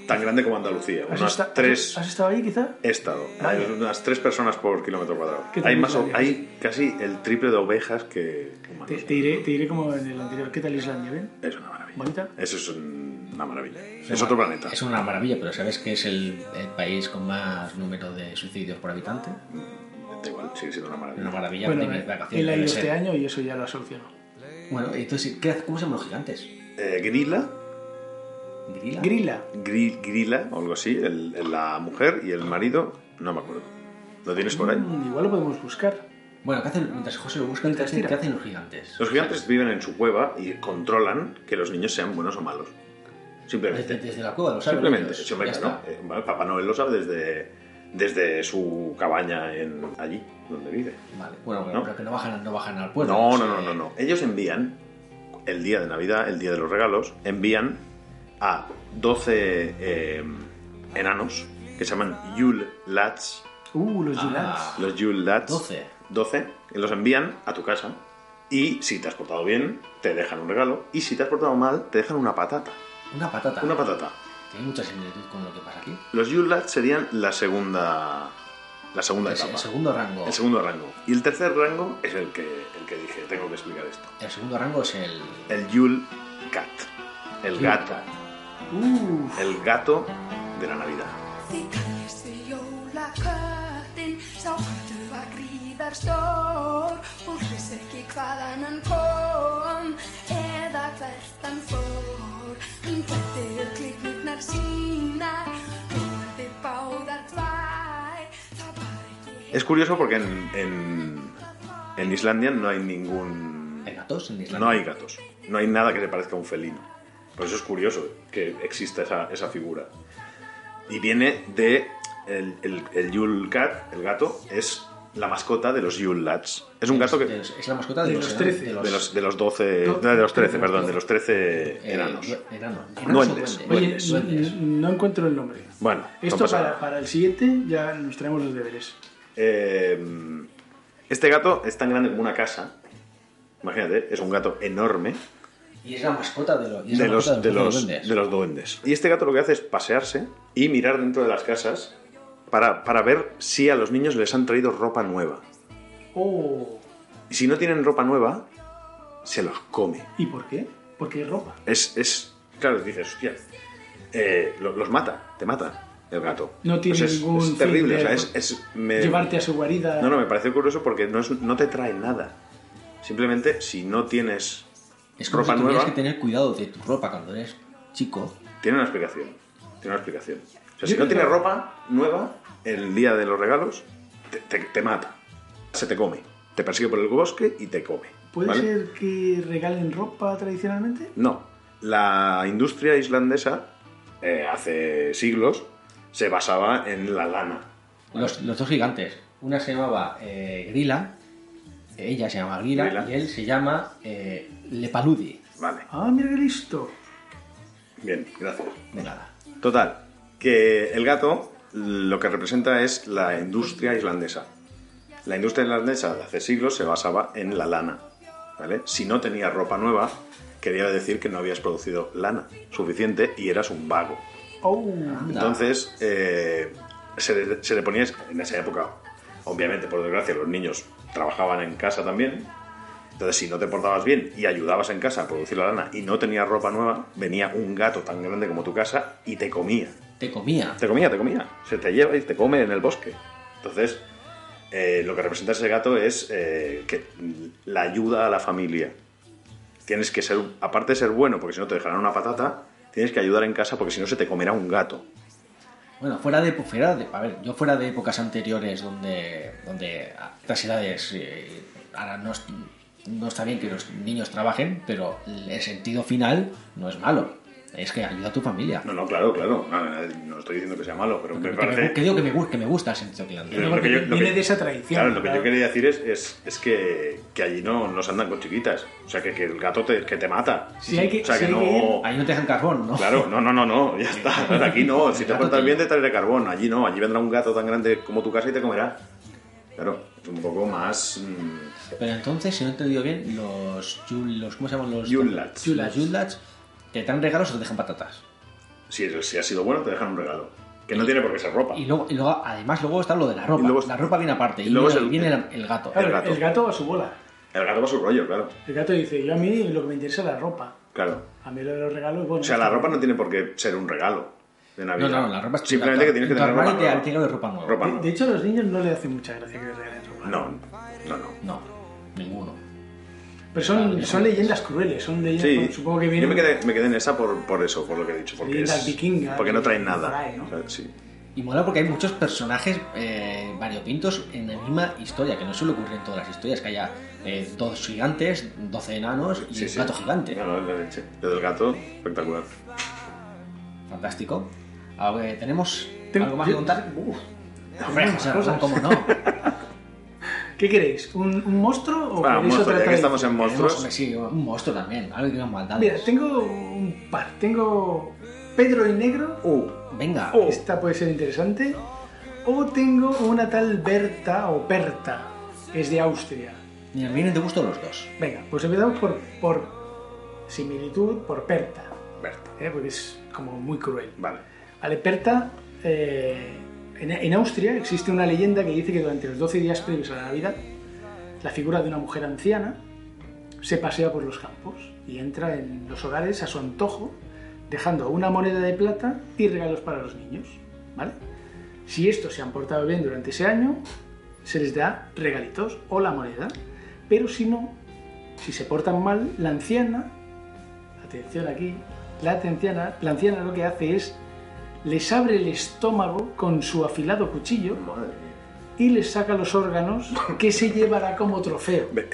[SPEAKER 4] tan grande como Andalucía.
[SPEAKER 3] ¿Has,
[SPEAKER 4] Unas
[SPEAKER 3] esta- has-
[SPEAKER 4] tres
[SPEAKER 3] has estado ahí quizá?
[SPEAKER 4] he estado.
[SPEAKER 3] Vale.
[SPEAKER 4] Hay unas tres personas por kilómetro cuadrado.
[SPEAKER 3] Ah, ¿Qué tal
[SPEAKER 4] Hay, más, o-
[SPEAKER 3] Islandia?
[SPEAKER 4] hay casi el triple de ovejas que humanos.
[SPEAKER 3] Te, te iré, te iré como en el anterior. ¿Qué tal Islandia? ¿Ven?
[SPEAKER 4] Es una maravilla.
[SPEAKER 3] ¿Bonita?
[SPEAKER 4] Eso es un- una maravilla. Es otro planeta.
[SPEAKER 5] Es una maravilla, pero ¿sabes que es el, el país con más número de suicidios por habitante?
[SPEAKER 4] Da igual, sigue siendo una maravilla.
[SPEAKER 5] Una maravilla
[SPEAKER 3] Bueno,
[SPEAKER 5] de
[SPEAKER 3] él ha ido este año y eso ya lo ha solucionado.
[SPEAKER 5] Bueno, entonces, ¿qué hace- ¿cómo se llaman los gigantes?
[SPEAKER 4] Eh, grila,
[SPEAKER 5] ¿Grila?
[SPEAKER 3] Grila.
[SPEAKER 4] Gri- grila o algo así, el- el- la mujer y el marido, no me acuerdo. ¿Lo tienes por ahí?
[SPEAKER 3] Mm, igual lo podemos buscar.
[SPEAKER 5] Bueno, ¿qué hacen? Mientras José lo busca, ¿qué
[SPEAKER 3] Mientras
[SPEAKER 5] hacen,
[SPEAKER 3] tira.
[SPEAKER 5] qué hacen los gigantes?
[SPEAKER 4] Los gigantes viven en su cueva y controlan que los niños sean buenos o malos.
[SPEAKER 5] Desde,
[SPEAKER 4] Simplemente.
[SPEAKER 5] desde la cueva, lo saben.
[SPEAKER 4] Simplemente.
[SPEAKER 5] ellos.
[SPEAKER 4] Sí, hombre,
[SPEAKER 5] Ya
[SPEAKER 4] claro.
[SPEAKER 5] está.
[SPEAKER 4] Eh, bueno, Papá Noel lo sabe desde, desde su cabaña en, allí, donde vive.
[SPEAKER 5] Vale, bueno,
[SPEAKER 4] ¿No?
[SPEAKER 5] pero que no bajan, no bajan al pueblo. pues, eh,
[SPEAKER 4] No, no,
[SPEAKER 5] o sea,
[SPEAKER 4] no, no, no. Ellos envían, el día de Navidad, el día de los regalos, envían a 12 eh, enanos que se llaman Yule Lads.
[SPEAKER 3] Uh, los Yulats.
[SPEAKER 5] Ah,
[SPEAKER 4] Los Yule Lads.
[SPEAKER 5] 12.
[SPEAKER 4] 12. y Los envían a tu casa. Y si te has portado bien, te dejan un regalo. Y si te has portado mal, te dejan una patata.
[SPEAKER 5] Una patata.
[SPEAKER 4] Una patata.
[SPEAKER 5] Tiene mucha similitud con lo que pasa aquí.
[SPEAKER 4] Los Yule Lads serían la segunda. La segunda
[SPEAKER 5] Es-
[SPEAKER 4] etapa.
[SPEAKER 5] el segundo rango.
[SPEAKER 4] El segundo rango. Y el tercer rango es el que, el que dije, tengo que explicar esto.
[SPEAKER 5] el segundo rango es el.
[SPEAKER 4] El Yule Cat. El gato.
[SPEAKER 3] Uf.
[SPEAKER 4] El gato de la Navidad.
[SPEAKER 7] Því kallist við jólaköttin, sá köttur var gríðar stór og hriss ekki hvaðan hann kom eða hvert hann fór. Hann bætti upp klipnurnar sínar, hlóði báðar tvær, það var ekki
[SPEAKER 4] Es curioso porque en, en, en Islandia no hay ningún.
[SPEAKER 5] ¿Hay gatos en Islandia?
[SPEAKER 4] No hay gatos. No hay nada que se parezca a un felino. Por eso es curioso que exista esa, esa figura. Y viene de. El, el, el Yule Cat, el gato, es la mascota de los Yule Lads. Es un gato que...
[SPEAKER 5] Es, es la mascota de,
[SPEAKER 3] De
[SPEAKER 5] los,
[SPEAKER 3] los
[SPEAKER 5] enanos,
[SPEAKER 3] 13.
[SPEAKER 5] De los,
[SPEAKER 4] De los, de los 12...
[SPEAKER 3] No,
[SPEAKER 4] de los 13,
[SPEAKER 3] de los
[SPEAKER 4] perdón,
[SPEAKER 3] 12.
[SPEAKER 4] de los 13
[SPEAKER 5] eh,
[SPEAKER 4] enanos.
[SPEAKER 5] enano.
[SPEAKER 4] Duendes,
[SPEAKER 5] Enanos o duendes.
[SPEAKER 3] Oye,
[SPEAKER 4] Duendes,
[SPEAKER 3] n- n- no encuentro el nombre.
[SPEAKER 4] Bueno, no
[SPEAKER 3] Esto
[SPEAKER 4] pasa
[SPEAKER 3] para,
[SPEAKER 4] nada.
[SPEAKER 3] para el siguiente ya nos traemos los deberes.
[SPEAKER 4] Eh, este gato es tan grande como una casa. Imagínate, es un gato enorme
[SPEAKER 5] Y es la mascota de, lo- y es la
[SPEAKER 4] de los,
[SPEAKER 5] mascota
[SPEAKER 4] de,
[SPEAKER 5] de los
[SPEAKER 4] los,
[SPEAKER 5] duendes.
[SPEAKER 4] de los duendes. Y este gato lo que hace es pasearse y mirar dentro de las casas para, para ver si a los niños les han traído ropa nueva.
[SPEAKER 3] Oh,
[SPEAKER 4] Y si no tienen ropa nueva, se los come.
[SPEAKER 3] ¿y por qué? Porque hay ropa.
[SPEAKER 4] Es, es claro, dices, hostia, eh, lo- los mata, te mata el gato.
[SPEAKER 3] No tiene
[SPEAKER 4] Pues es,
[SPEAKER 3] ningún
[SPEAKER 4] es
[SPEAKER 3] fin
[SPEAKER 4] terrible, o
[SPEAKER 3] de-
[SPEAKER 4] sea, es, es- me-
[SPEAKER 3] Llevarte a su guarida.
[SPEAKER 4] No, no, me parece curioso porque no, es- no te trae nada. Simplemente, si no tienes
[SPEAKER 5] Es como
[SPEAKER 4] ropa
[SPEAKER 5] si tuvieras
[SPEAKER 4] nueva,
[SPEAKER 5] que tener cuidado de tu ropa cuando eres chico.
[SPEAKER 4] tiene una explicación. Tiene una explicación. O sea,
[SPEAKER 3] Yo
[SPEAKER 4] si no
[SPEAKER 3] creo
[SPEAKER 4] tienes
[SPEAKER 3] que-
[SPEAKER 4] ropa nueva, el día de los regalos, te, te- te mata. Se te come. Te persigue por el bosque y te come.
[SPEAKER 3] ¿Puede
[SPEAKER 4] ¿vale?
[SPEAKER 3] ser que regalen ropa tradicionalmente?
[SPEAKER 4] No. La industria islandesa, eh, hace siglos, se basaba en la lana.
[SPEAKER 5] Los, los dos gigantes. Una se llamaba eh, Grila, eh, ella se llama Grila,
[SPEAKER 4] Grilla.
[SPEAKER 5] y él se llama eh, Lepaludi.
[SPEAKER 4] Vale.
[SPEAKER 3] Ah, mira qué listo.
[SPEAKER 4] Bien, gracias.
[SPEAKER 5] De nada.
[SPEAKER 4] Total, que el gato lo que representa es la industria islandesa. La industria islandesa de hace siglos se basaba en la lana. ¿vale? Si no tenías ropa nueva, quería decir que no habías producido lana suficiente y eras un vago.
[SPEAKER 3] Oh,
[SPEAKER 4] Entonces, eh, se, le- se le ponía en esa época, obviamente, por desgracia, los niños trabajaban en casa también. Entonces, si no te portabas bien y ayudabas en casa a producir la lana y no tenías ropa nueva, venía un gato tan grande como tu casa y te comía.
[SPEAKER 5] Te comía.
[SPEAKER 4] Te comía, te comía. Se te lleva y te come en el bosque. Entonces, eh, lo que representa ese gato es eh, que la ayuda a la familia. Tienes que ser, aparte de ser bueno, porque si no te dejarán una patata, tienes que ayudar en casa porque si no se te comerá un gato.
[SPEAKER 5] Bueno, fuera de, fuera de- A ver, yo fuera de épocas anteriores donde, donde a estas edades. eh, ahora no, es- no está bien que los niños trabajen, pero el sentido final no es malo. Es que ayuda a tu familia.
[SPEAKER 4] No, no, claro, claro. No, no, no estoy diciendo que sea malo, pero me
[SPEAKER 5] que, me,
[SPEAKER 4] parece...
[SPEAKER 5] que digo que me, gu- que me gusta el sentido final.
[SPEAKER 4] Pero
[SPEAKER 3] porque
[SPEAKER 4] lo que yo- lo
[SPEAKER 3] viene
[SPEAKER 4] que-
[SPEAKER 3] de esa tradición.
[SPEAKER 4] Claro, lo que yo
[SPEAKER 3] claro.
[SPEAKER 4] quería decir es, es, es que, que allí no, no se andan con chiquitas. O sea, que, que el gato te, que te mata.
[SPEAKER 3] Si hay que-
[SPEAKER 4] o sea,
[SPEAKER 3] si
[SPEAKER 4] que
[SPEAKER 3] hay que
[SPEAKER 4] no...
[SPEAKER 5] Ahí no te dejan carbón, ¿no?
[SPEAKER 4] Claro, no, no, no, no, ya está. Ahora Aquí no, si te portas bien te traeré carbón, allí no, allí vendrá un gato tan grande como tu casa y te comerá. Claro, es un poco más... mm,
[SPEAKER 5] Pero entonces, si no he entendido bien, los, yul- los ¿cómo se llaman los?
[SPEAKER 4] Yule Lads.
[SPEAKER 5] Los Yule Lads, ¿te dan regalos o te dejan patatas?
[SPEAKER 4] si, eres- si has sido bueno te dejan un regalo, que no tiene por qué ser ropa.
[SPEAKER 5] Y luego, y luego- además luego está lo de la ropa.
[SPEAKER 4] Y luego es-
[SPEAKER 5] la ropa viene aparte.
[SPEAKER 4] y
[SPEAKER 5] Y,
[SPEAKER 4] luego
[SPEAKER 5] luego
[SPEAKER 4] es el-
[SPEAKER 5] viene el, el gato.
[SPEAKER 3] Claro,
[SPEAKER 4] el gato.
[SPEAKER 3] el gato va a su bola.
[SPEAKER 4] El gato va a su rollo, claro,
[SPEAKER 3] El gato dice, yo a mí lo que me interesa es la ropa.
[SPEAKER 4] claro.
[SPEAKER 3] A mí lo de los regalos... Bueno,
[SPEAKER 4] O sea, la ropa no tiene por qué ser un regalo de
[SPEAKER 5] No,
[SPEAKER 4] Navidad.
[SPEAKER 5] no, la ropa es
[SPEAKER 4] Simplemente que tienes que
[SPEAKER 5] en tu
[SPEAKER 4] tener ropa
[SPEAKER 5] armario te
[SPEAKER 4] nueva.
[SPEAKER 5] han tirado de ropa nueva.
[SPEAKER 4] Ropa
[SPEAKER 3] De, de
[SPEAKER 4] nueva.
[SPEAKER 3] hecho, a los niños no le hace mucha gracia que les regalen ropa.
[SPEAKER 4] No, no, no.
[SPEAKER 5] No, ninguno.
[SPEAKER 3] Pero son, son leyendas crueles, son leyendas...
[SPEAKER 4] Sí,
[SPEAKER 5] pues,
[SPEAKER 3] supongo que
[SPEAKER 4] yo
[SPEAKER 3] vienen...
[SPEAKER 4] me quedé, me quedé en esa por, por eso, por lo que he dicho. Porque,
[SPEAKER 3] Leyendas
[SPEAKER 4] es-
[SPEAKER 3] vikingas,
[SPEAKER 4] porque no traen nada.
[SPEAKER 3] por ahí, ¿no?
[SPEAKER 4] O sea, sí.
[SPEAKER 5] Y mola porque hay muchos personajes eh, variopintos en la misma historia, que no suele ocurrir en todas las historias, que haya eh, dos gigantes, doce enanos y
[SPEAKER 4] Sí,
[SPEAKER 5] un
[SPEAKER 4] sí.
[SPEAKER 5] gato gigante.
[SPEAKER 4] No, no, es la leche. Lo del gato, espectacular.
[SPEAKER 5] Fantástico. A ver, ¿tenemos
[SPEAKER 3] Tengo-
[SPEAKER 5] algo más
[SPEAKER 3] yo-
[SPEAKER 5] que contar?
[SPEAKER 3] Uf.
[SPEAKER 5] Hombre,
[SPEAKER 3] más
[SPEAKER 5] o sea,
[SPEAKER 3] cosas.
[SPEAKER 4] [laughs]
[SPEAKER 5] ¿cómo no?
[SPEAKER 3] ¿Qué queréis? ¿Un, un monstruo o
[SPEAKER 5] Oh,
[SPEAKER 4] Bueno,
[SPEAKER 3] queréis
[SPEAKER 4] Ah, monstruo,
[SPEAKER 3] otra
[SPEAKER 4] ya que
[SPEAKER 3] tradición?
[SPEAKER 4] estamos en
[SPEAKER 5] Tenemos,
[SPEAKER 4] monstruos,
[SPEAKER 5] hombre, sí, un monstruo también, algo que nos maldad.
[SPEAKER 3] Ah, Mira, tengo un par. Tengo Pedro y Negro.
[SPEAKER 4] Uh.
[SPEAKER 3] Ah,
[SPEAKER 5] Venga,
[SPEAKER 4] Oh.
[SPEAKER 3] Esta puede ser interesante. O tengo una tal Berta o Berta. Es de Austria.
[SPEAKER 5] mira, me vienen de gusto los dos.
[SPEAKER 3] Venga, pues empezamos por, por similitud, por Berta.
[SPEAKER 4] Berta.
[SPEAKER 3] ¿eh? Porque es como muy cruel.
[SPEAKER 4] Vale.
[SPEAKER 3] Vale, Berta. eh, en, en Austria existe una leyenda que dice que durante los 12 días previos a la Navidad, la figura de una mujer anciana se pasea por los campos y entra en los hogares a su antojo, dejando una moneda de plata y regalos para los niños. ¿vale? Si estos se han portado bien durante ese año, se les da regalitos o la moneda, pero si no, si se portan mal, la anciana, atención aquí, la anciana, la anciana lo que hace es les abre el estómago con su afilado cuchillo
[SPEAKER 4] Madre mía.
[SPEAKER 3] y les saca los órganos que se llevará como trofeo.
[SPEAKER 4] Ve-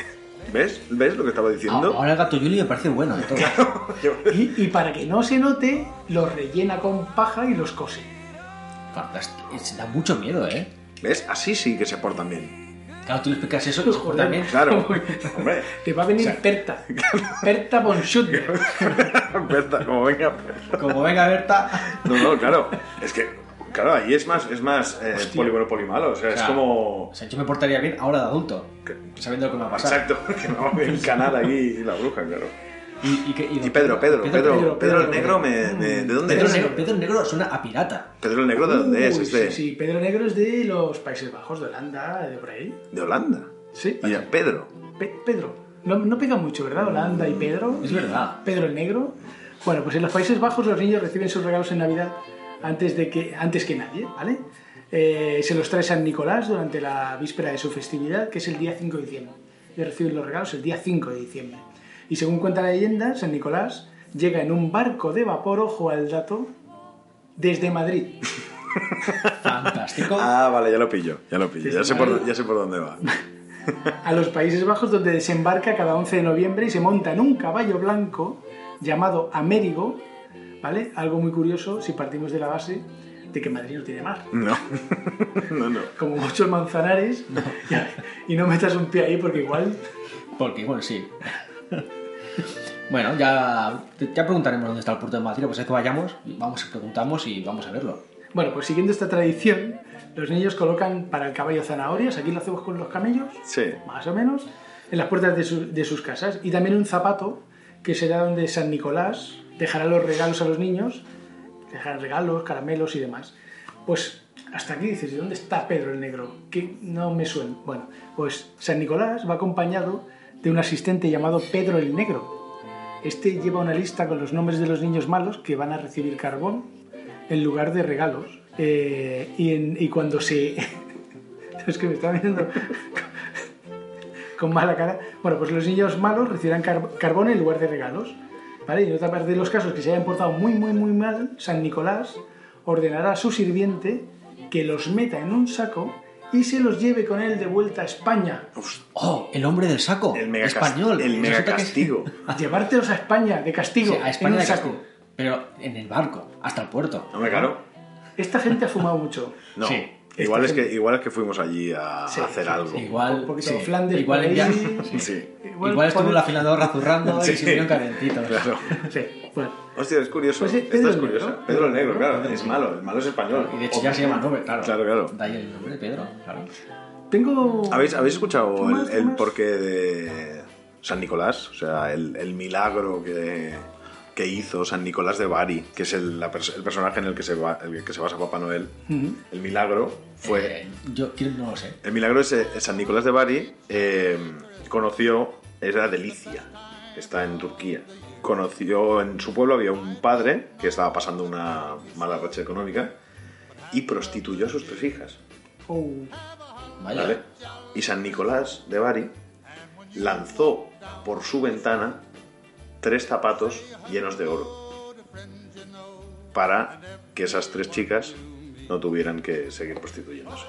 [SPEAKER 4] ¿Ves? ¿Ves lo que estaba
[SPEAKER 5] Ah,
[SPEAKER 4] diciendo?
[SPEAKER 5] Ahora el gato Yuli me parece bueno de todo.
[SPEAKER 4] [laughs]
[SPEAKER 3] Y, y para que no se note, los rellena con paja y los cose.
[SPEAKER 5] Fantástico. Es- Da mucho miedo, ¿eh?
[SPEAKER 4] ¿Ves? Así sí que se portan bien.
[SPEAKER 5] Claro, tú le explicas eso pues,
[SPEAKER 3] Joder,
[SPEAKER 5] también. [laughs]
[SPEAKER 4] Claro, hombre. [laughs]
[SPEAKER 3] Te va a venir
[SPEAKER 4] O sea, [laughs]
[SPEAKER 3] Perta. Perta von Schutter.
[SPEAKER 4] Berta, como venga. Berta.
[SPEAKER 5] Como venga Berta,
[SPEAKER 4] No, no, claro. Es que, claro, ahí es más, es más eh, poli bueno, poli malo. O sea, es
[SPEAKER 5] Claro.
[SPEAKER 4] como.
[SPEAKER 5] o sea, yo me portaría bien ahora de adulto, sabiendo lo que me va a pasar.
[SPEAKER 4] Exacto, [laughs] que me va a encanar aquí y la bruja, claro.
[SPEAKER 5] Y, y, que-
[SPEAKER 4] Y Pedro, Pedro, Pedro, Pedro,
[SPEAKER 3] Pedro,
[SPEAKER 4] el negro, me, me- ¿de dónde
[SPEAKER 5] Pedro
[SPEAKER 4] es?
[SPEAKER 5] Negro, Pedro Negro suena a pirata.
[SPEAKER 4] Pedro el negro, ¿de dónde [laughs] es?
[SPEAKER 3] Uy,
[SPEAKER 4] Es de,
[SPEAKER 3] Sí, sí, Pedro Negro es de los Países Bajos, de Holanda, de por ahí.
[SPEAKER 4] de Holanda.
[SPEAKER 3] Sí,
[SPEAKER 4] Y a Pedro.
[SPEAKER 3] Pe- Pedro. No, no pega mucho, ¿verdad? Holanda y Pedro.
[SPEAKER 5] Es verdad.
[SPEAKER 3] Pedro el Negro. Bueno, pues en los Países Bajos los niños reciben sus regalos en Navidad antes, de que, antes que nadie, ¿vale? Eh, se los trae San Nicolás durante la víspera de su festividad, que es el día 5 de diciembre. Ellos reciben los regalos el día 5 de diciembre. Y según cuenta la leyenda, San Nicolás llega en un barco de vapor, ojo al dato, desde Madrid.
[SPEAKER 5] Fantástico.
[SPEAKER 4] Ah, vale, ya lo pillo, ya lo pillo.
[SPEAKER 3] Sí,
[SPEAKER 4] Ya
[SPEAKER 3] sí,
[SPEAKER 4] sé por,
[SPEAKER 3] claro.
[SPEAKER 4] ya sé por dónde va.
[SPEAKER 3] a los Países Bajos, donde desembarca cada 11 de noviembre y se monta en un caballo blanco llamado Amérigo, ¿vale? Algo muy curioso si partimos de la base de que Madrid no tiene mar,
[SPEAKER 4] No, no, no.
[SPEAKER 3] como muchos manzanares, [laughs] y, y no metas un pie ahí porque igual...
[SPEAKER 5] Porque, bueno, sí. [laughs] bueno, ya, ya preguntaremos dónde está el puerto de Madrid, pues es que vayamos, vamos, preguntamos y vamos a verlo.
[SPEAKER 3] Bueno, pues siguiendo esta tradición, los niños colocan para el caballo zanahorias, aquí lo hacemos con los camellos,
[SPEAKER 4] Sí.
[SPEAKER 3] más o menos, en las puertas de, su- de sus casas. Y también un zapato, que será donde San Nicolás dejará los regalos a los niños, dejará regalos, caramelos y demás. Pues hasta aquí dices, ¿y dónde está Pedro el Negro? Que no me suena. Bueno, pues San Nicolás va acompañado de un asistente llamado Pedro el Negro. Este lleva una lista con los nombres de los niños malos que van a recibir carbón en lugar de regalos. Eh, y, en- y cuando se... [laughs] es que me está mirando con mala cara. Bueno, pues los niños malos recibirán car- carbón en lugar de regalos. ¿vale? Y en otra parte de los casos que se hayan portado muy, muy, muy mal, San Nicolás ordenará a su sirviente que los meta en un saco y se los lleve con él de vuelta a España.
[SPEAKER 5] ¡Oh! El hombre del saco.
[SPEAKER 4] El mega
[SPEAKER 5] español.
[SPEAKER 4] cas- el mega
[SPEAKER 5] Resulta que-
[SPEAKER 4] castigo.
[SPEAKER 3] Llevártelos a España de
[SPEAKER 5] Sí,
[SPEAKER 3] castigo.
[SPEAKER 5] a
[SPEAKER 3] en
[SPEAKER 5] España
[SPEAKER 3] un
[SPEAKER 5] de
[SPEAKER 3] saco.
[SPEAKER 5] castigo. Pero en el barco, hasta el puerto.
[SPEAKER 4] No me caro.
[SPEAKER 3] Esta gente ha fumado mucho.
[SPEAKER 4] No.
[SPEAKER 5] Sí.
[SPEAKER 4] Igual es
[SPEAKER 3] Esta
[SPEAKER 4] que igual es que fuimos allí [laughs] a
[SPEAKER 3] Sí,
[SPEAKER 4] hacer
[SPEAKER 3] sí,
[SPEAKER 4] algo.
[SPEAKER 5] Igual.
[SPEAKER 3] Un poquito
[SPEAKER 5] sí,
[SPEAKER 3] de Flandes
[SPEAKER 5] Igual,
[SPEAKER 3] por ahí.
[SPEAKER 5] ya-
[SPEAKER 3] [laughs]
[SPEAKER 4] Sí.
[SPEAKER 5] igual estuvo
[SPEAKER 3] por-
[SPEAKER 5] el afilador razurrando
[SPEAKER 4] [laughs]
[SPEAKER 5] y
[SPEAKER 4] Sí.
[SPEAKER 5] se vieron calentitos.
[SPEAKER 4] Claro.
[SPEAKER 3] Sí, bueno.
[SPEAKER 4] Hostia, es curioso.
[SPEAKER 3] Pues sí,
[SPEAKER 4] Esta
[SPEAKER 3] Pedro
[SPEAKER 4] es
[SPEAKER 3] el Negro.
[SPEAKER 4] curiosa. Pedro el Negro, claro. Es malo. El malo es español.
[SPEAKER 5] Y de hecho ya se llama Nobel, claro.
[SPEAKER 4] Claro, claro.
[SPEAKER 5] De ahí el nombre de Pedro, claro.
[SPEAKER 3] Tengo...
[SPEAKER 4] ¿Habéis, habéis escuchado
[SPEAKER 3] ¿Qué más,
[SPEAKER 4] el,
[SPEAKER 3] qué
[SPEAKER 4] el
[SPEAKER 3] más?
[SPEAKER 4] porqué de San Nicolás? O sea, el, el milagro que, que hizo San Nicolás de Bari, que es el, la pers- el personaje en el que, se va, el que se basa Papá Noel.
[SPEAKER 3] Ujú.
[SPEAKER 4] El milagro fue.
[SPEAKER 5] Eh, yo quiero- no lo sé.
[SPEAKER 4] El milagro es eh, San Nicolás de Bari eh, conoció, era de Licia, que está en Turquía. Conoció en su pueblo había un padre que estaba pasando una mala racha económica y prostituyó a sus tres hijas.
[SPEAKER 3] Oh,
[SPEAKER 5] Vaya.
[SPEAKER 4] ¿vale? Y San Nicolás de Bari lanzó por su ventana tres zapatos llenos de oro para que esas tres chicas no tuvieran que seguir prostituyéndose.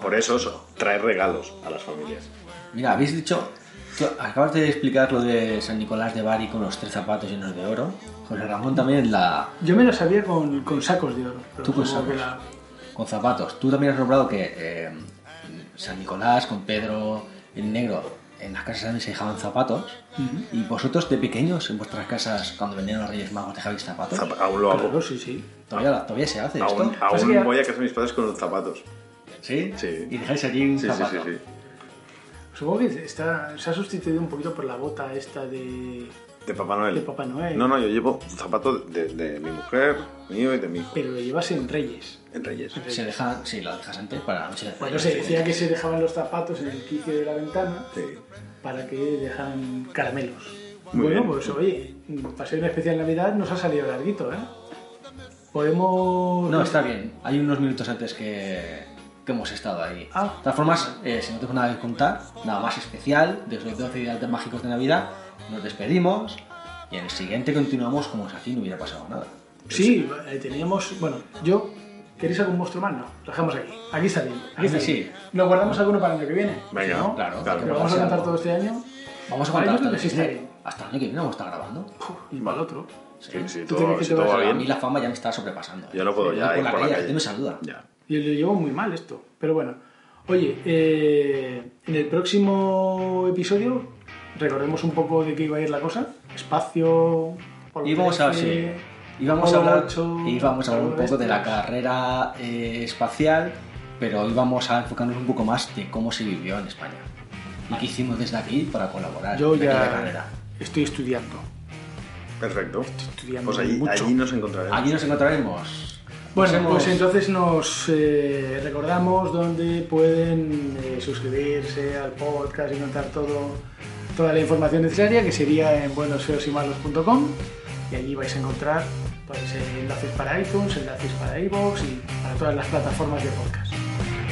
[SPEAKER 4] Por eso eso, trae regalos a las familias.
[SPEAKER 5] Mira, habéis dicho, tú acabas de explicar lo de San Nicolás de Bari con los tres zapatos llenos de oro. José Ramón también la
[SPEAKER 3] Yo me lo sabía con, con sacos de oro. pero
[SPEAKER 5] Tú con
[SPEAKER 3] supongo que
[SPEAKER 5] sacos.
[SPEAKER 3] la-
[SPEAKER 5] con zapatos. Tú también has nombrado que eh, San Nicolás con Pedro el Negro en las casas también se dejaban zapatos. Y vosotros de pequeños en vuestras casas cuando venían los Reyes Magos dejabais zapatos.
[SPEAKER 4] Zap- Aún lo hago.
[SPEAKER 3] Claro, sí, sí.
[SPEAKER 5] ¿Todavía, todavía se hace ¿Eh? esto.
[SPEAKER 4] Aún,
[SPEAKER 3] Pues
[SPEAKER 4] aún
[SPEAKER 3] que-
[SPEAKER 4] voy a casa de mis padres con los zapatos.
[SPEAKER 5] ¿Sí?
[SPEAKER 4] Sí.
[SPEAKER 5] Y dejáis allí un
[SPEAKER 4] Sí, sí, sí,
[SPEAKER 5] zapato.
[SPEAKER 4] sí.
[SPEAKER 3] Supongo que está, se ha sustituido un poquito por la bota esta de...
[SPEAKER 4] De Papá Noel.
[SPEAKER 3] De Papá Noel.
[SPEAKER 4] No, no, yo llevo zapatos de, de mi mujer, mío y de mi hijo.
[SPEAKER 3] Pero lo llevas en Reyes.
[SPEAKER 4] En Reyes.
[SPEAKER 5] Se dejan, sí, lo dejas antes para la noche de
[SPEAKER 3] Bueno,
[SPEAKER 5] Reyes,
[SPEAKER 3] se
[SPEAKER 5] sí.
[SPEAKER 3] decía que se dejaban los zapatos en el quicio de la ventana
[SPEAKER 4] Sí.
[SPEAKER 3] para que dejaran caramelos.
[SPEAKER 4] Muy
[SPEAKER 3] bueno,
[SPEAKER 4] bien.
[SPEAKER 3] pues oye, para ser una especial Navidad nos ha salido larguito, ¿eh? Podemos...
[SPEAKER 5] No, está bien. Hay unos minutos antes que, que hemos estado ahí.
[SPEAKER 3] Ah.
[SPEAKER 5] De todas formas, eh, si no tengo nada que contar, nada más especial, de los 12 días mágicos de Navidad, nos despedimos y en el siguiente continuamos como si aquí no hubiera pasado nada.
[SPEAKER 3] Sí, eh, teníamos... Bueno, yo... ¿Queréis algún monstruo más? No, lo dejamos aquí. Aquí está bien. Aquí está
[SPEAKER 5] Aquí sí.
[SPEAKER 3] bien. ¿Nos guardamos alguno para el año que viene?
[SPEAKER 4] Venga,
[SPEAKER 3] ¿No?
[SPEAKER 5] claro,
[SPEAKER 4] claro.
[SPEAKER 3] ¿Que lo vamos a cantar todo este año?
[SPEAKER 5] Vamos a
[SPEAKER 3] Vale,
[SPEAKER 5] contar
[SPEAKER 3] yo creo
[SPEAKER 5] hasta,
[SPEAKER 3] que sí
[SPEAKER 5] el
[SPEAKER 3] está
[SPEAKER 5] año-
[SPEAKER 3] bien.
[SPEAKER 5] hasta el año que viene vamos a estar grabando.
[SPEAKER 3] Y para el otro. ¿Eh?
[SPEAKER 4] Sí, sí,
[SPEAKER 3] ¿Tú
[SPEAKER 4] todo-
[SPEAKER 3] crees que
[SPEAKER 4] si
[SPEAKER 3] te
[SPEAKER 4] todo
[SPEAKER 3] vas a
[SPEAKER 4] va
[SPEAKER 5] A
[SPEAKER 4] bien.
[SPEAKER 5] mí la fama ya me está sobrepasando. ¿eh?
[SPEAKER 4] Yo no puedo
[SPEAKER 5] Voy
[SPEAKER 4] ya
[SPEAKER 5] por
[SPEAKER 4] ir
[SPEAKER 5] la
[SPEAKER 4] por la
[SPEAKER 5] calle, la
[SPEAKER 4] calle.
[SPEAKER 5] gente me saluda.
[SPEAKER 4] Ya.
[SPEAKER 3] Y lo llevo muy mal esto. Pero bueno, Oye, eh, en el próximo episodio recordemos un poco de qué iba a ir la cosa. Espacio... Polo
[SPEAKER 5] Y vamos a ver si.
[SPEAKER 3] 13,
[SPEAKER 5] Y vamos a
[SPEAKER 3] Polo
[SPEAKER 5] hablar,
[SPEAKER 3] 8,
[SPEAKER 5] y vamos a hablar un
[SPEAKER 3] Polo
[SPEAKER 5] poco de la
[SPEAKER 3] Este.
[SPEAKER 5] carrera eh, espacial, pero hoy vamos a enfocarnos un poco más de cómo se vivió en España. Y qué hicimos desde aquí para colaborar
[SPEAKER 3] Yo
[SPEAKER 5] en aquella
[SPEAKER 3] ya
[SPEAKER 5] carrera.
[SPEAKER 3] estudiando. estudiando.
[SPEAKER 4] Perfecto.
[SPEAKER 3] estudiando
[SPEAKER 4] Pues allí,
[SPEAKER 3] mucho.
[SPEAKER 4] allí nos encontraremos.
[SPEAKER 5] Aquí nos encontraremos.
[SPEAKER 3] Bueno,
[SPEAKER 5] Nos
[SPEAKER 3] pues
[SPEAKER 5] vemos.
[SPEAKER 3] entonces nos eh, recordamos dónde pueden eh, suscribirse al podcast y encontrar todo, toda la información necesaria, que sería en buenosfeosymalos.com y allí vais a encontrar pues, eh, enlaces para iTunes, enlaces para iVoox y para todas las plataformas de podcast.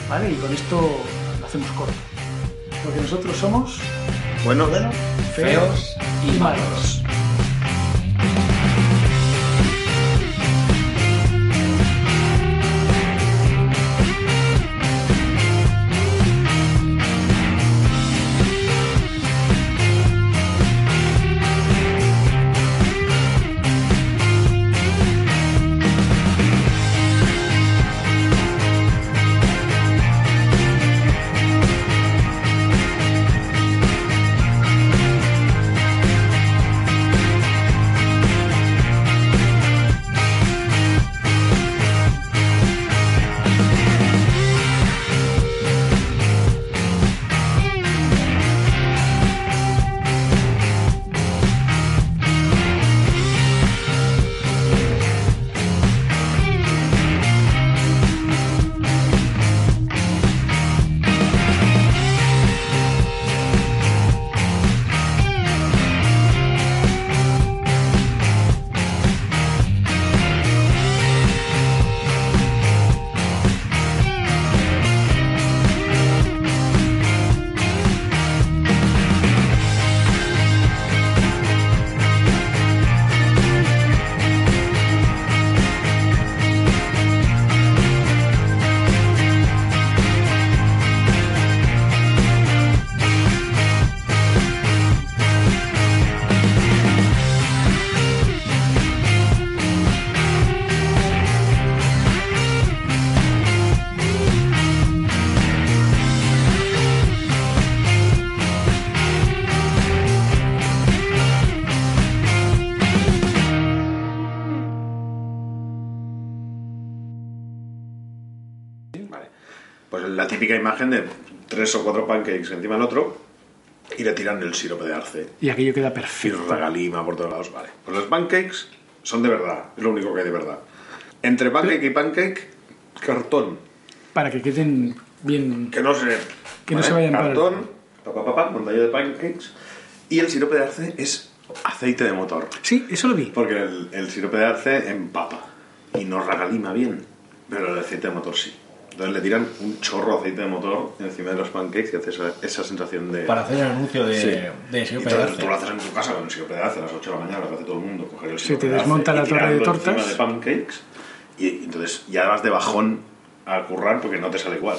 [SPEAKER 3] ¿Vale? Y con esto lo hacemos corto. Porque nosotros somos
[SPEAKER 4] Bueno,
[SPEAKER 5] Feos y
[SPEAKER 3] malos.
[SPEAKER 4] pues la típica imagen de tres o cuatro pancakes encima del otro y le tiran el sirope de arce
[SPEAKER 3] Y aquello queda
[SPEAKER 4] y
[SPEAKER 3] perfecto.
[SPEAKER 4] regalima por todos lados. Vale. Pues los pancakes son de verdad, es lo único que hay de verdad. Entre pancake y pancake, cartón.
[SPEAKER 3] Para que queden bien...
[SPEAKER 4] Que no se,
[SPEAKER 3] Que no se vayan para el-
[SPEAKER 4] Cartón, pa, pa, pa, pa, montaña de pancakes. Y el sirope de arce es aceite de motor.
[SPEAKER 3] Sí, eso lo vi.
[SPEAKER 4] Porque el, el sirope de arce empapa y no ragalima bien, pero el aceite de motor sí. Entonces le tiran un chorro de aceite de motor encima de los pancakes y hace esa, esa sensación de...
[SPEAKER 5] Para hacer el anuncio de,
[SPEAKER 4] Sí.
[SPEAKER 5] de
[SPEAKER 4] Y
[SPEAKER 5] Sirope
[SPEAKER 4] tú-
[SPEAKER 5] de Arce.
[SPEAKER 4] tú lo haces en tu casa con el sirope de arce a las 8 de la mañana, lo hace todo el mundo, coger el
[SPEAKER 3] Se
[SPEAKER 4] sirope
[SPEAKER 3] te
[SPEAKER 4] de arce
[SPEAKER 3] desmonta
[SPEAKER 4] y
[SPEAKER 3] la torre de
[SPEAKER 4] tirarlo encima
[SPEAKER 3] tortas.
[SPEAKER 4] de pancakes y entonces ya vas de bajón a currar porque no te sale igual.